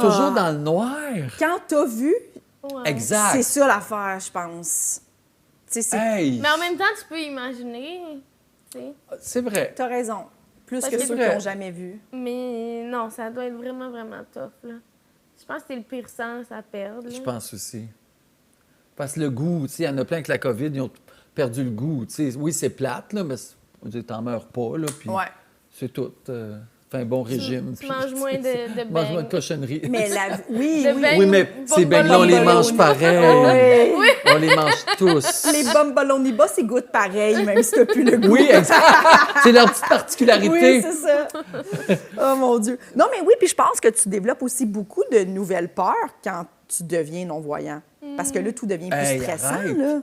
Toujours dans le noir.
Quand t'as vu,
Ouais.
c'est
Exact.
ça l'affaire, je pense. Tu sais, c'est-
Hey,
Mais en même temps, tu peux imaginer. tu sais.
c'est vrai.
t'as raison. Plus
Parce
que
que-
ceux qui n'ont jamais vu.
Mais non, ça doit être vraiment, vraiment tough. Là. Je pense que c'est le pire sens à perdre. là.
Je pense aussi. Parce que le goût, tu sais, il y en a plein avec la COVID, ils ont perdu le goût. tu sais. Oui, c'est plate, là, mais c'est- on dit, t'en meurs pas, là, puis
Ouais.
c'est tout. euh, fais un bon régime.
tu
puis-
manges moins de- de
Mange moins
beignes.
de cochonneries.
Mais
[laughs]
la... Oui,
Le
oui.
beignes.
Oui, mais
Bon,
ces
bon,
beignes-là, on
bon,
Ben les
bon,
mange
bon.
pareil.
[laughs]
Oui.
On les mange tous.
Les bombolonibas, c'est goûte pareil, même si t'as plus le goût.
Oui, exact. c'est leur petite
Oui,
particularité.
c'est ça. oh mon Dieu. Non, mais oui, puis je pense que tu développes aussi beaucoup de nouvelles peurs quand tu deviens non-voyant. Parce que là, tout devient plus
Hey,
stressant,
arrête.
là.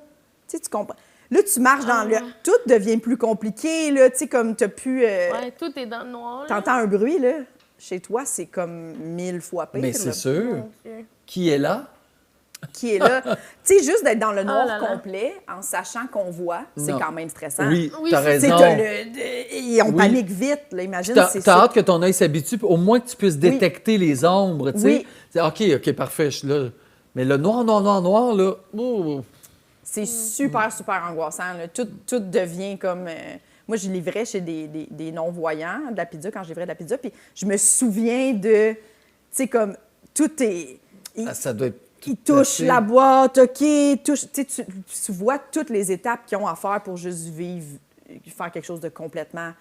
Tu sais, tu comprends. Là, tu marches dans le. Tout devient plus compliqué, là. Tu sais, comme t'as pu. euh,
Ouais, tout est dans le noir. là.
T'entends un bruit, là. Chez toi, c'est comme mille fois pire.
mais
là.
c'est sûr.
Mon Dieu.
Qui est là?
Qui est
[laughs]
là. tu sais, juste d'être dans le noir
Oh là là.
complet, en sachant qu'on voit, c'est
Non.
quand même stressant.
Oui,
Hein? Oui,
t'as
Tu sais,
raison.
t'as le- de- et on
Oui.
panique vite, là. Imagine,
T'as
c'est
t'as
ça.
hâte que ton œil s'habitue, puis au moins que tu puisses détecter les ombres, tu sais.
Oui.
C'est, OK, OK, parfait, je suis là. Mais le noir, noir, noir, noir, là, ouh,
C'est super, super angoissant. là. Tout, tout devient comme. euh, Moi, je livrais chez des, des- des non-voyants de la pizza quand je livrais de la pizza. Puis je me souviens de. Tu sais, comme. Tout est. Il,
Ah, ça doit être...
il
tout
touche
placé.
la boîte, OK. Touche, tu, sais, tu, tu vois toutes les étapes qu'ils ont à faire pour juste vivre, faire quelque chose de complètement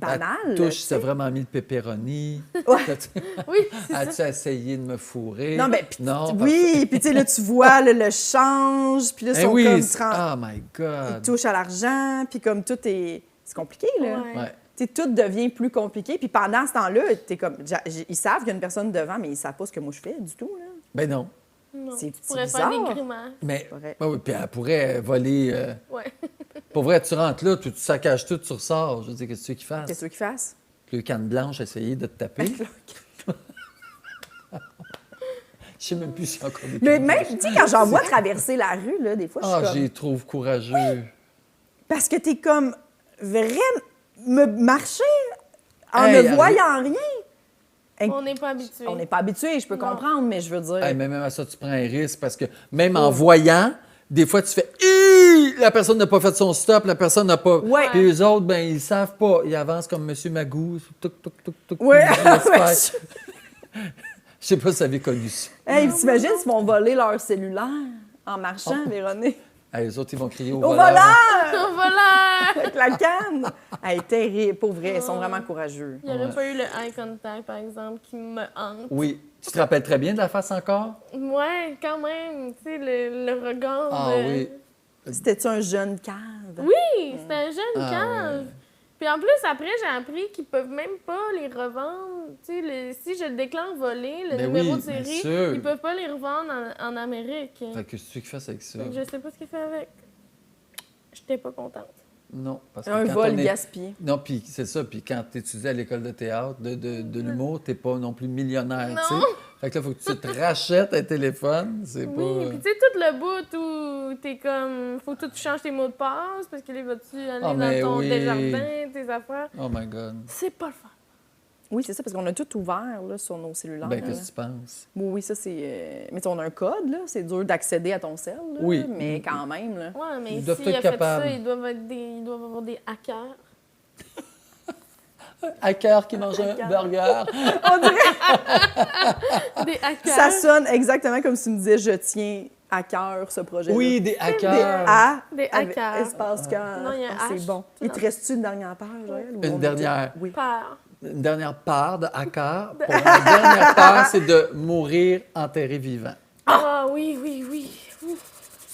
La
banal. là, tu
touche,
sais.
t'as vraiment mis le pepperoni. [laughs]
Oui, c'est ça.
As-tu essayé de me fourrer?
Non, mais. puis-
Non,
oui, puis tu sais, là, tu vois là, le change, puis là, ils
parce- Eh
sont
oui,
comme.
c'est-
tran-
oh my
Ils
God.
touchent à l'argent, puis comme tout est. C'est compliqué, là.
Ouais.
Ouais.
Tu sais, tout devient plus compliqué. Puis pendant ce temps-là, t'es comme, j'a- j- ils savent qu'il y a une personne devant, mais ils savent pas ce que moi je fais du tout. Là.
Ben non.
Non,
C'est-
tu
c'est
pourrais faire des
bizarre.
grimaces.
Mais,
Vrai.
Ben oui, puis elle pourrait euh, voler... euh,
Ouais.
pour vrai, tu rentres là, tu, tu saccages tout, tu ressors. Je veux dire, qu'est-ce que tu veux qu'il fasse?
Qu'est-ce que tu veux qu'ils fassent?
Le canne blanche, essayer de te taper. Je sais même plus si encore des
[laughs] Mais
cannes
même, tu sais, quand j'en
[laughs]
vois traverser la rue, là, des fois, je suis
Ah, j'y
comme.
trouve courageux.
Parce que t'es comme vraiment me marcher en
Hey,
ne voyant rien.
On n'est pas habitué.
On n'est pas habitué, je peux
Non.
comprendre, mais je veux dire.
Hey, Ah, mais même à ça, tu prends un risque parce que même en voyant, des fois, tu fais Hi! La personne n'a pas fait son stop, la personne n'a pas.
Ouais.
Puis eux autres, ben, ils savent pas. Ils avancent comme Monsieur Magou. Toc, toc, toc, toc.
[laughs]
[laughs]
Ouais.
ils espèrent. Je sais pas si vous avez connu ça.
Hey,
Ben
puis t'imagines s'ils vont voler leur cellulaire en marchant,
Oh.
Véronique?
Hey, les Ah, autres, ils vont crier au,
Au
voleur.
voleur!
[laughs] Voilà!
Avec la
[laughs]
canne! Hey, terrible, pour vrai, ils sont vraiment courageux.
Il n'y aurait pas eu le eye contact, par exemple, qui me hante.
Oui. Tu te rappelles très bien de la face encore?
Ouais, quand même, tu sais, le, le regard.
Ah
euh,
oui.
C'était-tu un jeune cave?
Oui, c'était un jeune
Ah,
cave.
ouais.
Puis en plus, après, j'ai appris qu'ils peuvent même pas les revendre. Tu sais, le- si je le déclare volé, le
Ben
numéro
oui,
de
bien
série,
sûr.
ils peuvent pas les revendre en, en Amérique.
Fait que qu'est-ce que tu veux qu'ils fassent avec ça?
Donc, je sais pas ce qu'ils font avec. J'étais pas contente.
Non. Parce que
Un
quand
vol
on est-
gaspillé.
Non, puis c'est ça. Puis quand tu étudies à l'école de théâtre, de, de, de l'humour, t'es pas Mm. non plus millionnaire. tu sais.
Non.
Fait que là, faut que tu te rachètes un téléphone. C'est
Oui, puis
pas.
tu sais, tout le bout où t'es comme. Faut que tu changes tes mots de passe parce que là, vas-tu aller
Ah, mais
dans ton
oui.
déjardin, tes affaires.
Oh my God.
C'est pas le fun.
Oui, c'est ça, parce qu'on a tout ouvert là, sur nos cellulaires.
Ben,
là.
qu'est-ce que tu penses?
Oui, oui, ça, c'est. euh, Mais on a un code, là. C'est dur d'accéder à ton cell. là,
Oui. Mm-hmm.
Mais quand même, là.
Ouais, mais
Ils
s'il a
doivent
fait
être capables.
ça, ils doivent, être des, ils doivent avoir des
[laughs]
hackers.
Hacker qui mange un burger.
On dirait.
[laughs] Des hackers.
ça sonne exactement comme si tu me disais je tiens à cœur ce projet.
Oui, des hackers.
Des A.
Des
avec
hackers.
Espace cœur.
Non, il y a un
Ah, C'est
H.
bon. Il te reste-tu une dernière page, Joël, ou
Une
on a
dernière.
dit- Oui.
Peur.
Une dernière part de hacker. Pour la [laughs] dernière part, c'est de mourir enterré vivant.
Ah oui, oui, oui. Ouf.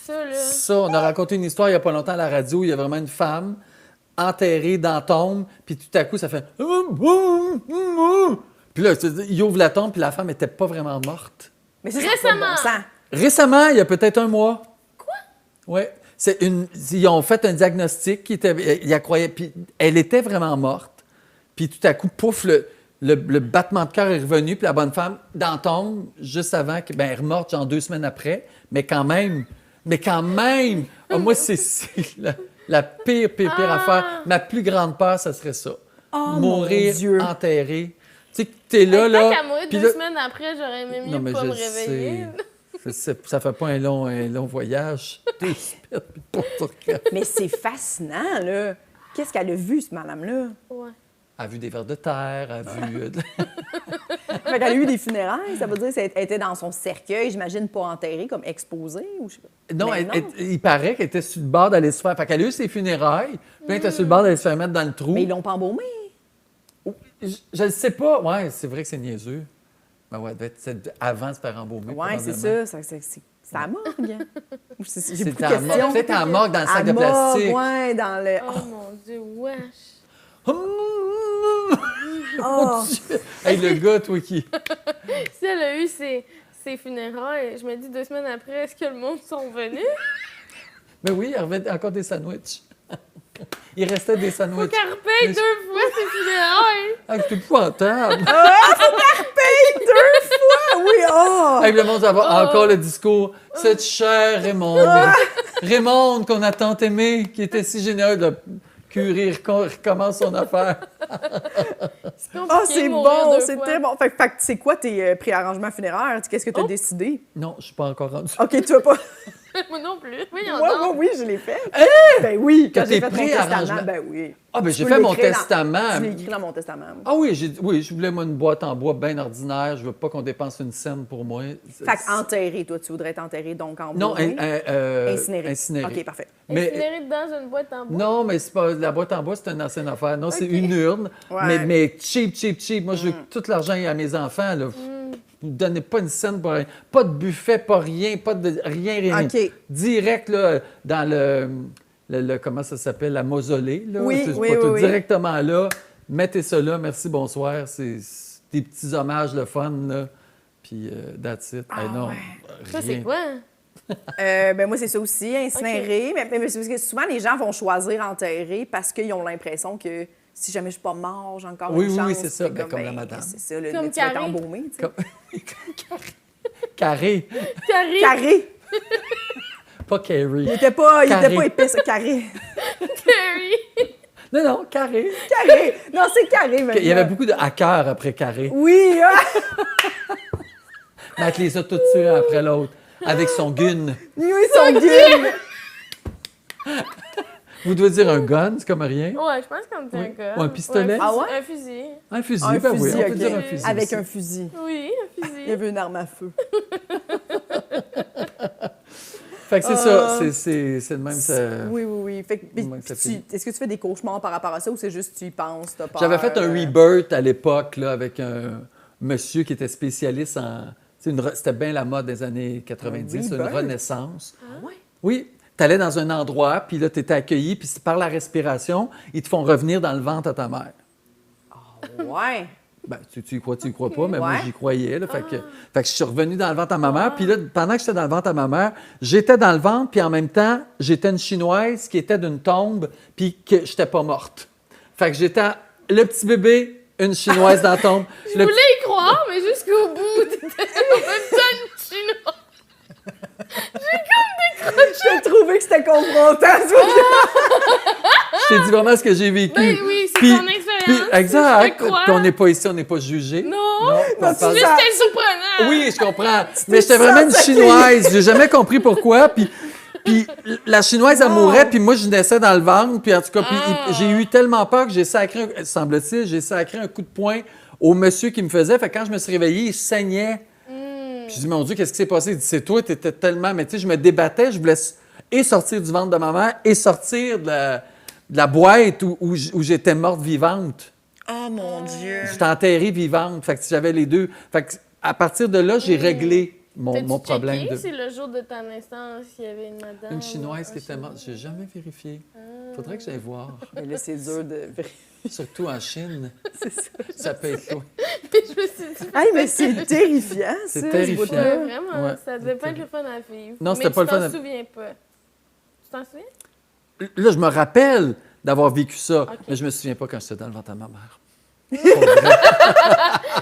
Ça, là.
Ça, on a raconté une histoire il n'y a pas longtemps à la radio. Il y a vraiment une femme enterrée dans la tombe, puis tout à coup, ça fait. Hum, hum, hum, hum. Puis là, tu- il ouvre la tombe, puis la femme n'était pas vraiment morte.
Mais ça,
Récemment.
Ça n'a pas de bon sens.
Récemment, il y a peut-être un mois. Quoi? Oui. C'est une, ils ont fait un diagnostic qui était. Ils la croyaient. Puis elle était vraiment morte. Puis tout à coup, pouf, le, le- le battement de cœur est revenu. Puis la bonne femme, dans la tombe, juste avant, que, ben, elle est morte, genre deux semaines après. Mais quand même. Mais quand même. Ah, moi, c'est c'est la, la pire, pire, pire
Ah!
affaire. Ma plus grande peur, ça serait ça.
Oh, mon
Mourir
Dieu.
enterré. Tu sais, que t'es là,
Tant
là.
qu'à mourir
puis
deux
là-
semaines après, j'aurais aimé mieux
non, mais
pas
je
me
le
réveiller.
sais. Je sais, ça fait pas un long, un long [laughs] voyage. Deux semaines, puis pas de regret.
Mais c'est fascinant, là. Qu'est-ce qu'elle a vu, cette madame-là?
Ouais.
Elle a vu des vers de terre, elle a vu. [laughs] euh, de-
Fait qu'elle a eu des funérailles, ça veut dire qu'elle était dans son cercueil, j'imagine pas enterrée, comme exposée ou je sais pas.
Non,
Mais
elle- elle- il paraît qu'elle était sur le bord d'aller se faire. Fait qu'elle a eu ses funérailles, puis elle était sur le bord d'aller se faire mettre dans le trou.
Mais ils l'ont pas embaumée.
Je, je le sais pas. Ouais, c'est vrai que c'est niaiseux. Mais ouais, elle devait être- c'est avant de se faire embaumer.
Ouais, c'est
probablement.
ça, ça- c'est- c'est c'est à la
[laughs]
morgue. Ou c'est- J'ai plus de
C'était en
questions.
mort. Peut-être en mort dans le
À
sac de
morgue,
plastique.
ouais, dans le...
Ah!
Oh, mon Dieu, wesh.
Hum,
Oh,
[laughs] hey, le gars, toi qui.
Si elle a eu ses, ses funérailles, je me dis deux semaines après, est-ce que le monde sont venus?
Mais oui, il revêt encore des sandwichs. [laughs] il restait des
Faut
sandwichs.
qu'elle repaye
Mais-
deux fois ses funérailles!
Ah, c'est épouvantable.
Ah. deux fois! Oui,
[laughs]
oh!
Hey, puis le monde va avoir encore le discours. Cette chère Raymond.
Ah.
Raymond qu'on a tant aimé, qui était si généreux. Le curé recom- recommence son affaire.
C'est compliqué
Ah,
de
c'est
mourir
bon,
deux
c'est
fois.
très bon. Fait, que- fait que c'est quoi tes euh, préarrangements funéraires? Qu'est-ce que tu as
Oh.
décidé?
Non, je suis pas encore rendu.
OK, tu vas pas...
[laughs] Moi non plus. Oui,
Moi,
donc.
moi, oui, je l'ai fait.
Hein?
Ben oui, quand
Que
j'ai
tes
fait mon testament,
préarrangements.
ben oui.
Ah, ben
Tu
j'ai
peux
fait mon
l'écrire dans-
testament.
Tu l'as écrit dans mon testament.
Ah oui, j'ai, oui, je voulais moi une boîte en bois bien ordinaire. Je veux pas qu'on dépense une scène pour moi.
Fait que enterré, toi, tu voudrais t'enterrer donc en
Non,
bourré,
un- un- euh,
incinéré.
incinéré.
OK, parfait.
Mais
Incinéré dans une boîte en bois.
Non, mais c'est pas la boîte en bois, c'est une ancienne affaire. Non, c'est une urne.
Ouais. Mm.
Mais, mais cheap, cheap, cheap. Moi, je veux que tout l'argent aille à mes enfants. Là. Vous ne donnez pas une scène pour rien. Pas de buffet, pas rien, pas de rien, rien.
OK.
rien. Direct là, dans le, le- le- comment ça s'appelle, la mausolée. Là.
Oui,
C'est
oui,
pas
oui,
tout-
oui.
Directement là. Mettez ça là. Merci, bonsoir. C'est c'est des petits hommages, le fun. Là. Puis, euh, that's it.
Ah
Hey, non,
Ça, c'est
rien. [laughs]
quoi?
Euh, ben moi, c'est ça aussi, incinéré. Mais, mais- mais c'est parce que souvent, les gens vont choisir enterré parce qu'ils ont l'impression que si jamais je suis pas mort, j'ai encore
Oui,
une
oui,
chance.
oui, c'est ça.
Puis
Ben, comme la madame.
C'est ça, le
Comme
tu vas
Carré.
t'embaumer, tu sais.
Comme- [laughs] Carré,
Carrie,
Carré.
pas Carrie.
Il était pas, il était
Carré.
pas épais, ça. Carré.
Carrie.
Non, non, Carré.
Carré. Non, c'est carré, maintenant.
[laughs] Il y avait beaucoup de hackers après Carré.
Oui, ah!
Mais elle les a toutes tués un après l'autre. Avec son gun.
oui, son gueule.
Vous devez dire un gun, c'est comme rien.
Ouais, je pense qu'on dit un
Oui.
gars.
Ou un pistolet.
Ah
Ah
ouais?
ouais? Un fusil.
Un fusil,
Un
ben
fusil,
oui, on peut
ok.
dire un fusil.
Avec
aussi.
un fusil.
Ah
Oui, un
Il y
fusil.
avait une arme à feu.
Fait que c'est ça, c'est- c'est c'est de même. ça-
Ah. Oui, oui, oui. Fait que- puis-
Comment que ça
puis
finit?
tu- est-ce que tu fais des cauchemars par rapport à ça ou c'est juste tu y penses, t'as peur?
J'avais fait un
euh,
rebirth à l'époque là, avec un monsieur qui était spécialiste en. c'est une re- C'était bien la mode des années 90,
Un
une
rebirth? Ah
renaissance.
ouais?
Oui, tu allais dans un endroit, puis là, tu étais accueilli, puis c'est par la respiration, ils te font revenir dans le ventre à ta mère.
Ouais.
Ben, tu, tu y crois, tu y crois pas, mais moi,
Ouais.
j'y croyais. Là, fait, que,
Ah.
fait que je suis revenu dans le ventre à ma mère. Puis là, pendant que j'étais dans le ventre à ma mère, j'étais dans le ventre, puis en même temps, j'étais une Chinoise qui était d'une tombe, puis que j'étais pas morte. Fait que j'étais le petit bébé, une Chinoise dans la tombe.
[laughs] Je
Le-
voulais y croire, mais jusqu'au bout, [laughs] t'étais en même temps une chinoise.
J'ai trouvé que c'était confrontant. ce bout-là.
Je t'ai dit vraiment ce que j'ai vécu.
Ben oui, c'est
Puis-
ton
puis-
expérience. Je te
exact.
crois.
Puis on n'est pas ici, on n'est pas jugé.
Non,
on
Non, tu
parle-
vis-
mais c'était surprenant.
Oui, je comprends. Mais j'étais
ça,
vraiment une
ça qui-
chinoise. J'ai jamais compris pourquoi. Puis, puis la chinoise, elle
Oh.
mourait, puis moi, je naissais dans le ventre. Puis en tout cas, puis
Ah.
il- j'ai eu tellement peur que j'ai sacré, un- semble-t-il, j'ai sacré un coup de poing au monsieur qui me faisait. Fait que quand je me suis réveillée, il saignait. Puis je dis, mon Dieu, qu'est-ce qui s'est passé? Il dit, c'est toi, t'étais tellement. Mais tu sais, je me débattais, je voulais s- et sortir du ventre de ma mère et sortir de la, de la boîte où, où j- où j'étais morte vivante.
Oh mon
Euh,
Dieu.
J'étais enterrée vivante. Fait que j'avais les deux. Fait que à partir de là, j'ai réglé mon,
Euh, T'as-tu
mon problème
checké
de.
si le jour de ta naissance, il y avait une madame.
Une chinoise
ou un
qui était morte. J'ai jamais vérifié.
Ah.
Faudrait que j'aille voir.
[laughs]
Mais là, c'est dur de.
Surtout en Chine.
C'est ça.
Ça peut être loin.
Chinois. [laughs] je me suis dit.
Hey, mais c'est terrifiant, ça.
[laughs] C'est
ce
terrifiant.
bout-là.
Ouais, vraiment,
Ouais.
ça devait pas être le fun à vivre.
Non,
Mais
c'était pas le fun
Tu
à-
t'en souviens pas. Tu t'en souviens?
Là, je me rappelle d'avoir vécu ça,
Ok.
mais je me souviens pas quand j'étais dans le ventre de ma mère.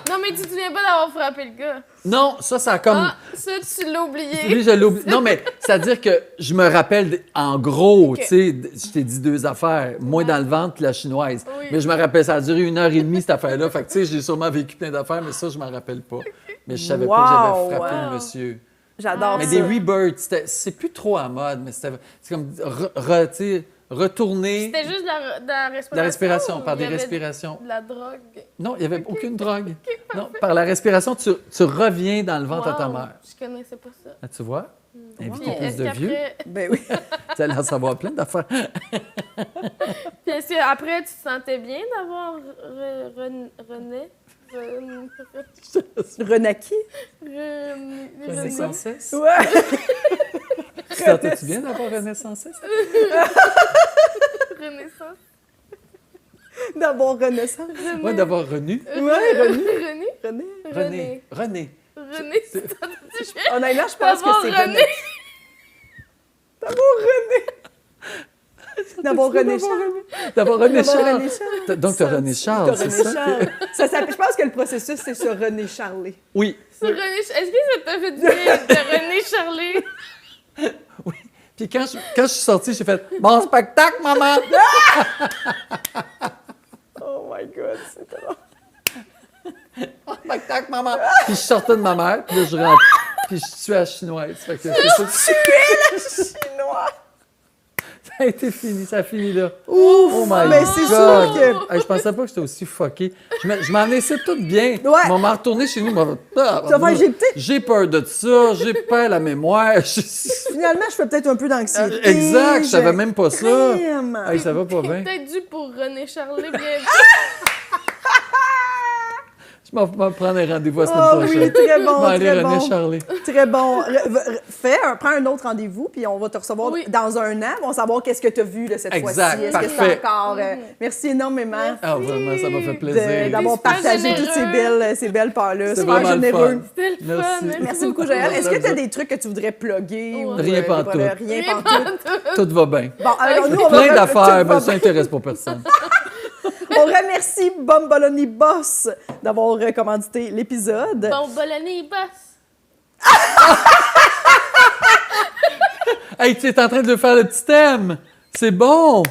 Non, mais tu te souviens pas d'avoir frappé le gars.
Non, ça, ça a Ah. comme.
Ah, ça, tu l'as oublié.
Lui, je
[laughs]
l'ai oublié. Non, mais c'est-à-dire que je me rappelle, d- en gros,
Ok.
tu sais, d- je t'ai dit deux affaires, moi dans le ventre puis la chinoise.
Oui.
Mais je me rappelle, ça a duré une heure et demie, cette affaire-là. Fait que, tu sais, j'ai sûrement vécu plein d'affaires, mais ça, je m'en rappelle pas. Mais je savais pas que
Wow.
j'avais frappé le
Wow.
monsieur.
J'adore
Ah.
Mais
ça.
des rebirths, c'était- c'est plus trop à mode, mais c'était c'est comme re- re- tu sais, retourner
C'était juste de la, de la respiration.
de la respiration,
ou
par
il
des
y avait
respirations.
De la drogue.
Non, il n'y avait aucune drogue. Non, par la respiration, tu, tu reviens dans le ventre à ta
Wow,
mère.
Je connaissais pas ça.
Ah, tu vois? Invite
Puis
ton plus
est-ce
de vieux.
qu'après,
Ben oui.
Tu allais en savoir plein d'affaires.
[laughs]
puis est-ce qu'après, tu te sentais bien d'avoir re- re- rené? Re- re-
Renaki.
re-
C'est
rené?
quoi?
Renaissance.
Ouais. [laughs]
Tu sentais-tu bien d'avoir Renaissance?
Renaissance?
D'avoir renaissance.
René?
Moi, d'avoir Renu.
Euh,
Ouais, René.
René?
René.
René. René.
René, c'est
Honnêtement, je pense que
D'avoir
c'est
René.
René. D'avoir René. [laughs] D'avoir René Charles.
D'avoir René
D'avoir
Charles.
René Charles.
T'as- Donc, tu as René Charles,
T'as
c'est
René
ça?
Charles. Ça s'appelle- je pense que le processus, c'est sur René Charlet.
Oui.
c'est René. Est-ce que ça t'a fait du bien
[laughs]
de René Charlet?
Puis quand je, quand je suis sortie, j'ai fait « Bon spectacle, maman!
Oh my God, c'est drôle.
Bon spectacle, maman! » Puis je sortais de ma mère, puis là, je rentre. Puis je suis à la chinoise. Fait que c'est ça.
Tu es la Chinoise!
Ça a été fini, ça a fini là.
Ouf!
Oh my
mais c'est
God!
sûr que...
Hey, je pensais pas que j'étais aussi fucké. Je me- je m'en laissais tout bien.
Ouais.
Mais on m'a retourné chez nous. on m'a- ah,
Ça va, j'ai peut-être-
J'ai peur de ça, j'ai peur la mémoire. [laughs] Je-
Finalement, je fais peut-être un peu d'anxiété.
Euh, exact, je savais
j'ai-
même pas ça.
Crime.
Hey, ça va pas bien.
Peut-être dû pour René Charlet.
[laughs]
Bien...
Je m'en m'en prends un rendez-vous la semaine
Oh
prochaine.
oui, très
Je
bon,
vais aller
très
René
bon.
Charlet.
Très bon. Re- re- Fais, un- prends un autre rendez-vous, puis on va te recevoir
Oui.
dans un an. On va savoir qu'est-ce que tu as vu de cette
Exact,
fois-ci. Est-ce que
parfait.
c'est encore. euh, merci énormément
Ah, vraiment, ça m'a fait
de-
plaisir.
d'avoir
Super
partagé
généreux.
toutes ces belles, euh, ces belles parts-là.
C'est
Super
vraiment le
généreux.
fun.
C'était le
Merci.
fun. hein. Merci,
Merci beaucoup, Joël. Est-ce que tu as des trucs que tu voudrais plugger? ou,
Rien
euh,
pas en
voilà,
tout.
Rien pas en tout.
Tout va bien.
Bon, alors nous, on va-
Plein d'affaires,
tout va
mais ça intéresse pas personne.
On remercie Bomboloni Boss d'avoir euh, commandité l'épisode.
Bon, bonne année, boss.
Hey, tu es en train de le faire le petit thème. C'est bon.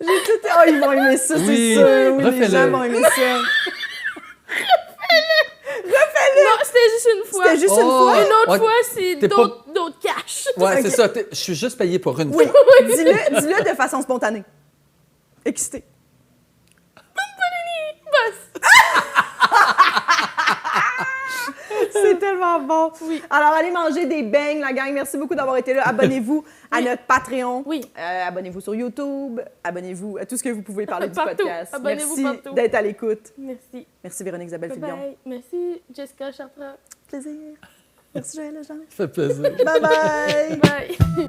J'ai tout... Oh, ils vont aimer ça,
Oui,
c'est sûr. Oui,
refais-le.
les gens vont aimer
[laughs]
ça.
Non, c'était juste une fois.
C'était juste une
Oh.
fois.
Une autre
Ouais.
fois, c'est
T'es pas-
d'autres d'autres cash.
Ouais,
Ok.
c'est ça. t'es- Je suis juste payé pour une
Oui,
fois.
dis-le dis-le de façon spontanée. Excité. C'est tellement bon.
Oui.
Alors, allez manger des beignes, la gang. Merci beaucoup d'avoir été là. Abonnez-vous à
Oui.
notre Patreon.
Oui.
Euh, abonnez-vous sur YouTube. Abonnez-vous à tout ce que vous pouvez parler du
Partout.
podcast.
Abonnez-vous
Merci
partout.
d'être à l'écoute.
Merci.
Merci Véronique Isabelle
Bye
Fillon.
bye. Merci, Jessica Chartrand.
Plaisir. Merci Joël Legendre.
Ça fait plaisir.
Bye bye.
Bye.